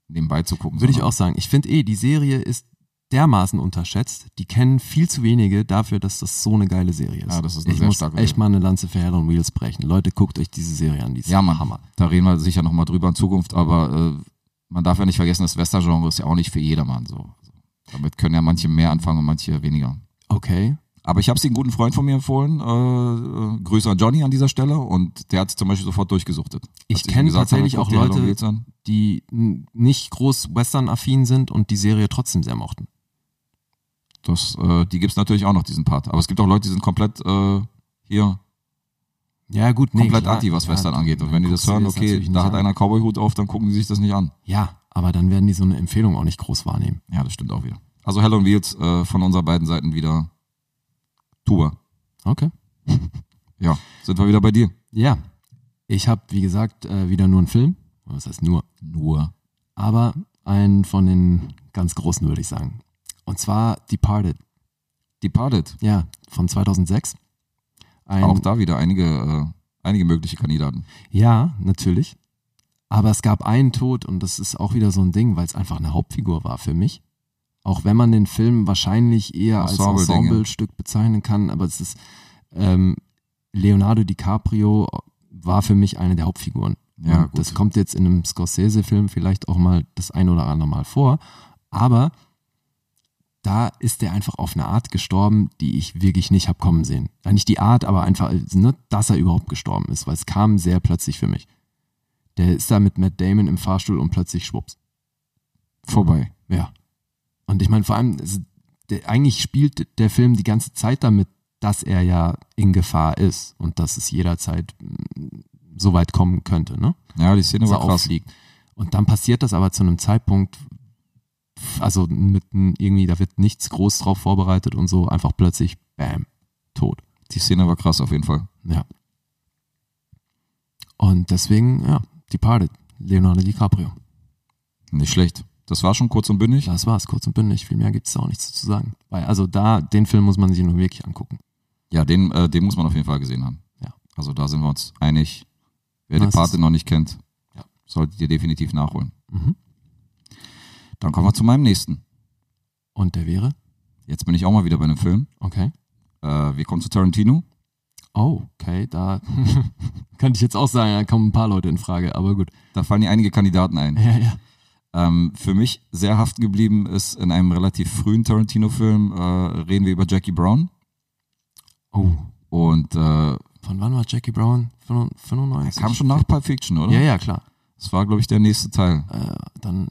S3: nebenbei zu gucken.
S2: Würde ich
S3: sondern-
S2: auch sagen. Ich finde eh, die Serie ist dermaßen unterschätzt. Die kennen viel zu wenige dafür, dass das so eine geile Serie ist.
S3: Ja, das ist eine
S2: ich
S3: sehr
S2: muss
S3: starke
S2: echt
S3: Serie.
S2: mal eine Lanze für Hell on Wheels brechen. Leute, guckt euch diese Serie an. Die ist
S3: Ja, Mann.
S2: Hammer.
S3: Da reden wir sicher nochmal drüber in Zukunft, aber äh, man darf ja nicht vergessen, das Western-Genre ist ja auch nicht für jedermann so. Also, damit können ja manche mehr anfangen und manche weniger.
S2: Okay.
S3: Aber ich habe es einem guten Freund von mir empfohlen, äh, äh, Grüße an Johnny an dieser Stelle und der hat es zum Beispiel sofort durchgesuchtet.
S2: Ich
S3: Als ihm
S2: kenn
S3: gesagt
S2: tatsächlich
S3: guck
S2: auch
S3: dir Hell on
S2: Leute-
S3: Wheels an.
S2: Die n- nicht groß Western-affin sind und die Serie trotzdem sehr mochten.
S3: Das, äh, die gibt's natürlich auch noch, diesen Part. Aber es gibt auch Leute, die sind komplett äh, hier
S2: Ja, gut, nee,
S3: komplett
S2: klar.
S3: anti, was
S2: Ja,
S3: Western angeht. Und
S2: dann
S3: wenn die das
S2: guckst du dir
S3: hören,
S2: das
S3: okay,
S2: natürlich
S3: da
S2: nicht
S3: hat
S2: an.
S3: einer Cowboy-Hut auf, dann gucken sie sich das nicht an.
S2: Ja, aber dann werden die so eine Empfehlung auch nicht groß wahrnehmen.
S3: Ja, das stimmt auch wieder. Also Hell on Wheels äh, von unserer beiden Seiten wieder Tour.
S2: Okay.
S3: Ja, sind wir wieder bei dir.
S2: Ja, ich habe, wie gesagt, äh, wieder nur einen Film. Was heißt nur?
S3: Nur.
S2: Aber einen von den ganz großen, würde ich sagen. Und zwar Departed.
S3: Departed.
S2: Ja, von 2006. Ein,
S3: Auch da wieder einige, äh, einige mögliche Kandidaten.
S2: Ja, natürlich. Aber es gab einen Tod und das ist auch wieder so ein Ding, weil es einfach eine Hauptfigur war für mich. Auch wenn man den Film wahrscheinlich eher als
S3: Ensemble-Ding, ja.
S2: Ensemblestück bezeichnen kann, aber es ist ähm, Leonardo DiCaprio war für mich eine der Hauptfiguren.
S3: Ja,
S2: Und
S3: gut.
S2: Das kommt jetzt in einem Scorsese-Film vielleicht auch mal das ein oder andere Mal vor, aber da ist er einfach auf eine Art gestorben, die ich wirklich nicht hab kommen sehen. Ja, nicht die Art, aber einfach, ne, dass er überhaupt gestorben ist, weil es kam sehr plötzlich für mich. Der ist da mit Matt Damon im Fahrstuhl und plötzlich schwupps.
S3: Vorbei.
S2: Ja. Und ich meine, vor allem, es- der, eigentlich spielt der Film die ganze Zeit damit, dass er ja in Gefahr ist und dass es jederzeit mh, so weit kommen könnte, ne?
S3: Ja, die Szene
S2: so
S3: war Oh, krass.
S2: aufliegt. Und dann passiert das aber zu einem Zeitpunkt, also mit n- irgendwie, da wird nichts groß drauf vorbereitet und so, einfach plötzlich, bam, tot.
S3: Die Szene war krass auf jeden Fall.
S2: Ja. Und deswegen, ja, Departed, Leonardo DiCaprio.
S3: Nicht schlecht. Das war schon kurz und bündig.
S2: Das war's, kurz und bündig. Viel mehr gibt's da auch nichts zu sagen. Weil, also da, den Film muss man sich nur wirklich angucken.
S3: Ja, den, äh, den muss man auf jeden Fall gesehen haben.
S2: Ja.
S3: Also da sind wir uns einig. Wer
S2: Das
S3: die Parte
S2: ist-
S3: noch nicht kennt,
S2: Ja.
S3: solltet ihr definitiv nachholen.
S2: Mhm.
S3: Dann kommen wir zu meinem nächsten.
S2: Und der wäre?
S3: Jetzt bin ich auch mal wieder bei einem Film.
S2: Okay.
S3: Äh, wir kommen zu Tarantino.
S2: Oh, okay, da könnte ich jetzt auch sagen, da kommen ein paar Leute in Frage, aber gut.
S3: Da fallen dir einige Kandidaten ein.
S2: Ja, ja.
S3: Ähm, für mich sehr haften geblieben ist in einem relativ frühen Tarantino-Film, äh, reden wir über Jackie Brown.
S2: Oh,
S3: Und äh,
S2: von wann war Jackie Brown? 95?
S3: kam schon nach Pulp Fiction, oder?
S2: Ja, ja, klar.
S3: Das war, glaube ich, der nächste Teil.
S2: Äh, dann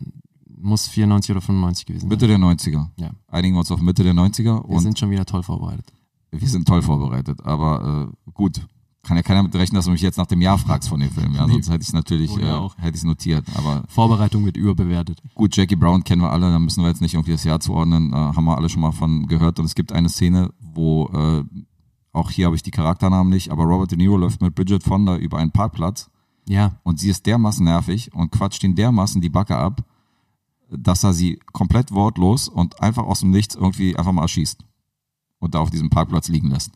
S2: muss 94 oder 95 gewesen
S3: Mitte
S2: sein.
S3: der 90er.
S2: Ja.
S3: Einigen wir uns auf Mitte der 90er
S2: Wir
S3: und
S2: sind schon wieder toll vorbereitet.
S3: wir sind toll vorbereitet. Aber äh, gut, kann ja keiner mit rechnen, dass du mich jetzt nach dem Jahr fragst von dem Film. Ja, sonst hätte ich es natürlich
S2: Oh, ja, auch.
S3: äh, hätte ich's notiert. Aber
S2: Vorbereitung wird überbewertet.
S3: gut, Jackie Brown kennen wir alle, da müssen wir jetzt nicht irgendwie das Jahr zuordnen, äh, haben wir alle schon mal von gehört. Und es gibt eine Szene, wo, äh, auch hier habe ich die Charakternamen nicht, aber Robert De Niro läuft mit Bridget Fonda über einen Parkplatz
S2: Ja,
S3: und sie ist dermaßen nervig und quatscht ihn dermaßen die Backe ab, dass er sie komplett wortlos und einfach aus dem Nichts irgendwie einfach mal erschießt und da auf diesem Parkplatz liegen lässt.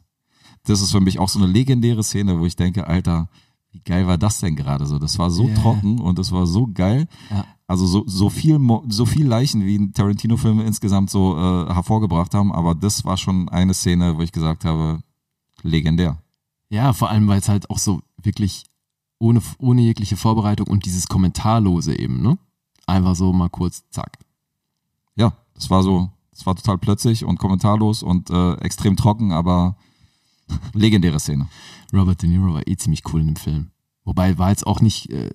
S3: Das ist für mich auch so eine legendäre Szene, wo ich denke, Alter, wie geil war das denn gerade so? Das war so
S2: Ja.
S3: trocken und das war so geil.
S2: Ja.
S3: Also so, so viel Mo- so viel Leichen wie in Tarantino-Filme insgesamt so äh, hervorgebracht haben, aber das war schon eine Szene, wo ich gesagt habe, legendär.
S2: ja, vor allem, weil es halt auch so wirklich ohne, ohne jegliche Vorbereitung und dieses Kommentarlose eben, ne? Einfach so mal kurz, zack.
S3: ja, das war so, das war total plötzlich und kommentarlos und äh, extrem trocken, aber legendäre Szene.
S2: Robert De Niro war eh ziemlich cool in dem Film. Wobei war jetzt auch nicht, äh,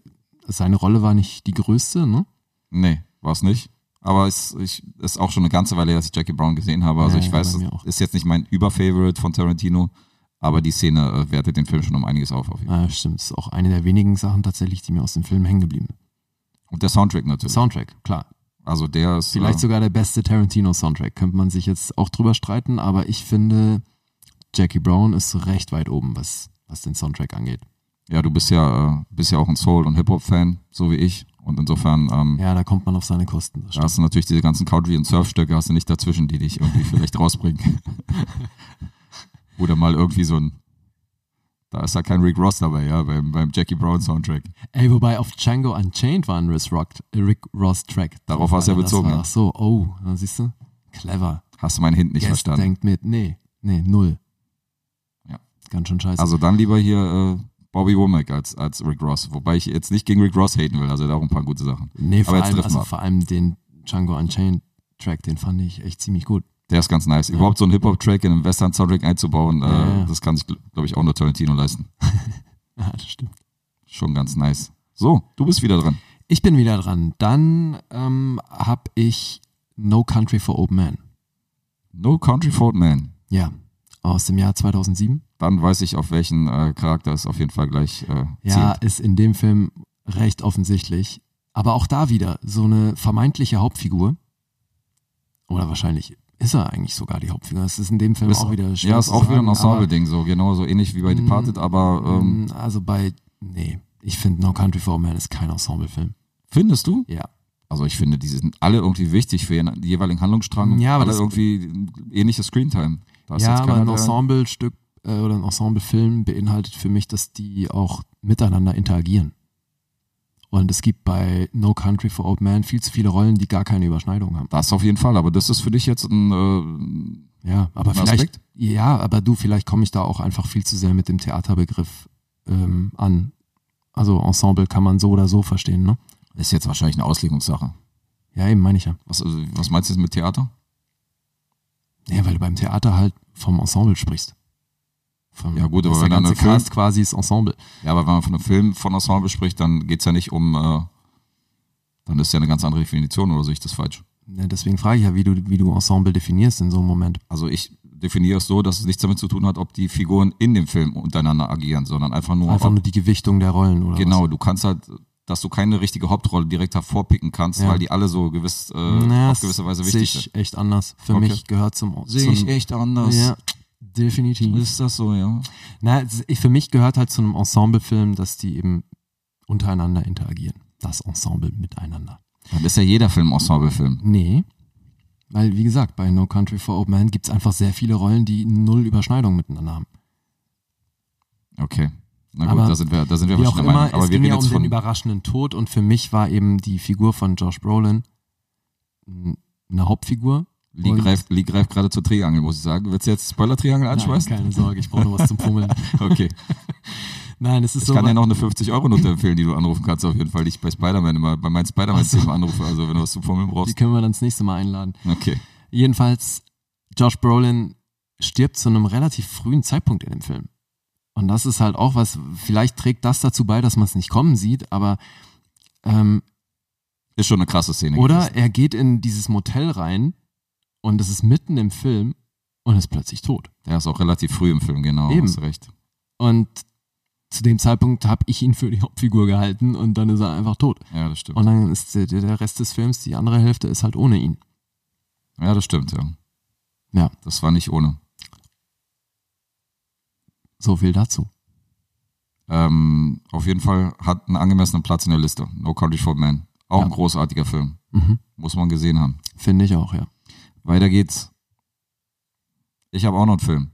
S2: seine Rolle war nicht die größte, ne?
S3: Nee, war es nicht. Aber es ich, ist auch schon eine ganze Weile, her, dass ich Jackie Brown gesehen habe. Also
S2: Ja,
S3: ich
S2: ja,
S3: weiß,
S2: bei mir
S3: es
S2: auch.
S3: ist jetzt nicht mein Überfavorite von Tarantino, aber die Szene äh, wertet den Film schon um einiges auf. auf jeden Fall.
S2: Ah, stimmt, ist auch eine der wenigen Sachen tatsächlich, die mir aus dem Film hängen geblieben.
S3: Und der Soundtrack natürlich.
S2: Soundtrack, klar.
S3: Also der ist.
S2: Vielleicht
S3: äh,
S2: sogar der beste Tarantino-Soundtrack. Könnte man sich jetzt auch drüber streiten, aber ich finde, Jackie Brown ist recht weit oben, was, was den Soundtrack angeht.
S3: ja, du bist ja, äh, bist ja auch ein Soul- und Hip-Hop-Fan, so wie ich. Und insofern ähm,
S2: Ja, da kommt man auf seine Kosten. Das
S3: da hast du natürlich diese ganzen Country- und Surfstücke hast du nicht dazwischen, die dich irgendwie vielleicht rausbringen. Oder mal irgendwie so ein, da ist ja kein Rick Ross dabei, ja, beim, beim Jackie Brown Soundtrack.
S2: Ey, wobei auf Django Unchained war ein Rick, Rock, Rick Ross Track.
S3: Darauf war's ja
S2: Das
S3: bezogen,
S2: war-
S3: ja.
S2: Ach so, oh, na, siehst du? Clever.
S3: Hast du meinen Hint nicht
S2: Guest
S3: verstanden.
S2: denkt mit. Nee, nee, null.
S3: Ja.
S2: Ganz schön scheiße.
S3: Also dann lieber hier äh, Bobby Womack als, als Rick Ross, wobei ich jetzt nicht gegen Rick Ross haten will, also da auch ein paar gute Sachen.
S2: nee, vor
S3: aber jetzt
S2: allem,
S3: treffen
S2: also
S3: wir.
S2: vor allem den Django Unchained Track, den fand ich echt ziemlich gut.
S3: Der ist ganz nice. Überhaupt so einen Hip-Hop-Track in einem Western-Soundtrack einzubauen, äh,
S2: Ja, ja.
S3: das kann sich, glaube ich, auch nur Tarantino leisten.
S2: Ja, das stimmt.
S3: Schon ganz nice. So, du bist wieder dran.
S2: Ich bin wieder dran. Dann ähm, habe ich No Country for Old Men.
S3: No Country for Old Man.
S2: Ja, aus dem Jahr 2007.
S3: dann weiß ich, auf welchen äh, Charakter es auf jeden Fall gleich äh,
S2: Ja,
S3: zielt.
S2: ist in dem Film recht offensichtlich. Aber auch da wieder so eine vermeintliche Hauptfigur. Oder wahrscheinlich ist er eigentlich sogar die Hauptfigur. Es ist in dem Film
S3: Ist-
S2: auch wieder Also schwer
S3: Ja, ist
S2: zu
S3: auch wieder ein
S2: sagen, aber-
S3: Ensemble-Ding, so genau, so ähnlich wie bei
S2: Mm,
S3: Departed, aber ähm,
S2: Mm, Also bei, nee, ich finde No Country for Old Men ist kein Ensemblefilm.
S3: findest du?
S2: Ja.
S3: Also ich finde, die sind alle irgendwie wichtig für ihren jeweiligen Handlungsstrang und
S2: Ja, aber
S3: alle
S2: das-
S3: irgendwie ein ähnliches Screentime. Da ist
S2: ja,
S3: jetzt
S2: aber
S3: keiner,
S2: ein
S3: der-
S2: Ensemblestück äh, oder ein Ensemblefilm beinhaltet für mich, dass die auch miteinander interagieren. Und es gibt bei No Country for Old Men viel zu viele Rollen, die gar keine Überschneidung haben.
S3: Das auf jeden Fall, aber das ist für dich jetzt ein äh,
S2: Ja, aber
S3: Ein
S2: vielleicht,
S3: Aspekt?
S2: ja, aber du, vielleicht komme ich da auch einfach viel zu sehr mit dem Theaterbegriff ähm, an. Also Ensemble kann man so oder so verstehen, ne?
S3: äh, ist jetzt wahrscheinlich eine Auslegungssache.
S2: Ja, eben meine ich ja.
S3: Was, also, was meinst du jetzt mit Theater?
S2: Ja, weil du beim Theater halt vom Ensemble sprichst. Vom,
S3: Ja, gut,
S2: dass
S3: aber
S2: der ganze
S3: wenn dann ein Film-
S2: Cast quasi ist Ensemble.
S3: Ja, aber wenn man von einem Film von Ensemble spricht, dann geht's ja nicht um, äh, dann ist ja eine ganz andere Definition oder sehe ich das falsch?
S2: Ja, deswegen frage ich ja, wie du, wie du Ensemble definierst in so einem Moment.
S3: Also ich definiere es so, dass es nichts damit zu tun hat, ob die Figuren in dem Film untereinander agieren, sondern einfach nur,
S2: Einfach
S3: ob,
S2: nur die Gewichtung der Rollen oder
S3: genau, du kannst halt, dass du keine richtige Hauptrolle direkt hervorpicken kannst,
S2: Ja.
S3: weil die alle so gewiss, äh,
S2: Na,
S3: auf gewisse Weise wichtig
S2: sehe
S3: sind.
S2: ich echt anders. Für
S3: Okay.
S2: mich gehört zum,
S3: Sehe ich
S2: zum
S3: echt anders.
S2: Ja, definitiv.
S3: Ist das so, ja?
S2: Na, es- ich- für mich gehört halt zu einem Ensemblefilm, dass die eben untereinander interagieren. Das Ensemble miteinander.
S3: Dann ist ja jeder Film Ensemblefilm.
S2: Nee. Weil, wie gesagt, bei No Country for Old Man gibt es einfach sehr viele Rollen, die null Überschneidung miteinander haben.
S3: Okay. Na gut,
S2: Aber
S3: da sind wir, da sind wir
S2: Wie auch
S3: verschiedener
S2: immer,
S3: Meinung. Aber
S2: es
S3: wir
S2: ging
S3: reden
S2: ja um
S3: jetzt
S2: den
S3: von.
S2: überraschenden Tod und für mich war eben die Figur von Josh Brolin m, eine Hauptfigur.
S3: Lee
S2: und-
S3: greift, Lee greift gerade zur Triangel, muss ich sagen. Willst Ah, du jetzt Spoiler-Triangel
S2: Nein,
S3: anschmeißen?
S2: keine Sorge, ich brauche nur was zum Pummeln.
S3: Okay.
S2: Nein, es ist
S3: Ich
S2: so.
S3: kann dir noch eine 50-Euro-Note empfehlen, die du anrufen kannst, auf jeden Fall, die ich bei Spider-Man immer, bei meinen Spider-Man-Themen anrufe. Also, wenn du was zu Formeln
S2: die
S3: brauchst.
S2: können wir dann das nächste Mal einladen.
S3: Okay.
S2: Jedenfalls, Josh Brolin stirbt zu einem relativ frühen Zeitpunkt in dem Film. Und das ist halt auch was, vielleicht trägt das dazu bei, dass man es nicht kommen sieht, aber ähm,
S3: Ist schon eine krasse Szene.
S2: oder
S3: gewesen.
S2: er geht in dieses Motel rein und es ist mitten im Film und ist plötzlich tot.
S3: Der ist auch relativ früh im Film, genau.
S2: Eben.
S3: Hast recht.
S2: Und zu dem Zeitpunkt habe ich ihn für die Hauptfigur gehalten und dann ist er einfach tot.
S3: Ja, das stimmt.
S2: Und dann ist der, der Rest des Films, die andere Hälfte ist halt ohne ihn.
S3: Ja, das stimmt, ja.
S2: Ja.
S3: Das war nicht ohne.
S2: So viel dazu.
S3: Ähm, auf jeden Fall hat einen angemessenen Platz in der Liste. No Country for Man. Auch
S2: Ja.
S3: ein großartiger Film.
S2: Mhm.
S3: Muss man gesehen haben.
S2: Finde ich auch, ja.
S3: Weiter geht's. Ich habe auch noch einen Film.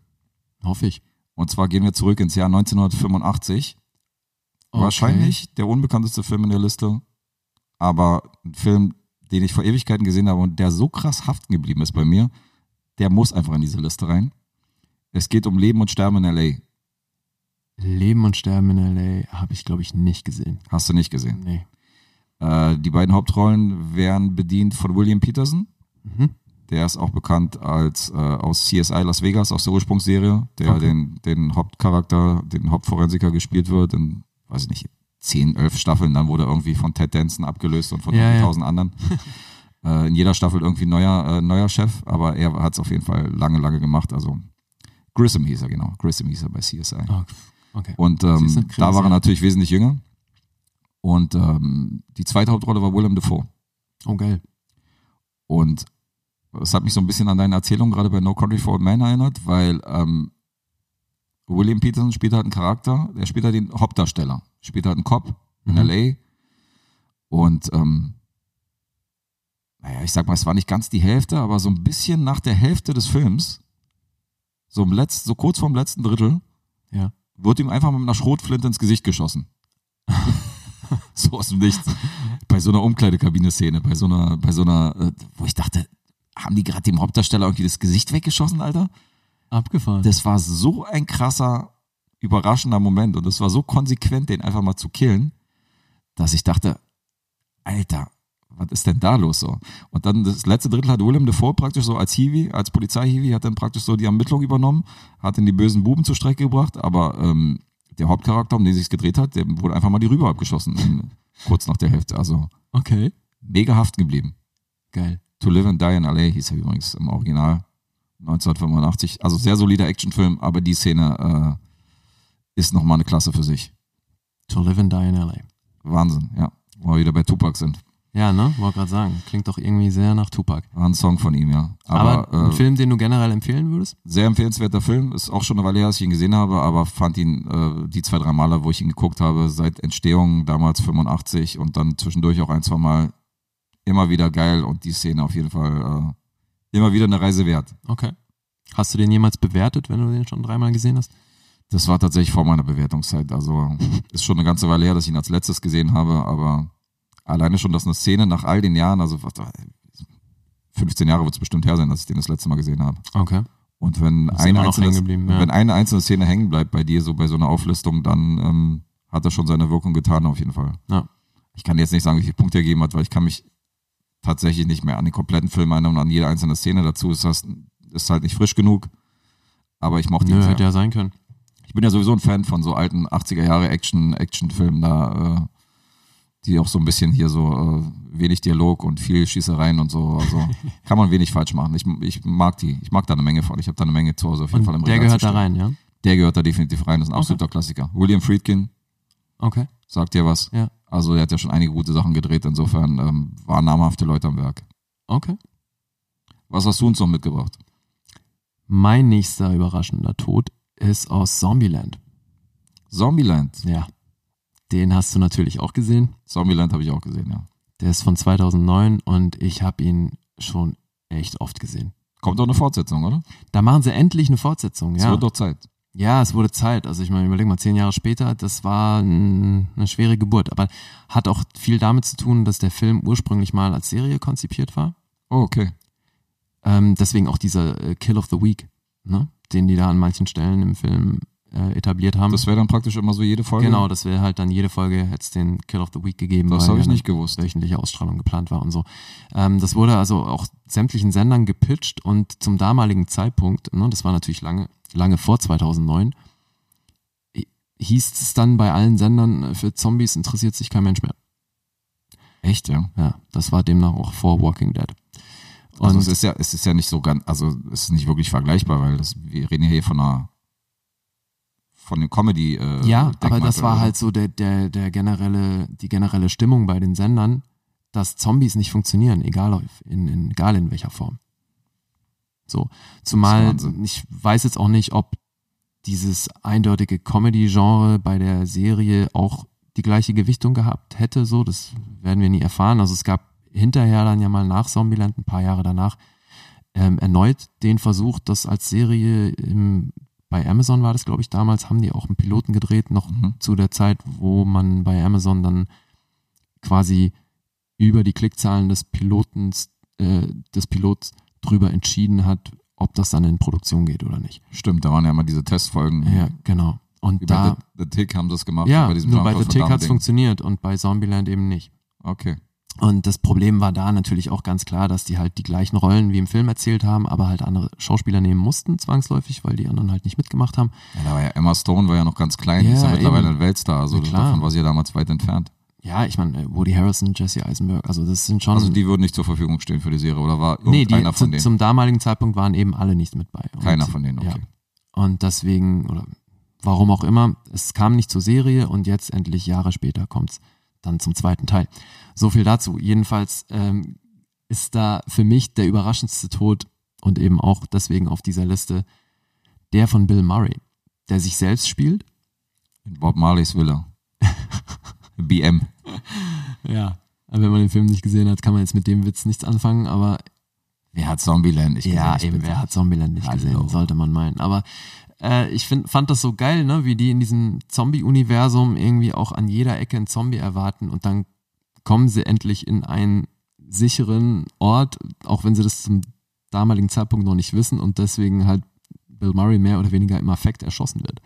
S2: Hoffe ich.
S3: Und zwar gehen wir zurück ins Jahr 1985.
S2: Okay.
S3: Wahrscheinlich der unbekannteste Film in der Liste, aber ein Film, den ich vor Ewigkeiten gesehen habe und der so krass haften geblieben ist bei mir, der muss einfach in diese Liste rein. Es geht um Leben und Sterben in L.A.
S2: Leben und Sterben in L.A. habe ich, glaube ich, nicht gesehen.
S3: Hast du nicht gesehen.
S2: Nee.
S3: Äh, die beiden Hauptrollen werden bedient von William Peterson.
S2: Mhm.
S3: Der ist auch bekannt als äh, aus CSI Las Vegas, aus der Ursprungsserie, der
S2: Okay.
S3: den, den Hauptcharakter, den Hauptforensiker gespielt wird in, weiß ich nicht, 10, 11 Staffeln. Dann wurde er irgendwie von Ted Danson abgelöst und von
S2: Ja, ja.
S3: tausend anderen. äh, in jeder Staffel irgendwie neuer, äh, neuer Chef, aber er hat es auf jeden Fall lange, lange gemacht. Also Grissom hieß er, genau. Grissom hieß er bei CSI.
S2: Ah, Okay.
S3: Und
S2: Siehst du,
S3: ähm,
S2: kriegen
S3: da war
S2: sie
S3: er
S2: hin.
S3: natürlich wesentlich jünger. Und ähm, die zweite Hauptrolle war Willem Dafoe.
S2: Oh, geil.
S3: Und es hat mich so ein bisschen an deine Erzählung gerade bei No Country for Old Men erinnert, weil ähm, William Peterson spielt halt einen Charakter, der spielt halt den Hauptdarsteller, spielt halt einen Cop in
S2: Mhm.
S3: L.A. Und ähm, naja, ich sag mal, es war nicht ganz die Hälfte, aber so ein bisschen nach der Hälfte des Films, so, im Letz-, so kurz vorm letzten Drittel,
S2: Ja.
S3: wird ihm einfach mit einer Schrotflinte ins Gesicht geschossen. so aus dem Nichts. Bei so einer Umkleidekabine-Szene, bei so einer, bei so einer, äh, wo ich dachte, haben die gerade dem Hauptdarsteller irgendwie das Gesicht weggeschossen, Alter?
S2: Abgefahren.
S3: Das war so ein krasser, überraschender Moment und das war so konsequent, den einfach mal zu killen, dass ich dachte, Alter, was ist denn da los so? Und dann das letzte Drittel hat Willem Dafoe praktisch so als Hiwi, als Polizeihiwi, hat dann praktisch so die Ermittlung übernommen, hat dann die bösen Buben zur Strecke gebracht, aber ähm, der Hauptcharakter, um den sich's gedreht hat, dem wurde einfach mal die Rübe abgeschossen, in, kurz nach der Hälfte. Also
S2: okay.
S3: mega haften geblieben.
S2: Geil.
S3: To Live and Die in L.A. hieß er übrigens im Original. 1985. Also sehr solider Actionfilm, aber die Szene äh, ist nochmal eine Klasse für sich.
S2: To live and die in L.A.
S3: Wahnsinn, ja. Wo wir wieder bei Tupac sind.
S2: Ja, ne? Wollte gerade sagen. Klingt doch irgendwie sehr nach Tupac.
S3: War ein Song von ihm, ja.
S2: Aber,
S3: Aber,
S2: ein
S3: äh,
S2: Film, den du generell empfehlen würdest?
S3: sehr empfehlenswerter Film. Ist auch schon eine Weile her, dass ich ihn gesehen habe, aber fand ihn äh, die zwei, drei Male, wo ich ihn geguckt habe, seit Entstehung damals 85 und dann zwischendurch auch ein, zwei Mal immer wieder geil und die Szene auf jeden Fall äh, immer wieder eine Reise wert.
S2: Okay. Hast du den jemals bewertet, wenn du den schon dreimal gesehen hast?
S3: Das war tatsächlich vor meiner Bewertungszeit. Also ist schon eine ganze Weile her, dass ich ihn als letztes gesehen habe, aber alleine schon, dass eine Szene nach all den Jahren, also was- 15 Jahre wird es bestimmt her sein, dass ich den das letzte Mal gesehen habe.
S2: Okay.
S3: Und wenn
S2: Ist
S3: eine,
S2: immer noch
S3: einzelne,
S2: hängen geblieben, ja.
S3: wenn eine einzelne Szene hängen bleibt bei dir, so bei so einer Auflistung, dann ähm, hat er schon seine Wirkung getan, auf jeden Fall.
S2: Ja.
S3: Ich kann dir jetzt nicht sagen, wie viele Punkte er gegeben hat, weil ich kann mich tatsächlich nicht mehr an den kompletten Film erinnern und an jede einzelne Szene dazu. Ist, das, ist halt nicht frisch genug. Aber ich mochte ihn
S2: Nö,
S3: sehr.
S2: hätte ja sein können.
S3: Ich bin ja sowieso ein Fan von so alten 80er Jahre Action, Actionfilmen da, äh, die auch so ein bisschen hier so äh, wenig Dialog und viel Schießereien und so. Also kann man wenig falsch machen. Ich, ich mag die, ich mag da eine Menge von. Ich habe da eine Menge zu Hause auf jeden Fall im
S2: Und der
S3: Regal
S2: gehört
S3: zu
S2: da
S3: stehen.
S2: rein, ja?
S3: Der gehört da definitiv rein. Das ist ein absoluter Klassiker. William Friedkin,
S2: Okay.
S3: sagt dir was?
S2: Ja.
S3: Also er hat ja schon einige gute Sachen gedreht, insofern ähm, waren namhafte Leute am Werk.
S2: Okay.
S3: Was hast du uns noch mitgebracht?
S2: Mein nächster überraschender Tod ist aus Zombieland.
S3: Zombieland.
S2: Ja. Den hast du natürlich auch gesehen.
S3: Zombieland habe ich auch gesehen, ja.
S2: Der ist von 2009 und ich habe ihn schon echt oft gesehen.
S3: Kommt auch eine Fortsetzung, oder?
S2: Da machen sie endlich eine Fortsetzung,
S3: Es
S2: ja.
S3: wird doch Zeit.
S2: Ja, es wurde Zeit. Also ich meine, überleg mal, zehn Jahre später, das war n- eine schwere Geburt. Aber hat auch viel damit zu tun, dass der Film ursprünglich mal als Serie konzipiert war.
S3: Oh, okay.
S2: Ähm, deswegen auch dieser äh, Kill of the Week, ne? den die da an manchen Stellen im Film äh, etabliert haben.
S3: Das wäre dann praktisch immer so jede Folge.
S2: genau, das wäre halt dann jede Folge, hätte es den Kill of the Week gegeben.
S3: Das
S2: weil
S3: habe ich
S2: ja
S3: nicht
S2: eine
S3: gewusst.
S2: wöchentliche Ausstrahlung geplant war und so. Ähm, das wurde also auch sämtlichen Sendern gepitcht und zum damaligen Zeitpunkt, ne, das war natürlich lange, lange vor 2009, hi- hieß es dann bei allen Sendern, äh, für Zombies interessiert sich kein Mensch mehr.
S3: Echt, ja.
S2: Ja, das war demnach auch vor Walking Dead. Und
S3: Also es ist ja, es ist ja nicht so ganz, also es ist nicht wirklich vergleichbar, weil das, wir reden ja hier von einer von dem Comedy. Äh,
S2: Ja, aber
S3: Denkmantel,
S2: das war
S3: oder?
S2: halt so der, der, der generelle, die generelle Stimmung bei den Sendern, dass Zombies nicht funktionieren, egal auf- in, in, egal in welcher Form. So, zumal
S3: Das ist Wahnsinn.
S2: ich weiß jetzt auch nicht, ob dieses eindeutige Comedy-Genre bei der Serie auch die gleiche Gewichtung gehabt hätte, so, das werden wir nie erfahren. Also es gab hinterher dann ja mal nach Zombieland, ein paar Jahre danach, ähm, erneut den Versuch, das als Serie im, bei Amazon war das, glaube ich, damals, haben die auch einen Piloten gedreht, noch
S3: Mhm.
S2: zu der Zeit, wo man bei Amazon dann quasi über die Klickzahlen des Pilotens, äh, des Pilots drüber entschieden hat, ob das dann in Produktion geht oder nicht.
S3: Stimmt, da waren ja immer diese Testfolgen.
S2: Ja, genau. Und
S3: Mhm. Wie
S2: da,
S3: bei The, The Tick haben sie das gemacht.
S2: ja,
S3: bei diesem
S2: nur bei The
S3: Jean-Claude
S2: Tick hat es
S3: Van Damme-Ding.
S2: funktioniert und bei Zombieland eben nicht.
S3: Okay.
S2: Und das Problem war da natürlich auch ganz klar, dass die halt die gleichen Rollen wie im Film erzählt haben, aber halt andere Schauspieler nehmen mussten, zwangsläufig, weil die anderen halt nicht mitgemacht haben.
S3: Ja, da war ja Emma Stone war ja noch ganz klein, die ist ja
S2: Ja,
S3: mittlerweile
S2: eben.
S3: ein Weltstar, also
S2: Na klar.
S3: davon war sie ja damals weit entfernt.
S2: Ja, ich meine, äh, Woody Harrison, Jesse Eisenberg, also das sind schon.
S3: Also die würden nicht zur Verfügung stehen für die Serie, oder war
S2: nee, die,
S3: irgendeiner von
S2: zu,
S3: denen?
S2: zum damaligen Zeitpunkt waren eben alle nicht mit bei. Und,
S3: Keiner von denen, okay.
S2: ja. Und deswegen, oder warum auch immer, es kam nicht zur Serie und jetzt endlich Jahre später kommt's dann zum zweiten Teil. So viel dazu. Jedenfalls ähm, ist da für mich der überraschendste Tod und eben auch deswegen auf dieser Liste der von Bill Murray, der sich selbst spielt.
S3: In Bob Marleys Villa. BM.
S2: Ja. Aber wenn man den Film nicht gesehen hat, kann man jetzt mit dem Witz nichts anfangen, aber
S3: Wer hat Zombieland nicht
S2: ja,
S3: gesehen?
S2: eben,
S3: Bitte. Also.
S2: wer hat Zombieland nicht
S3: Hallo.
S2: gesehen, sollte man meinen. Aber äh, ich find, fand das so geil, ne? wie die in diesem Zombie-Universum irgendwie auch an jeder Ecke einen Zombie erwarten und dann kommen sie endlich in einen sicheren Ort, auch wenn sie das zum damaligen Zeitpunkt noch nicht wissen und deswegen halt Bill Murray mehr oder weniger im Affekt erschossen wird.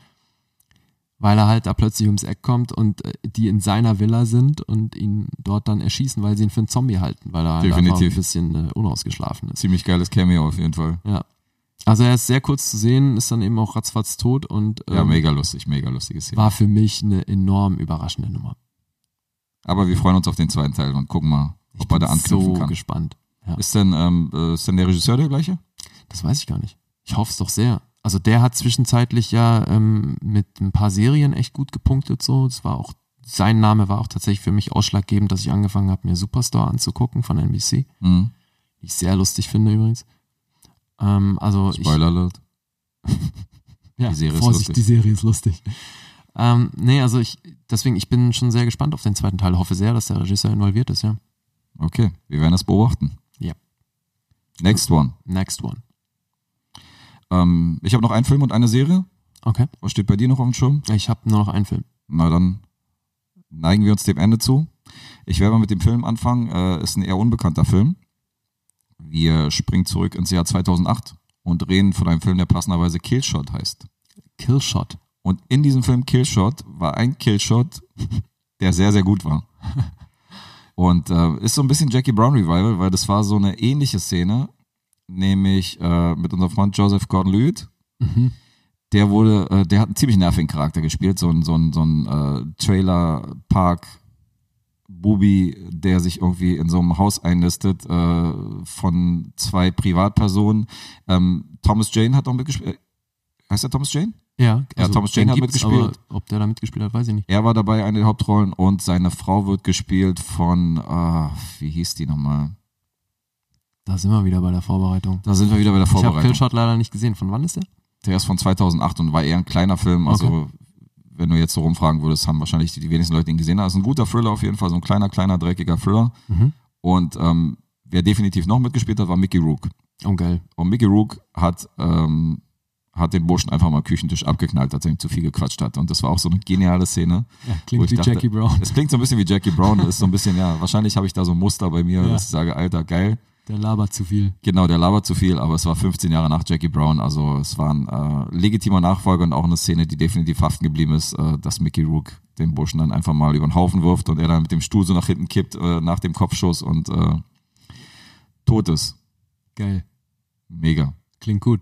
S2: Weil er halt da plötzlich ums Eck kommt und äh, die in seiner Villa sind und ihn dort dann erschießen, weil sie ihn für einen Zombie halten, weil er halt einfach ein
S3: Definitiv.
S2: bisschen äh, unausgeschlafen ist.
S3: Ziemlich geiles Cameo auf jeden Fall.
S2: Ja. Also er ist sehr kurz zu sehen, ist dann eben auch ratzfatz tot und ähm,
S3: Ja, mega lustig, mega lustiges Szene.
S2: war für mich eine enorm überraschende Nummer.
S3: Aber wir freuen uns auf den zweiten Teil und gucken mal,
S2: Ich
S3: ob er da
S2: bin so
S3: anknüpfen kann.
S2: gespannt. Ja,
S3: Ist denn, ähm, äh, ist denn der Regisseur der gleiche?
S2: das weiß ich gar nicht. Ich hoffe es doch sehr. Also der hat zwischenzeitlich ja ähm, mit ein paar Serien echt gut gepunktet so. Es war auch sein Name war auch tatsächlich für mich ausschlaggebend, dass ich angefangen habe, mir Superstore anzugucken von NBC,
S3: Mhm.
S2: die ich sehr lustig finde übrigens. Ähm, also ich,
S3: Spoiler Alert.
S2: Ja,
S3: Die Serie ist
S2: Vorsicht,
S3: lustig.
S2: die Serie ist lustig. Ähm, nee, also ich, deswegen, ich bin schon sehr gespannt auf den zweiten Teil. Hoffe sehr, dass der Regisseur involviert ist, ja.
S3: Okay, wir werden das beobachten.
S2: Ja.
S3: Next one.
S2: Next one.
S3: Ähm, ich habe noch einen Film und eine Serie.
S2: Okay.
S3: Was steht bei dir noch auf dem Schirm?
S2: Ich habe nur noch einen Film.
S3: Na dann neigen wir uns dem Ende zu. Ich werde mal mit dem Film anfangen. Äh, ist ein eher unbekannter Film. Wir springen zurück ins Jahr 2008 und reden von einem Film, der passenderweise Killshot heißt.
S2: Killshot.
S3: Und in diesem Film Killshot war ein Killshot, der sehr, sehr gut war. Und äh, ist so ein bisschen Jackie Brown Revival, weil das war so eine ähnliche Szene, nämlich äh, mit unserem Freund Joseph Gordon-Lewitt. Der wurde, äh, der hat einen ziemlich nervigen Charakter gespielt, so ein, so ein, so ein äh, Trailer-Park. Bubi, der sich irgendwie in so einem Haus einlistet äh, von zwei Privatpersonen. Ähm, Thomas Jane hat auch mitgespielt. Heißt er Thomas Jane?
S2: Ja,
S3: Ja, Thomas Jane
S2: Also den
S3: hat
S2: gibt's,
S3: mitgespielt.
S2: Aber ob der da mitgespielt hat, weiß ich nicht.
S3: Er war dabei, eine der Hauptrollen, und seine Frau wird gespielt von, ah, wie hieß die nochmal?
S2: Da sind wir wieder bei der Vorbereitung.
S3: Da sind wir wieder bei der
S2: Ich habe
S3: Vorbereitung.
S2: Killshot leider nicht gesehen. Von wann ist der?
S3: Der ist von 2008 und war eher ein kleiner Film. Also, wenn du jetzt so rumfragen würdest, haben wahrscheinlich die, die wenigsten Leute ihn gesehen. Das ist ein guter Thriller auf jeden Fall, so ein kleiner, kleiner, dreckiger Thriller.
S2: Mhm.
S3: Und ähm, wer definitiv noch mitgespielt hat, war Mickey Rook.
S2: Oh, geil.
S3: Und Mickey Rook hat, ähm, hat den Burschen einfach mal am Küchentisch abgeknallt, als er ihm zu viel gequatscht hat. Und das war auch so eine geniale Szene.
S2: Ja,
S3: Wo
S2: klingt
S3: ich
S2: wie
S3: dachte-
S2: Jackie Brown.
S3: Es klingt so ein bisschen wie Jackie Brown, das ist so ein bisschen, ja, wahrscheinlich habe ich da so ein Muster bei mir,
S2: Ja.
S3: dass ich sage, Alter, geil.
S2: Der labert zu viel.
S3: Genau, der labert zu viel, aber es war 15 Jahre nach Jackie Brown, also es war ein äh, legitimer Nachfolger und auch eine Szene, die definitiv haften geblieben ist, äh, dass Mickey Rook den Burschen dann einfach mal über den Haufen wirft und er dann mit dem Stuhl so nach hinten kippt äh, nach dem Kopfschuss und äh, tot ist.
S2: Geil.
S3: Mega.
S2: Klingt gut.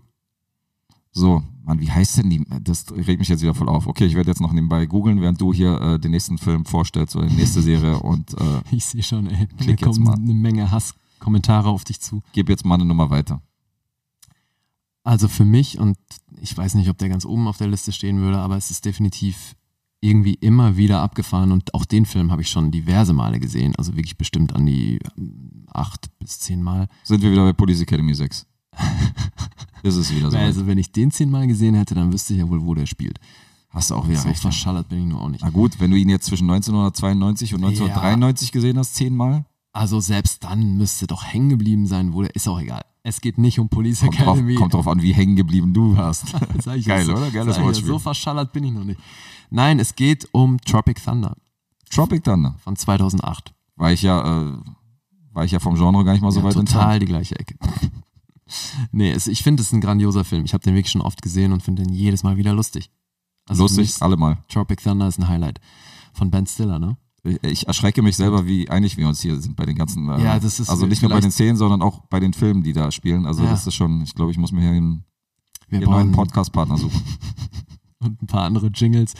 S3: So, Mann, wie heißt denn die? Das regt mich jetzt wieder voll auf. Okay, ich werde jetzt noch nebenbei googeln, während du hier äh, den nächsten Film vorstellst oder die nächste Serie und äh,
S2: Ich sehe schon, ey. Da
S3: Klick jetzt
S2: kommen
S3: mal.
S2: eine Menge Hasskommentare auf dich zu.
S3: gebe jetzt mal eine Nummer weiter.
S2: Also für mich, und ich weiß nicht, ob der ganz oben auf der Liste stehen würde, aber es ist definitiv irgendwie immer wieder abgefahren und auch den Film habe ich schon diverse Male gesehen, also wirklich bestimmt an die ähm, acht bis zehn Mal.
S3: Sind wir wieder bei Police Academy 6. Ist es wieder so.
S2: also wenn ich den zehnmal gesehen hätte, dann wüsste ich ja wohl, wo der spielt.
S3: Hast du auch
S2: so
S3: ja.
S2: verschallert bin ich nur auch nicht.
S3: Na gut, wenn du ihn jetzt zwischen 1992 und 1993 gesehen hast, zehnmal,
S2: Also selbst dann müsste doch hängen geblieben sein, wo der ist auch egal. Es geht nicht um Police
S3: kommt drauf,
S2: Academy.
S3: kommt drauf an, wie hängen geblieben du warst.
S2: Sag ich
S3: Geil,
S2: das so.
S3: oder?
S2: Sag
S3: Geiles
S2: ich das
S3: Wortspiel.
S2: So verschallert bin ich noch nicht. Nein, es geht um Tropic Thunder
S3: Tropic Thunder.
S2: von 2008.
S3: War ich ja, äh, war ich ja vom Genre gar nicht mal so
S2: ja,
S3: weit
S2: total
S3: entfernt.
S2: die gleiche Ecke. nee, es, ich finde es ist ein grandioser Film. Ich habe den wirklich schon oft gesehen und finde den jedes Mal wieder lustig. Also für mich
S3: Lustig,
S2: ist
S3: alle mal.
S2: Tropic Thunder ist ein Highlight von Ben Stiller, ne?
S3: Ich- Ich erschrecke mich selber, wie einig wir uns hier sind bei den ganzen. Äh,
S2: Ja, das ist
S3: also nicht nur bei
S2: vielleicht-
S3: den Szenen, sondern auch bei den Filmen, die da spielen. Also
S2: Ja.
S3: das ist schon, ich glaube, ich muss mir hier einen,
S2: Wir
S3: hier einen neuen Podcast-Partner suchen.
S2: und ein paar andere Jingles.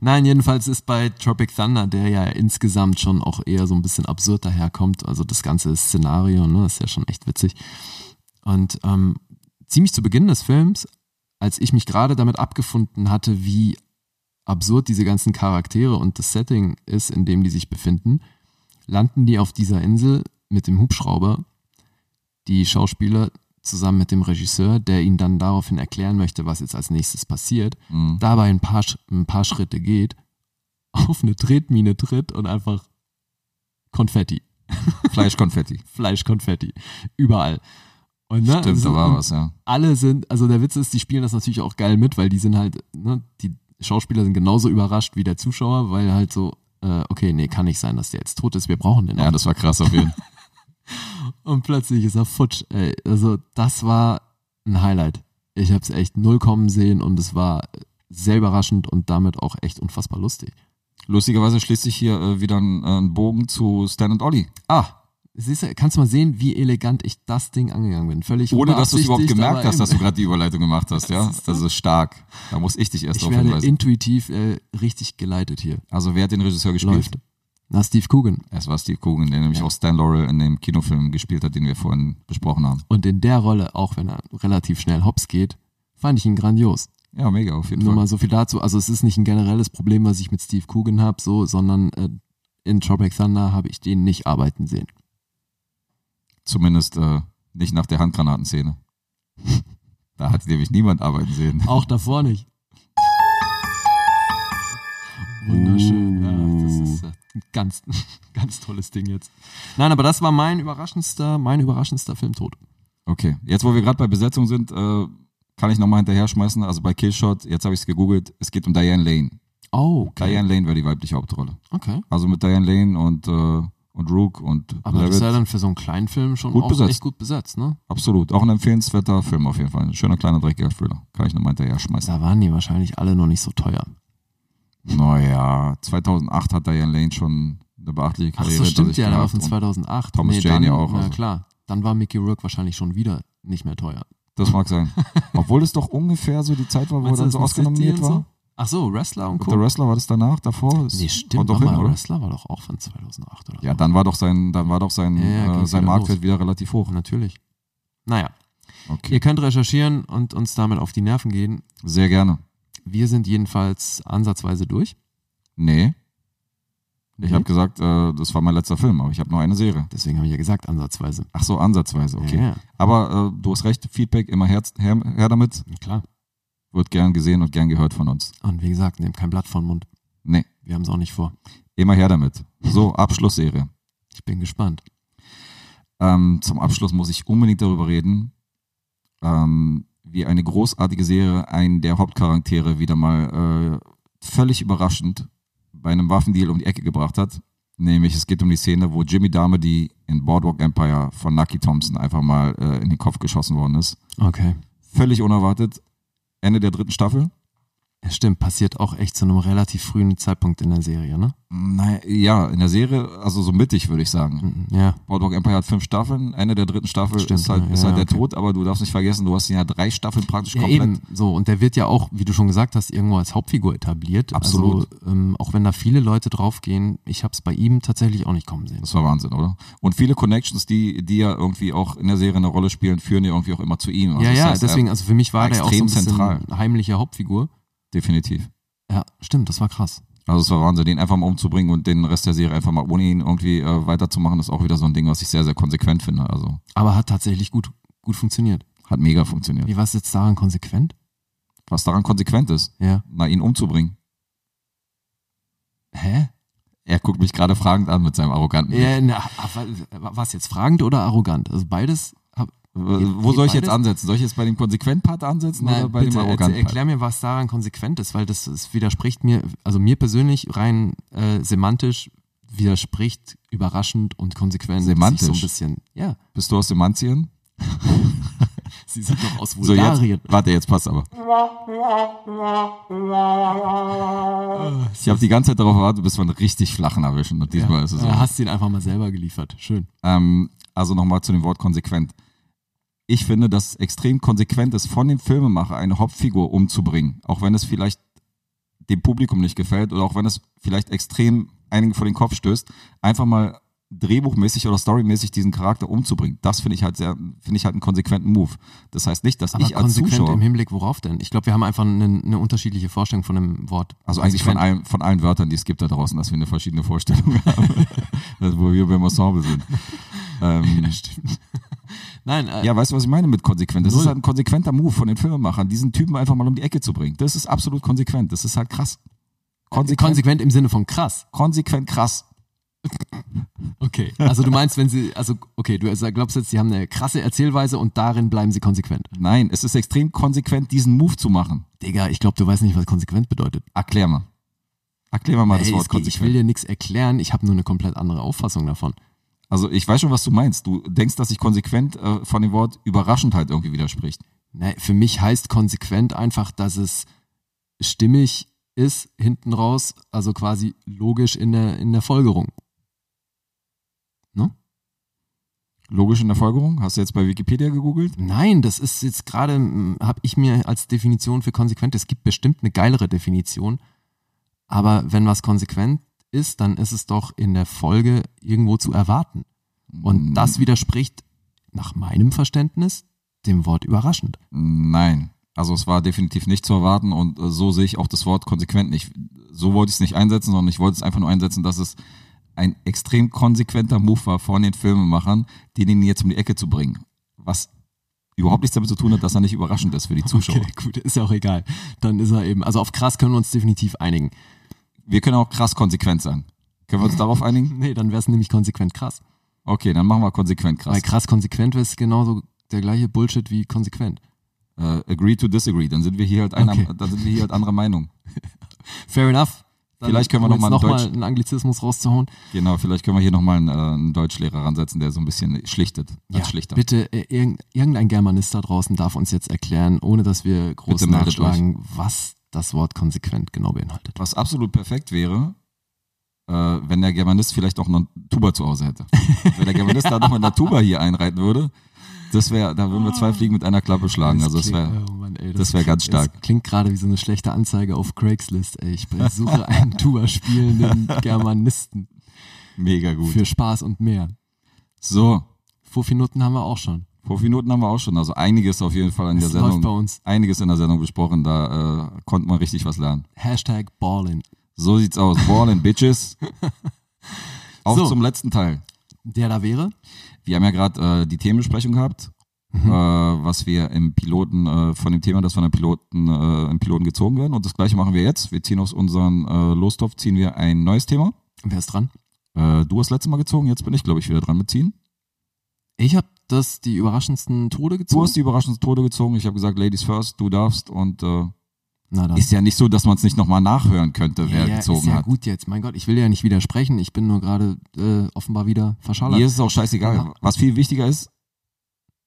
S2: Nein, jedenfalls ist bei Tropic Thunder, der ja insgesamt schon auch eher so ein bisschen absurd daherkommt, also das ganze Szenario, ne, ist ja schon echt witzig. Und ähm, ziemlich zu Beginn des Films, als ich mich gerade damit abgefunden hatte, wie absurd diese ganzen Charaktere und das Setting ist, in dem die sich befinden, landen die auf dieser Insel mit dem Hubschrauber, die Schauspieler zusammen mit dem Regisseur, der ihnen dann daraufhin erklären möchte, was jetzt als nächstes passiert
S3: Mhm.
S2: dabei ein paar, Sch- ein paar Schritte geht, auf eine Tretmine tritt und einfach Konfetti,
S3: Fleischkonfetti.
S2: Fleischkonfetti, überall. Und, ne,
S3: Stimmt, da
S2: so-
S3: war
S2: und
S3: was, ja.
S2: Alle sind, also der Witz ist, die spielen das natürlich auch geil mit, weil die sind halt, ne, die Schauspieler sind genauso überrascht wie der Zuschauer, weil halt so, äh, okay, nee, kann nicht sein, dass der jetzt tot ist, wir brauchen den
S3: Ja, das war krass auf jeden Fall.
S2: Und plötzlich ist er futsch, ey. Also, das war ein Highlight. Ich hab's echt null kommen sehen und es war sehr überraschend und damit auch echt unfassbar lustig.
S3: Lustigerweise schließt sich hier äh, wieder ein, äh, ein Bogen zu Stan und Ollie.
S2: Ah, siehst du, kannst du mal sehen, wie elegant ich das Ding angegangen bin. Völlig
S3: Ohne dass du es überhaupt
S2: unbeabsichtigt,
S3: gemerkt
S2: aber
S3: hast, dass du
S2: eben.
S3: gerade die Überleitung gemacht hast, ja? Das ist stark. Da muss ich dich erst
S2: Ich
S3: drauf
S2: werde
S3: hinweisen.
S2: intuitiv äh, richtig geleitet hier.
S3: Also wer hat den Regisseur gespielt?
S2: Läuft. Na, Steve Coogan.
S3: Es war Steve Coogan, der nämlich auch Stan Laurel in dem Kinofilm gespielt hat, den wir vorhin besprochen haben.
S2: Und in der Rolle, auch wenn er relativ schnell hops geht, fand ich ihn grandios.
S3: Ja, mega, auf jeden
S2: Nur
S3: Fall.
S2: mal so viel dazu. Also es ist nicht ein generelles Problem, was ich mit Steve Coogan habe, so, sondern äh, in Tropic Thunder habe ich den nicht arbeiten sehen.
S3: Zumindest äh, nicht nach der Handgranatenszene. Da hat nämlich niemand arbeiten sehen.
S2: Auch davor nicht.
S3: Mm.
S2: Wunderschön. Ja, das ist äh, ein ganz, ganz tolles Ding jetzt. Nein, aber das war mein überraschendster, mein überraschendster Filmtod.
S3: Okay, jetzt wo wir gerade bei Besetzung sind, äh, kann ich nochmal hinterher schmeißen. Also bei Killshot, jetzt habe ich es gegoogelt, es geht um Diane Lane.
S2: Oh, okay.
S3: Diane Lane war die weibliche Hauptrolle.
S2: okay.
S3: Also mit Diane Lane und, äh, und Rook und
S2: Aber das
S3: Levitt.
S2: ist halt ja dann für so einen kleinen Film schon
S3: Gut
S2: auch
S3: besetzt.
S2: echt gut besetzt, ne?
S3: Absolut. Auch ein empfehlenswerter Film auf jeden Fall. Ein schöner kleiner dreckiger Thriller. Kann ich nochmal hinterher schmeißen.
S2: Da waren die wahrscheinlich alle noch nicht so teuer.
S3: Naja, 2008 hat Diane Lane schon eine beachtliche
S2: Ach
S3: Karriere.
S2: so,
S3: hinter
S2: stimmt
S3: sich
S2: ja, der war
S3: gehabt.
S2: von
S3: Und
S2: 2008.
S3: Thomas Jane
S2: dann,
S3: ja auch,
S2: Na
S3: also.
S2: klar, dann war Mickey Rourke wahrscheinlich schon wieder nicht mehr teuer.
S3: Das mag sein. Obwohl es doch ungefähr so die Zeit war, wo er
S2: Meinst du,
S3: dann so
S2: das ist mit
S3: ausgenominiert
S2: City und
S3: war.
S2: So? Ach so, Wrestler und
S3: Und der
S2: Co.
S3: Wrestler war das danach, davor? Das
S2: Nee,
S3: haut
S2: stimmt,
S3: doch
S2: doch
S3: hin,
S2: mal,
S3: oder?
S2: Wrestler war doch auch von 2008 oder so.
S3: Ja, dann war doch sein, dann war doch sein,
S2: Ja, ja,
S3: äh,
S2: ging's
S3: sein
S2: wieder
S3: Marktwert
S2: los.
S3: wieder relativ hoch.
S2: Natürlich. Naja,
S3: Okay.
S2: ihr könnt recherchieren und uns damit auf die Nerven gehen.
S3: Sehr gerne.
S2: Wir sind jedenfalls ansatzweise durch.
S3: Nee. Ich
S2: Nee?
S3: habe gesagt, äh, das war mein letzter Film, aber ich habe noch eine Serie.
S2: Deswegen habe ich ja gesagt, ansatzweise.
S3: Ach so, ansatzweise, okay.
S2: Ja,
S3: Aber äh, du hast recht, Feedback immer her, her, her damit.
S2: ja, klar.
S3: Wird gern gesehen und gern gehört von uns.
S2: Und wie gesagt, nehmt kein Blatt von Mund.
S3: Nee,
S2: Wir haben es auch nicht vor.
S3: immer her damit. So, Abschlussserie.
S2: Ich bin gespannt.
S3: Ähm, zum Abschluss muss ich unbedingt darüber reden, ähm, wie eine großartige Serie einen der Hauptcharaktere wieder mal äh, völlig überraschend bei einem Waffendeal um die Ecke gebracht hat. Nämlich es geht um die Szene, wo Jimmy Darmody in Boardwalk Empire von Nucky Thompson einfach mal äh, in den Kopf geschossen worden ist.
S2: Okay.
S3: Völlig unerwartet. Ende der dritten Staffel.
S2: Ja, stimmt, passiert auch echt zu einem relativ frühen Zeitpunkt in der Serie, ne?
S3: Naja, ja, in der Serie, also so mittig würde ich sagen.
S2: Mhm, Ja,
S3: Boardwalk Empire hat fünf Staffeln, Ende der dritten Staffel
S2: Stimmt,
S3: ist halt,
S2: ja,
S3: ist halt
S2: ja,
S3: der
S2: okay.
S3: Tod, aber du darfst nicht vergessen, du hast ihn ja drei Staffeln praktisch
S2: ja
S3: komplett.
S2: eben. So, und der wird ja auch, wie du schon gesagt hast, irgendwo als Hauptfigur etabliert.
S3: Absolut.
S2: Also, ähm, auch wenn da viele Leute draufgehen, ich habe es bei ihm tatsächlich auch nicht kommen sehen.
S3: Das war Wahnsinn, oder? Und viele Connections, die, die ja irgendwie auch in der Serie eine Rolle spielen, führen ja irgendwie auch immer zu ihm. Also
S2: ja,
S3: das
S2: ja,
S3: heißt, er-
S2: deswegen, also für mich war
S3: war
S2: der auch so ein
S3: extrem
S2: bisschen
S3: zentral.
S2: heimliche Hauptfigur.
S3: definitiv.
S2: Ja, stimmt, das war krass.
S3: Also es war Wahnsinn, den einfach mal umzubringen und den Rest der Serie einfach mal ohne ihn irgendwie äh, weiterzumachen, ist auch wieder so ein Ding, was ich sehr, sehr konsequent finde. Also
S2: Aber hat tatsächlich gut, gut funktioniert.
S3: hat mega funktioniert.
S2: Wie war es jetzt daran konsequent?
S3: Was daran konsequent ist,
S2: Ja.
S3: na, ihn umzubringen.
S2: Hä?
S3: Er guckt mich gerade fragend an mit seinem arroganten Blick.
S2: Ja, na, war es jetzt fragend oder arrogant? Also beides. Hab,
S3: Äh, Wo soll ich jetzt
S2: Beides-
S3: ansetzen? Soll ich jetzt bei dem konsequenten Part ansetzen oder bei dem
S2: erklär,
S3: arroganten Part?
S2: erklär mir, was daran konsequent ist, weil das, das widerspricht mir, also mir persönlich rein äh, semantisch widerspricht überraschend und konsequent sich so ein
S3: Semantisch?
S2: bisschen. Ja,
S3: Bist du aus dem Manzien?
S2: sie sind doch aus
S3: So jetzt,
S2: Bulgarien.
S3: warte, jetzt passt aber.
S2: Ah,
S3: Ich habe die ganze Zeit darauf gewartet, bis wir einen richtig flachen erwischen. Und diesmal ist es so.
S2: Da hast du ihn einfach mal selber geliefert. Schön.
S3: Ähm, also nochmal zu dem Wort konsequent. Ich finde, dass es extrem konsequent ist, von dem Filmemacher eine Hauptfigur umzubringen, auch wenn es vielleicht dem Publikum nicht gefällt oder auch wenn es vielleicht extrem einigen vor den Kopf stößt, einfach mal drehbuchmäßig oder storymäßig diesen Charakter umzubringen. Das finde ich halt sehr, finde ich halt einen konsequenten Move. Das heißt nicht, dass
S2: Aber
S3: ich als
S2: konsequent
S3: Zuschauer,
S2: im Hinblick worauf denn? Ich glaube, wir haben einfach eine, eine unterschiedliche Vorstellung von dem Wort.
S3: also eigentlich von
S2: konsequent.
S3: allen, von allen Wörtern, die es gibt da draußen, dass wir eine verschiedene Vorstellung haben, Das, wo wir beim Ensemble sind. Ähm,
S2: Nein, äh,
S3: Ja, weißt du, was ich meine mit konsequent? Das
S2: Null.
S3: ist halt ein konsequenter Move von den Filmemachern, diesen Typen einfach mal um die Ecke zu bringen. Das ist absolut konsequent. Das ist halt krass. Konsequent, konsequent,
S2: konsequent im Sinne von krass.
S3: krass.
S2: Okay. Also du meinst, wenn sie, also okay, du glaubst jetzt, sie haben eine krasse Erzählweise und darin bleiben sie konsequent.
S3: Nein, es ist extrem konsequent, diesen Move zu machen.
S2: Digga, ich glaube, du weißt nicht, was konsequent bedeutet.
S3: Erklär mal. Erklär mir mal das
S2: Ey,
S3: Wort
S2: es geht- ich will
S3: konsequent.
S2: dir nichts erklären, ich habe nur eine komplett andere Auffassung davon.
S3: also ich weiß schon, was du meinst. Du denkst, dass sich konsequent äh, von dem Wort überraschend halt irgendwie widerspricht.
S2: Ne, für mich heißt konsequent einfach, dass es stimmig ist hinten raus, also quasi logisch in der, in der Folgerung.
S3: Logisch in der Folgerung? Hast du jetzt bei Wikipedia gegoogelt?
S2: Nein, das ist jetzt gerade, habe ich mir als Definition für konsequent, es gibt bestimmt eine geilere Definition, aber wenn was konsequent ist, dann ist es doch in der Folge irgendwo zu erwarten. Und
S3: Mm,
S2: das widerspricht nach meinem Verständnis dem Wort überraschend.
S3: Nein. Also es war definitiv nicht zu erwarten und äh, so sehe ich auch das Wort konsequent nicht. So wollte ich es nicht einsetzen, sondern ich wollte es einfach nur einsetzen, dass es ein extrem konsequenter Move war von den Filmemachern, den ihn jetzt um die Ecke zu bringen. Was überhaupt nichts damit zu tun hat, dass er nicht überraschend ist für die Zuschauer.
S2: Okay, gut, ist ja auch egal. Dann ist er eben, also auf krass können wir uns definitiv einigen.
S3: Wir können auch krass konsequent sein. Können wir uns darauf einigen?
S2: Nee, dann wäre es nämlich konsequent krass.
S3: Okay, dann machen wir konsequent krass.
S2: Weil krass konsequent ist genauso der gleiche Bullshit wie konsequent.
S3: Äh, agree to disagree. Dann sind wir hier halt einer,
S2: Okay.
S3: dann sind wir hier halt anderer Meinung.
S2: Fair enough. Dann
S3: Vielleicht können wir
S2: um jetzt
S3: noch mal
S2: noch
S3: einen
S2: mal
S3: Deutsch-
S2: einen Anglizismus rauszuhauen.
S3: Genau, vielleicht können wir hier nochmal einen, äh, einen Deutschlehrer ransetzen, der so ein bisschen schlichtet.
S2: Ja,
S3: Als Schlichter.
S2: bitte, äh, irgend- irgendein Germanist da draußen darf uns jetzt erklären, ohne dass wir groß
S3: Bitte meldet
S2: nachschlagen, was das Wort konsequent genau beinhaltet.
S3: Was absolut perfekt wäre, äh, wenn der Germanist vielleicht auch noch einen Tuba zu Hause hätte. wenn der Germanist da nochmal eine Tuba hier einreiten würde, das wäre, da würden wir zwei Fliegen mit einer Klappe schlagen. Also das wäre,
S2: klingt- oh Mann, ey,
S3: das wäre ganz stark.
S2: Das klingt gerade wie so eine schlechte Anzeige auf Craigslist. Ey. Ich suche einen Tuba-spielenden Germanisten
S3: mega gut.
S2: für Spaß und mehr.
S3: So,
S2: Fuffi Nutten haben wir auch schon.
S3: Profi-Noten haben wir auch schon. Also einiges auf jeden Fall in
S2: Es
S3: der Sendung.
S2: läuft bei uns.
S3: Einiges in der Sendung besprochen. Da äh, konnte man richtig was lernen.
S2: Hashtag Ballin.
S3: So sieht's aus. Ball and Bitches. Auch
S2: So.
S3: zum letzten Teil.
S2: Der da wäre? Mhm.
S3: Wir haben ja gerade äh, die Themenbesprechung gehabt, äh, was wir im Piloten, äh, von dem Thema, das von dem Piloten, äh, im Piloten gezogen werden. Und das gleiche machen wir jetzt. Wir ziehen aus unserem äh, Lostopf, ziehen wir ein neues Thema.
S2: Wer ist dran?
S3: Äh, du hast letztes Mal gezogen, jetzt bin ich, glaube ich, wieder dran mitziehen.
S2: Ich habe das die überraschendsten Tode
S3: Du
S2: gezogen.
S3: hast die überraschenden Tode gezogen. Ich habe gesagt, Ladies first, du darfst. Und äh,
S2: Na dann.
S3: ist ja nicht so, dass man es nicht nochmal nachhören könnte, wer gezogen
S2: ist ja
S3: hat.
S2: gut jetzt. Mein Gott, ich will ja nicht widersprechen. Ich bin nur gerade äh, offenbar wieder verschallert.
S3: Mir ist es auch scheißegal.
S2: Ja.
S3: Was viel wichtiger ist,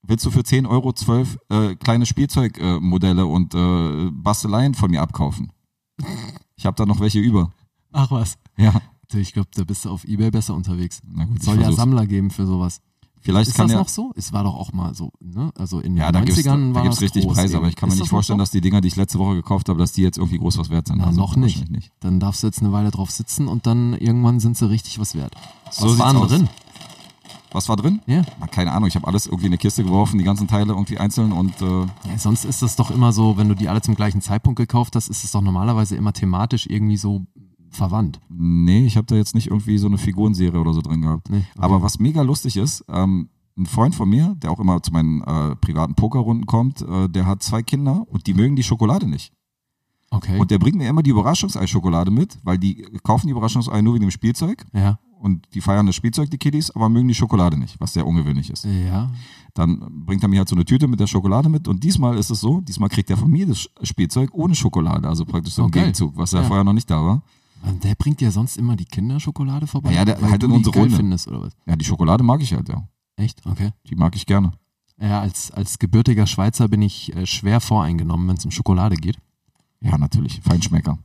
S3: willst du für 10 Euro 12 äh, kleine Spielzeugmodelle äh, Modelle und äh, Basteleien von mir abkaufen? Ich habe da noch welche über.
S2: Ach was.
S3: Ja,
S2: Du, Ich glaube, da bist du auf Ebay besser unterwegs.
S3: na gut,
S2: Es
S3: ich
S2: soll ja
S3: versuch's.
S2: Sammler geben für sowas.
S3: Vielleicht
S2: ist
S3: kann
S2: das
S3: ja,
S2: noch so? Es war doch auch mal so, ne? Also in den
S3: ja, da
S2: 90ern
S3: gibt's, da
S2: war
S3: gibt's
S2: das
S3: richtig
S2: groß
S3: Preise,
S2: eben.
S3: aber ich kann mir
S2: Ist
S3: nicht
S2: das noch
S3: vorstellen,
S2: so?
S3: dass die Dinger, die ich letzte Woche gekauft habe, dass die jetzt irgendwie groß was wert sind. Also
S2: Na, noch nicht.
S3: wahrscheinlich nicht.
S2: Dann darfst du jetzt eine Weile drauf sitzen und dann irgendwann sind sie richtig was wert.
S3: So
S2: was
S3: sieht's
S2: waren
S3: aus.
S2: drin?
S3: Was war drin?
S2: Ja.
S3: Na, keine Ahnung, ich habe alles irgendwie in eine Kiste geworfen, die ganzen Teile irgendwie einzeln und äh,
S2: ja. Sonst ist das doch immer so, wenn du die alle zum gleichen Zeitpunkt gekauft hast, ist es doch normalerweise immer thematisch irgendwie so verwandt.
S3: Nee, ich habe da jetzt nicht irgendwie so eine Figurenserie oder so drin gehabt.
S2: Nee, okay.
S3: Aber was mega lustig ist, ähm, ein Freund von mir, der auch immer zu meinen äh, privaten Pokerrunden kommt, äh, der hat zwei Kinder und die mögen die Schokolade nicht.
S2: Okay.
S3: Und der bringt mir immer die Überraschungsei-Schokolade mit, weil die kaufen die Überraschungsei nur wegen dem Spielzeug
S2: ja.
S3: und die feiern das Spielzeug, die Kiddies, aber mögen die Schokolade nicht, was sehr ungewöhnlich ist.
S2: Ja.
S3: Dann bringt er mir halt so eine Tüte mit der Schokolade mit und diesmal ist es so, diesmal kriegt er von mir das Spielzeug ohne Schokolade, also praktisch so ein
S2: Okay.
S3: Gegenzug, was ja,
S2: Ja.
S3: vorher noch nicht da war.
S2: Der bringt ja sonst immer die Kinderschokolade vorbei.
S3: Ja, ja, der-
S2: weil
S3: halt
S2: du
S3: in
S2: die
S3: unsere
S2: geil
S3: Runde.
S2: findest oder was?
S3: Ja, die Schokolade mag ich halt, ja.
S2: Echt? Okay.
S3: Die mag ich gerne.
S2: Ja, als, als gebürtiger Schweizer bin ich äh, schwer voreingenommen, wenn es um Schokolade geht.
S3: Ja, natürlich. Feinschmecker.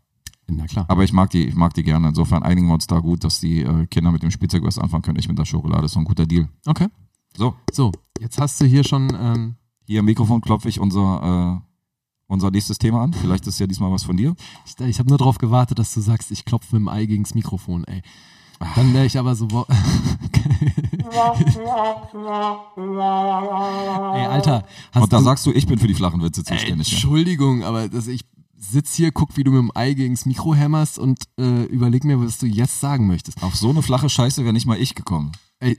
S2: Na klar.
S3: Aber ich mag die, ich mag die gerne. Insofern einigen wir uns da gut, dass die äh, Kinder mit dem Spielzeug was anfangen können. Ich mit der Schokolade. Ist so ein guter Deal.
S2: Okay.
S3: So,
S2: So, jetzt hast du hier schon. Ähm,
S3: hier im Mikrofon klopfe ich unser, äh, unser nächstes Thema an. Vielleicht ist ja diesmal was von dir.
S2: ich ich habe nur darauf gewartet, dass du sagst, ich klopfe mit dem Ei gegens Mikrofon, ey. Dann wäre ich aber so. wo- ey, Alter. Hast
S3: Und da
S2: du, Äh,
S3: sagst du, ich bin für die flachen Witze
S2: Ey,
S3: zuständig. ja.
S2: Entschuldigung, aber dass ich sitz hier, guck, wie du mit dem Ei gegens Mikro hämmerst und äh, überleg mir, was du jetzt sagen möchtest.
S3: Auf so eine flache Scheiße wäre nicht mal ich gekommen.
S2: Ey,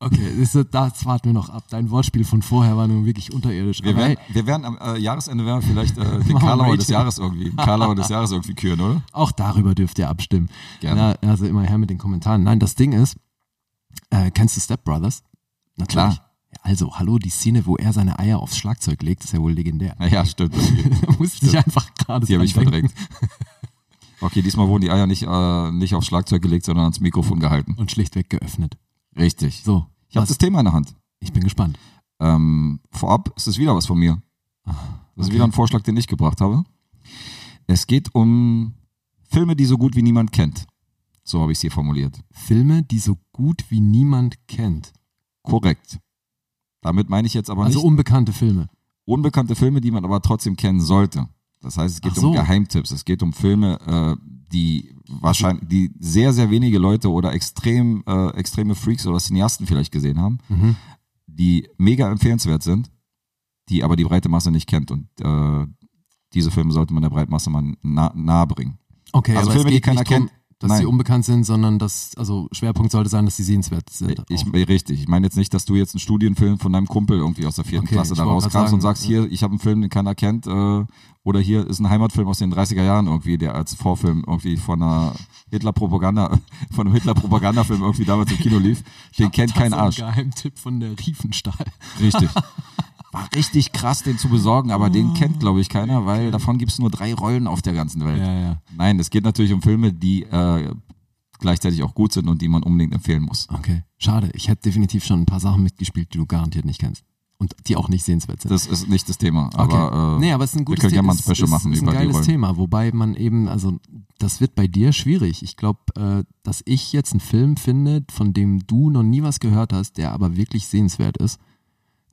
S2: okay, das, ist- das warten wir noch ab. Dein Wortspiel von vorher war nun wirklich unterirdisch.
S3: Wir
S2: aber
S3: werden,
S2: hey,
S3: wir werden am äh, Jahresende werden wir vielleicht äh, den
S2: Machen wir
S3: Karlauer
S2: Rating.
S3: des Jahres irgendwie, den Karlauer des Jahres irgendwie küren, oder?
S2: auch darüber dürft ihr abstimmen.
S3: Gerne.
S2: Na, also immer her mit den Kommentaren. Nein, das Ding ist, äh, kennst du Step Brothers? Natürlich.
S3: Klar.
S2: Ja, Also, hallo, die Szene, wo er seine Eier aufs Schlagzeug legt, ist ja wohl legendär.
S3: Naja, stimmt. Okay.
S2: da musste ich einfach gerade
S3: Die habe ich
S2: dran denken.
S3: verdrängt. Okay, diesmal wurden die Eier nicht, äh, nicht aufs Schlagzeug gelegt, sondern ans Mikrofon gehalten.
S2: Und schlichtweg geöffnet.
S3: Richtig.
S2: So,
S3: Ich habe
S2: was-
S3: das Thema in der Hand.
S2: ich bin gespannt.
S3: Ähm, vorab ist es wieder was von mir. Das ist wieder ein Vorschlag, den ich gebracht habe. Es geht um Filme, die so gut wie niemand kennt. So habe ich es hier formuliert.
S2: Filme, die so gut wie niemand kennt.
S3: Korrekt. Damit meine ich jetzt aber
S2: Also
S3: nicht
S2: unbekannte Filme.
S3: unbekannte Filme, die man aber trotzdem kennen sollte. Das heißt, es geht
S2: Ach so.
S3: um Geheimtipps. Es geht um Filme, äh, die wahrscheinlich, die sehr, sehr wenige Leute oder extrem, äh, extreme Freaks oder Cineasten vielleicht gesehen haben,
S2: Mhm.
S3: die mega empfehlenswert sind, die aber die breite Masse nicht kennt. Und äh, diese Filme sollte man der breiten Masse mal nah, nahe bringen.
S2: Okay,
S3: Also
S2: aber
S3: Filme,
S2: es
S3: die
S2: geht
S3: keiner
S2: nicht drum,
S3: kennt?
S2: dass
S3: Nein.
S2: sie unbekannt sind, sondern dass, also Schwerpunkt sollte sein, dass sie sehenswert sind.
S3: Ich,
S2: Äh, Auch.
S3: richtig. Ich meine jetzt nicht, dass du jetzt einen Studienfilm von deinem Kumpel irgendwie aus der vierten
S2: Okay,
S3: Klasse
S2: ich
S3: da
S2: wollte grad
S3: rauskramst und
S2: sagen,
S3: sagst, hier, ich habe einen Film, den keiner kennt, äh, oder hier ist ein Heimatfilm aus den 30er Jahren irgendwie, der als Vorfilm irgendwie von einer Hitler-Propaganda, von einem Hitler-Propaganda-Film irgendwie damals im Kino lief. Den kennt kein
S2: Das
S3: Arsch.
S2: ist ein Geheimtipp von der Riefenstahl.
S3: Richtig. War richtig krass, den zu besorgen, aber
S2: Ah.
S3: den kennt, glaube ich, keiner, weil davon gibt es nur drei Rollen auf der ganzen Welt.
S2: Ja, ja.
S3: Nein, es geht natürlich um Filme, die äh, gleichzeitig auch gut sind und die man unbedingt empfehlen muss.
S2: Okay, schade. Ich hätte definitiv schon ein paar Sachen mitgespielt, die du garantiert nicht kennst. Und die auch nicht sehenswert sind.
S3: Das ist nicht das Thema.
S2: okay.
S3: Aber, äh,
S2: nee, aber es ist ein gutes
S3: wir können ja
S2: Thema.
S3: mal ein
S2: Es
S3: Special
S2: ist,
S3: machen
S2: ist ein
S3: über die
S2: geiles
S3: Rollen.
S2: Thema, wobei man eben, also das wird bei dir schwierig. Ich glaube, äh, dass ich jetzt einen Film finde, von dem du noch nie was gehört hast, der aber wirklich sehenswert ist,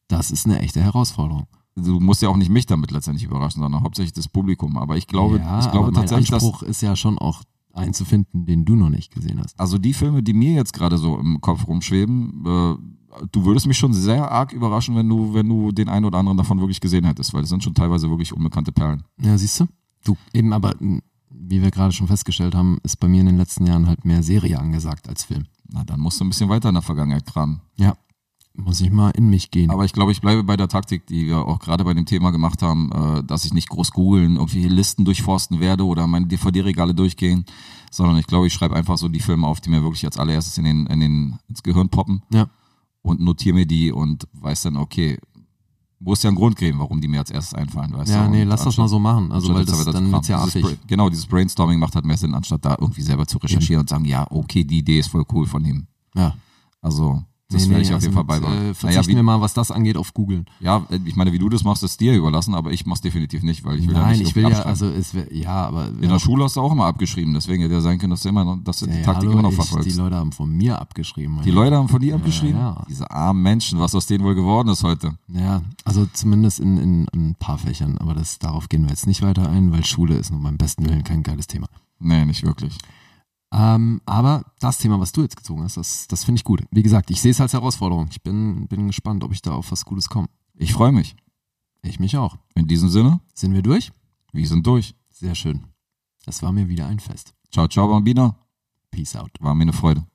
S2: das ist eine echte Herausforderung.
S3: du musst ja auch nicht mich damit letztendlich überraschen, sondern hauptsächlich das Publikum. Aber ich glaube,
S2: ja,
S3: ich glaube
S2: aber mein
S3: tatsächlich, dass
S2: Anspruch ist ja schon auch einen zu finden, den du noch nicht gesehen hast.
S3: also die Filme, die mir jetzt gerade so im Kopf rumschweben, äh, du würdest mich schon sehr arg überraschen, wenn du, wenn du den einen oder anderen davon wirklich gesehen hättest, weil das sind schon teilweise wirklich unbekannte Perlen.
S2: Ja, siehst du? Du, eben aber, m, wie wir gerade schon festgestellt haben, ist bei mir in den letzten Jahren halt mehr Serie angesagt als Film.
S3: Na, dann musst du ein bisschen weiter in der Vergangenheit kramen.
S2: Ja. Muss ich mal in mich gehen.
S3: Aber ich glaube, ich bleibe bei der Taktik, die wir auch gerade bei dem Thema gemacht haben, äh, dass ich nicht groß googeln, irgendwie Listen durchforsten werde oder meine DVD-Regale durchgehen, sondern ich glaube, ich schreibe einfach so die Filme auf, die mir wirklich als allererstes in den, in den, ins Gehirn poppen
S2: ja.
S3: und notiere mir die und weiß dann, okay, muss ja einen Grund geben, warum die mir als erstes einfallen, weißt
S2: Ja,
S3: du?
S2: nee,
S3: Und
S2: lass das mal
S3: anstatt-
S2: so machen. Also,
S3: anstatt
S2: weil
S3: jetzt
S2: das,
S3: aber
S2: dann
S3: Kram-
S2: wird's ja
S3: dieses
S2: affig.
S3: Bra- Genau, dieses Brainstorming macht halt mehr Sinn, anstatt da irgendwie selber zu recherchieren und sagen, ja, okay, die Idee ist voll cool von ihm.
S2: Ja.
S3: Also, das
S2: Nee,
S3: werde
S2: nee,
S3: ich auf
S2: also
S3: jeden Fall
S2: mit,
S3: beibehalten.
S2: Äh,
S3: naja,
S2: verzichten
S3: wie,
S2: wir mal, was das angeht, auf googeln.
S3: ja, ich meine, wie du das machst, ist dir überlassen, aber ich mach's definitiv nicht, weil ich will ja
S2: Nein,
S3: nicht
S2: ich
S3: irgendwie
S2: will ja,
S3: abschreiben.
S2: also es wär, ja, aber
S3: In der Schule hast du auch immer abgeschrieben, deswegen hätte ja sein können, dass du immer noch, dass du die Taktik immer noch
S2: ich, die
S3: verfolgst.
S2: Leute haben von mir abgeschrieben. meine
S3: Die Leute haben von dir abgeschrieben?
S2: ja.
S3: Diese armen Menschen, was aus denen wohl geworden ist heute.
S2: Ja, also zumindest in, in, in ein paar Fächern, aber das, darauf gehen wir jetzt nicht weiter ein, weil Schule ist nun beim besten Willen kein geiles Thema.
S3: Nee, nicht wirklich.
S2: Ähm, aber das Thema, was du jetzt gezogen hast, das, das finde ich gut. Wie gesagt, ich sehe es als Herausforderung. Ich bin, bin gespannt, ob ich da auf was Gutes komme.
S3: Ich freue mich.
S2: Ich mich auch.
S3: In diesem Sinne,
S2: Sind wir durch?
S3: wir sind durch.
S2: Sehr schön. Das war mir wieder ein Fest.
S3: Ciao, ciao, Bambino.
S2: Peace out.
S3: War mir eine Freude.